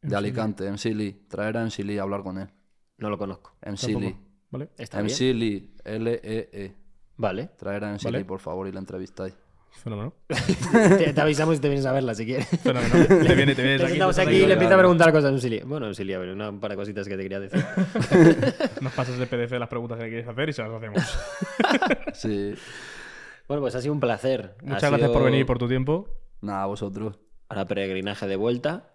[SPEAKER 1] de Alicante, MC Lee. Traer a MC Lee a hablar con él.
[SPEAKER 2] No lo conozco.
[SPEAKER 1] MC
[SPEAKER 3] Tampoco.
[SPEAKER 1] Lee.
[SPEAKER 3] ¿Vale?
[SPEAKER 2] Está bien.
[SPEAKER 1] MC Lee, L-E-E.
[SPEAKER 2] Vale.
[SPEAKER 1] Traer a MC
[SPEAKER 3] Vale.
[SPEAKER 1] Lee, por favor, y la entrevistáis.
[SPEAKER 3] Fenómeno.
[SPEAKER 2] Te, te avisamos y te vienes a verla si quieres.
[SPEAKER 3] Fenómeno. Te viene, te vienes
[SPEAKER 2] Te sentamos Pues
[SPEAKER 3] aquí. te
[SPEAKER 2] aquí y
[SPEAKER 3] sentamos
[SPEAKER 2] le
[SPEAKER 1] claro.
[SPEAKER 2] empieza a preguntar cosas a Unsili. Bueno, Unsili, a ver, una, un par de cositas que te quería decir.
[SPEAKER 3] aquí. Nos pasas el PDF de las preguntas que le quieres hacer y se las hacemos.
[SPEAKER 1] Sí.
[SPEAKER 2] Bueno, pues ha sido un placer. Ha
[SPEAKER 3] Muchas gracias por
[SPEAKER 2] sido-
[SPEAKER 3] venir y por tu tiempo.
[SPEAKER 1] Nada, vosotros.
[SPEAKER 2] Ahora peregrinaje de vuelta.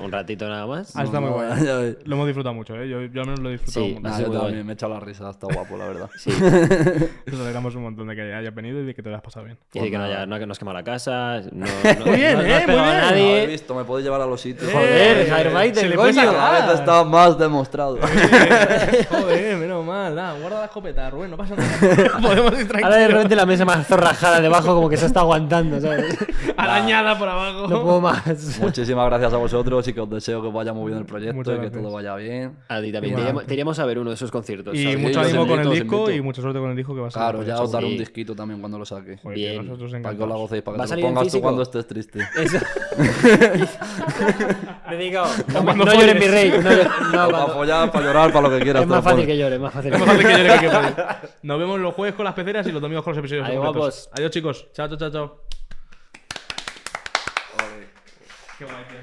[SPEAKER 2] un ratito nada más.
[SPEAKER 3] Ah, está muy guay.
[SPEAKER 1] ya ves.
[SPEAKER 3] Lo hemos disfrutado mucho, ¿eh? Yo, yo al menos lo he disfrutado
[SPEAKER 2] Sí,
[SPEAKER 3] un montón.
[SPEAKER 1] Nah,
[SPEAKER 2] Sí,
[SPEAKER 1] yo
[SPEAKER 2] muy
[SPEAKER 1] también
[SPEAKER 2] guay.
[SPEAKER 1] me he echado la risa, está guapo, la verdad.
[SPEAKER 3] Nos alegramos un montón de que hayas venido y de que te lo hayas pasado bien.
[SPEAKER 2] Y de que no, haya, no, que no has quemado la casa. No, no,
[SPEAKER 3] Muy bien,
[SPEAKER 2] no- no
[SPEAKER 3] ¿eh?
[SPEAKER 2] has
[SPEAKER 3] Muy
[SPEAKER 2] pegado a
[SPEAKER 3] bien.
[SPEAKER 1] Habéis
[SPEAKER 2] nadie.
[SPEAKER 1] visto, me podéis llevar a los sitios.
[SPEAKER 2] Joder,
[SPEAKER 3] Eh,
[SPEAKER 2] Firefighter,
[SPEAKER 3] se le
[SPEAKER 2] coño.
[SPEAKER 3] pasa la-
[SPEAKER 1] Cada vez está más demostrado.
[SPEAKER 3] Joder, menos mal. nada, guarda la escopeta, Rubén, no pasa nada. Podemos ir
[SPEAKER 2] Ahora de
[SPEAKER 3] tranquilos.
[SPEAKER 2] repente la mesa más zorrajada debajo, como que se está aguantando, ¿sabes?
[SPEAKER 3] Arañada por abajo.
[SPEAKER 2] No puedo más.
[SPEAKER 1] Muchísimas gracias a vosotros y que os deseo que os vaya muy bien el proyecto
[SPEAKER 3] Muchas
[SPEAKER 1] y que
[SPEAKER 3] gracias.
[SPEAKER 1] todo vaya bien.
[SPEAKER 2] A ti también.
[SPEAKER 3] Igualmente.
[SPEAKER 2] Te iríamos- te iríamos a ver uno de esos conciertos.
[SPEAKER 3] Y
[SPEAKER 2] ¿sabes?
[SPEAKER 1] yo
[SPEAKER 3] mucho
[SPEAKER 1] os
[SPEAKER 3] ánimo con
[SPEAKER 1] invito,
[SPEAKER 3] el
[SPEAKER 1] os
[SPEAKER 3] disco
[SPEAKER 1] invito.
[SPEAKER 3] y mucha suerte con el disco que va a ser.
[SPEAKER 1] Claro, ya os daré
[SPEAKER 2] Sí.
[SPEAKER 1] un disquito también cuando lo saque.
[SPEAKER 3] Joder,
[SPEAKER 2] Bien.
[SPEAKER 3] tío, nosotros
[SPEAKER 1] Para que os lo
[SPEAKER 3] encantados.
[SPEAKER 1] gocéis, para
[SPEAKER 2] ¿Va
[SPEAKER 1] que
[SPEAKER 2] a
[SPEAKER 1] te
[SPEAKER 2] salir
[SPEAKER 1] lo
[SPEAKER 2] en
[SPEAKER 1] pongas tú
[SPEAKER 2] físico?
[SPEAKER 1] cuando estés triste.
[SPEAKER 2] Eso. Le digo, no,
[SPEAKER 3] Cuando
[SPEAKER 2] no llores,
[SPEAKER 3] folles.
[SPEAKER 2] mi rey. No, llor- no,
[SPEAKER 1] Para
[SPEAKER 2] cuando-
[SPEAKER 1] follar, para llorar, para lo que quieras.
[SPEAKER 2] Es
[SPEAKER 1] te lo
[SPEAKER 2] más fácil
[SPEAKER 1] pones.
[SPEAKER 2] que llore, más fácil. que
[SPEAKER 3] Es
[SPEAKER 2] llore.
[SPEAKER 3] más fácil que llore que que llore. Nos vemos los jueves con las peceras y los domingos con los episodios.
[SPEAKER 2] Adiós,
[SPEAKER 3] completos.
[SPEAKER 2] guapos.
[SPEAKER 3] Adiós, chicos. Chao, chao, chao, chao. Qué guay, tío.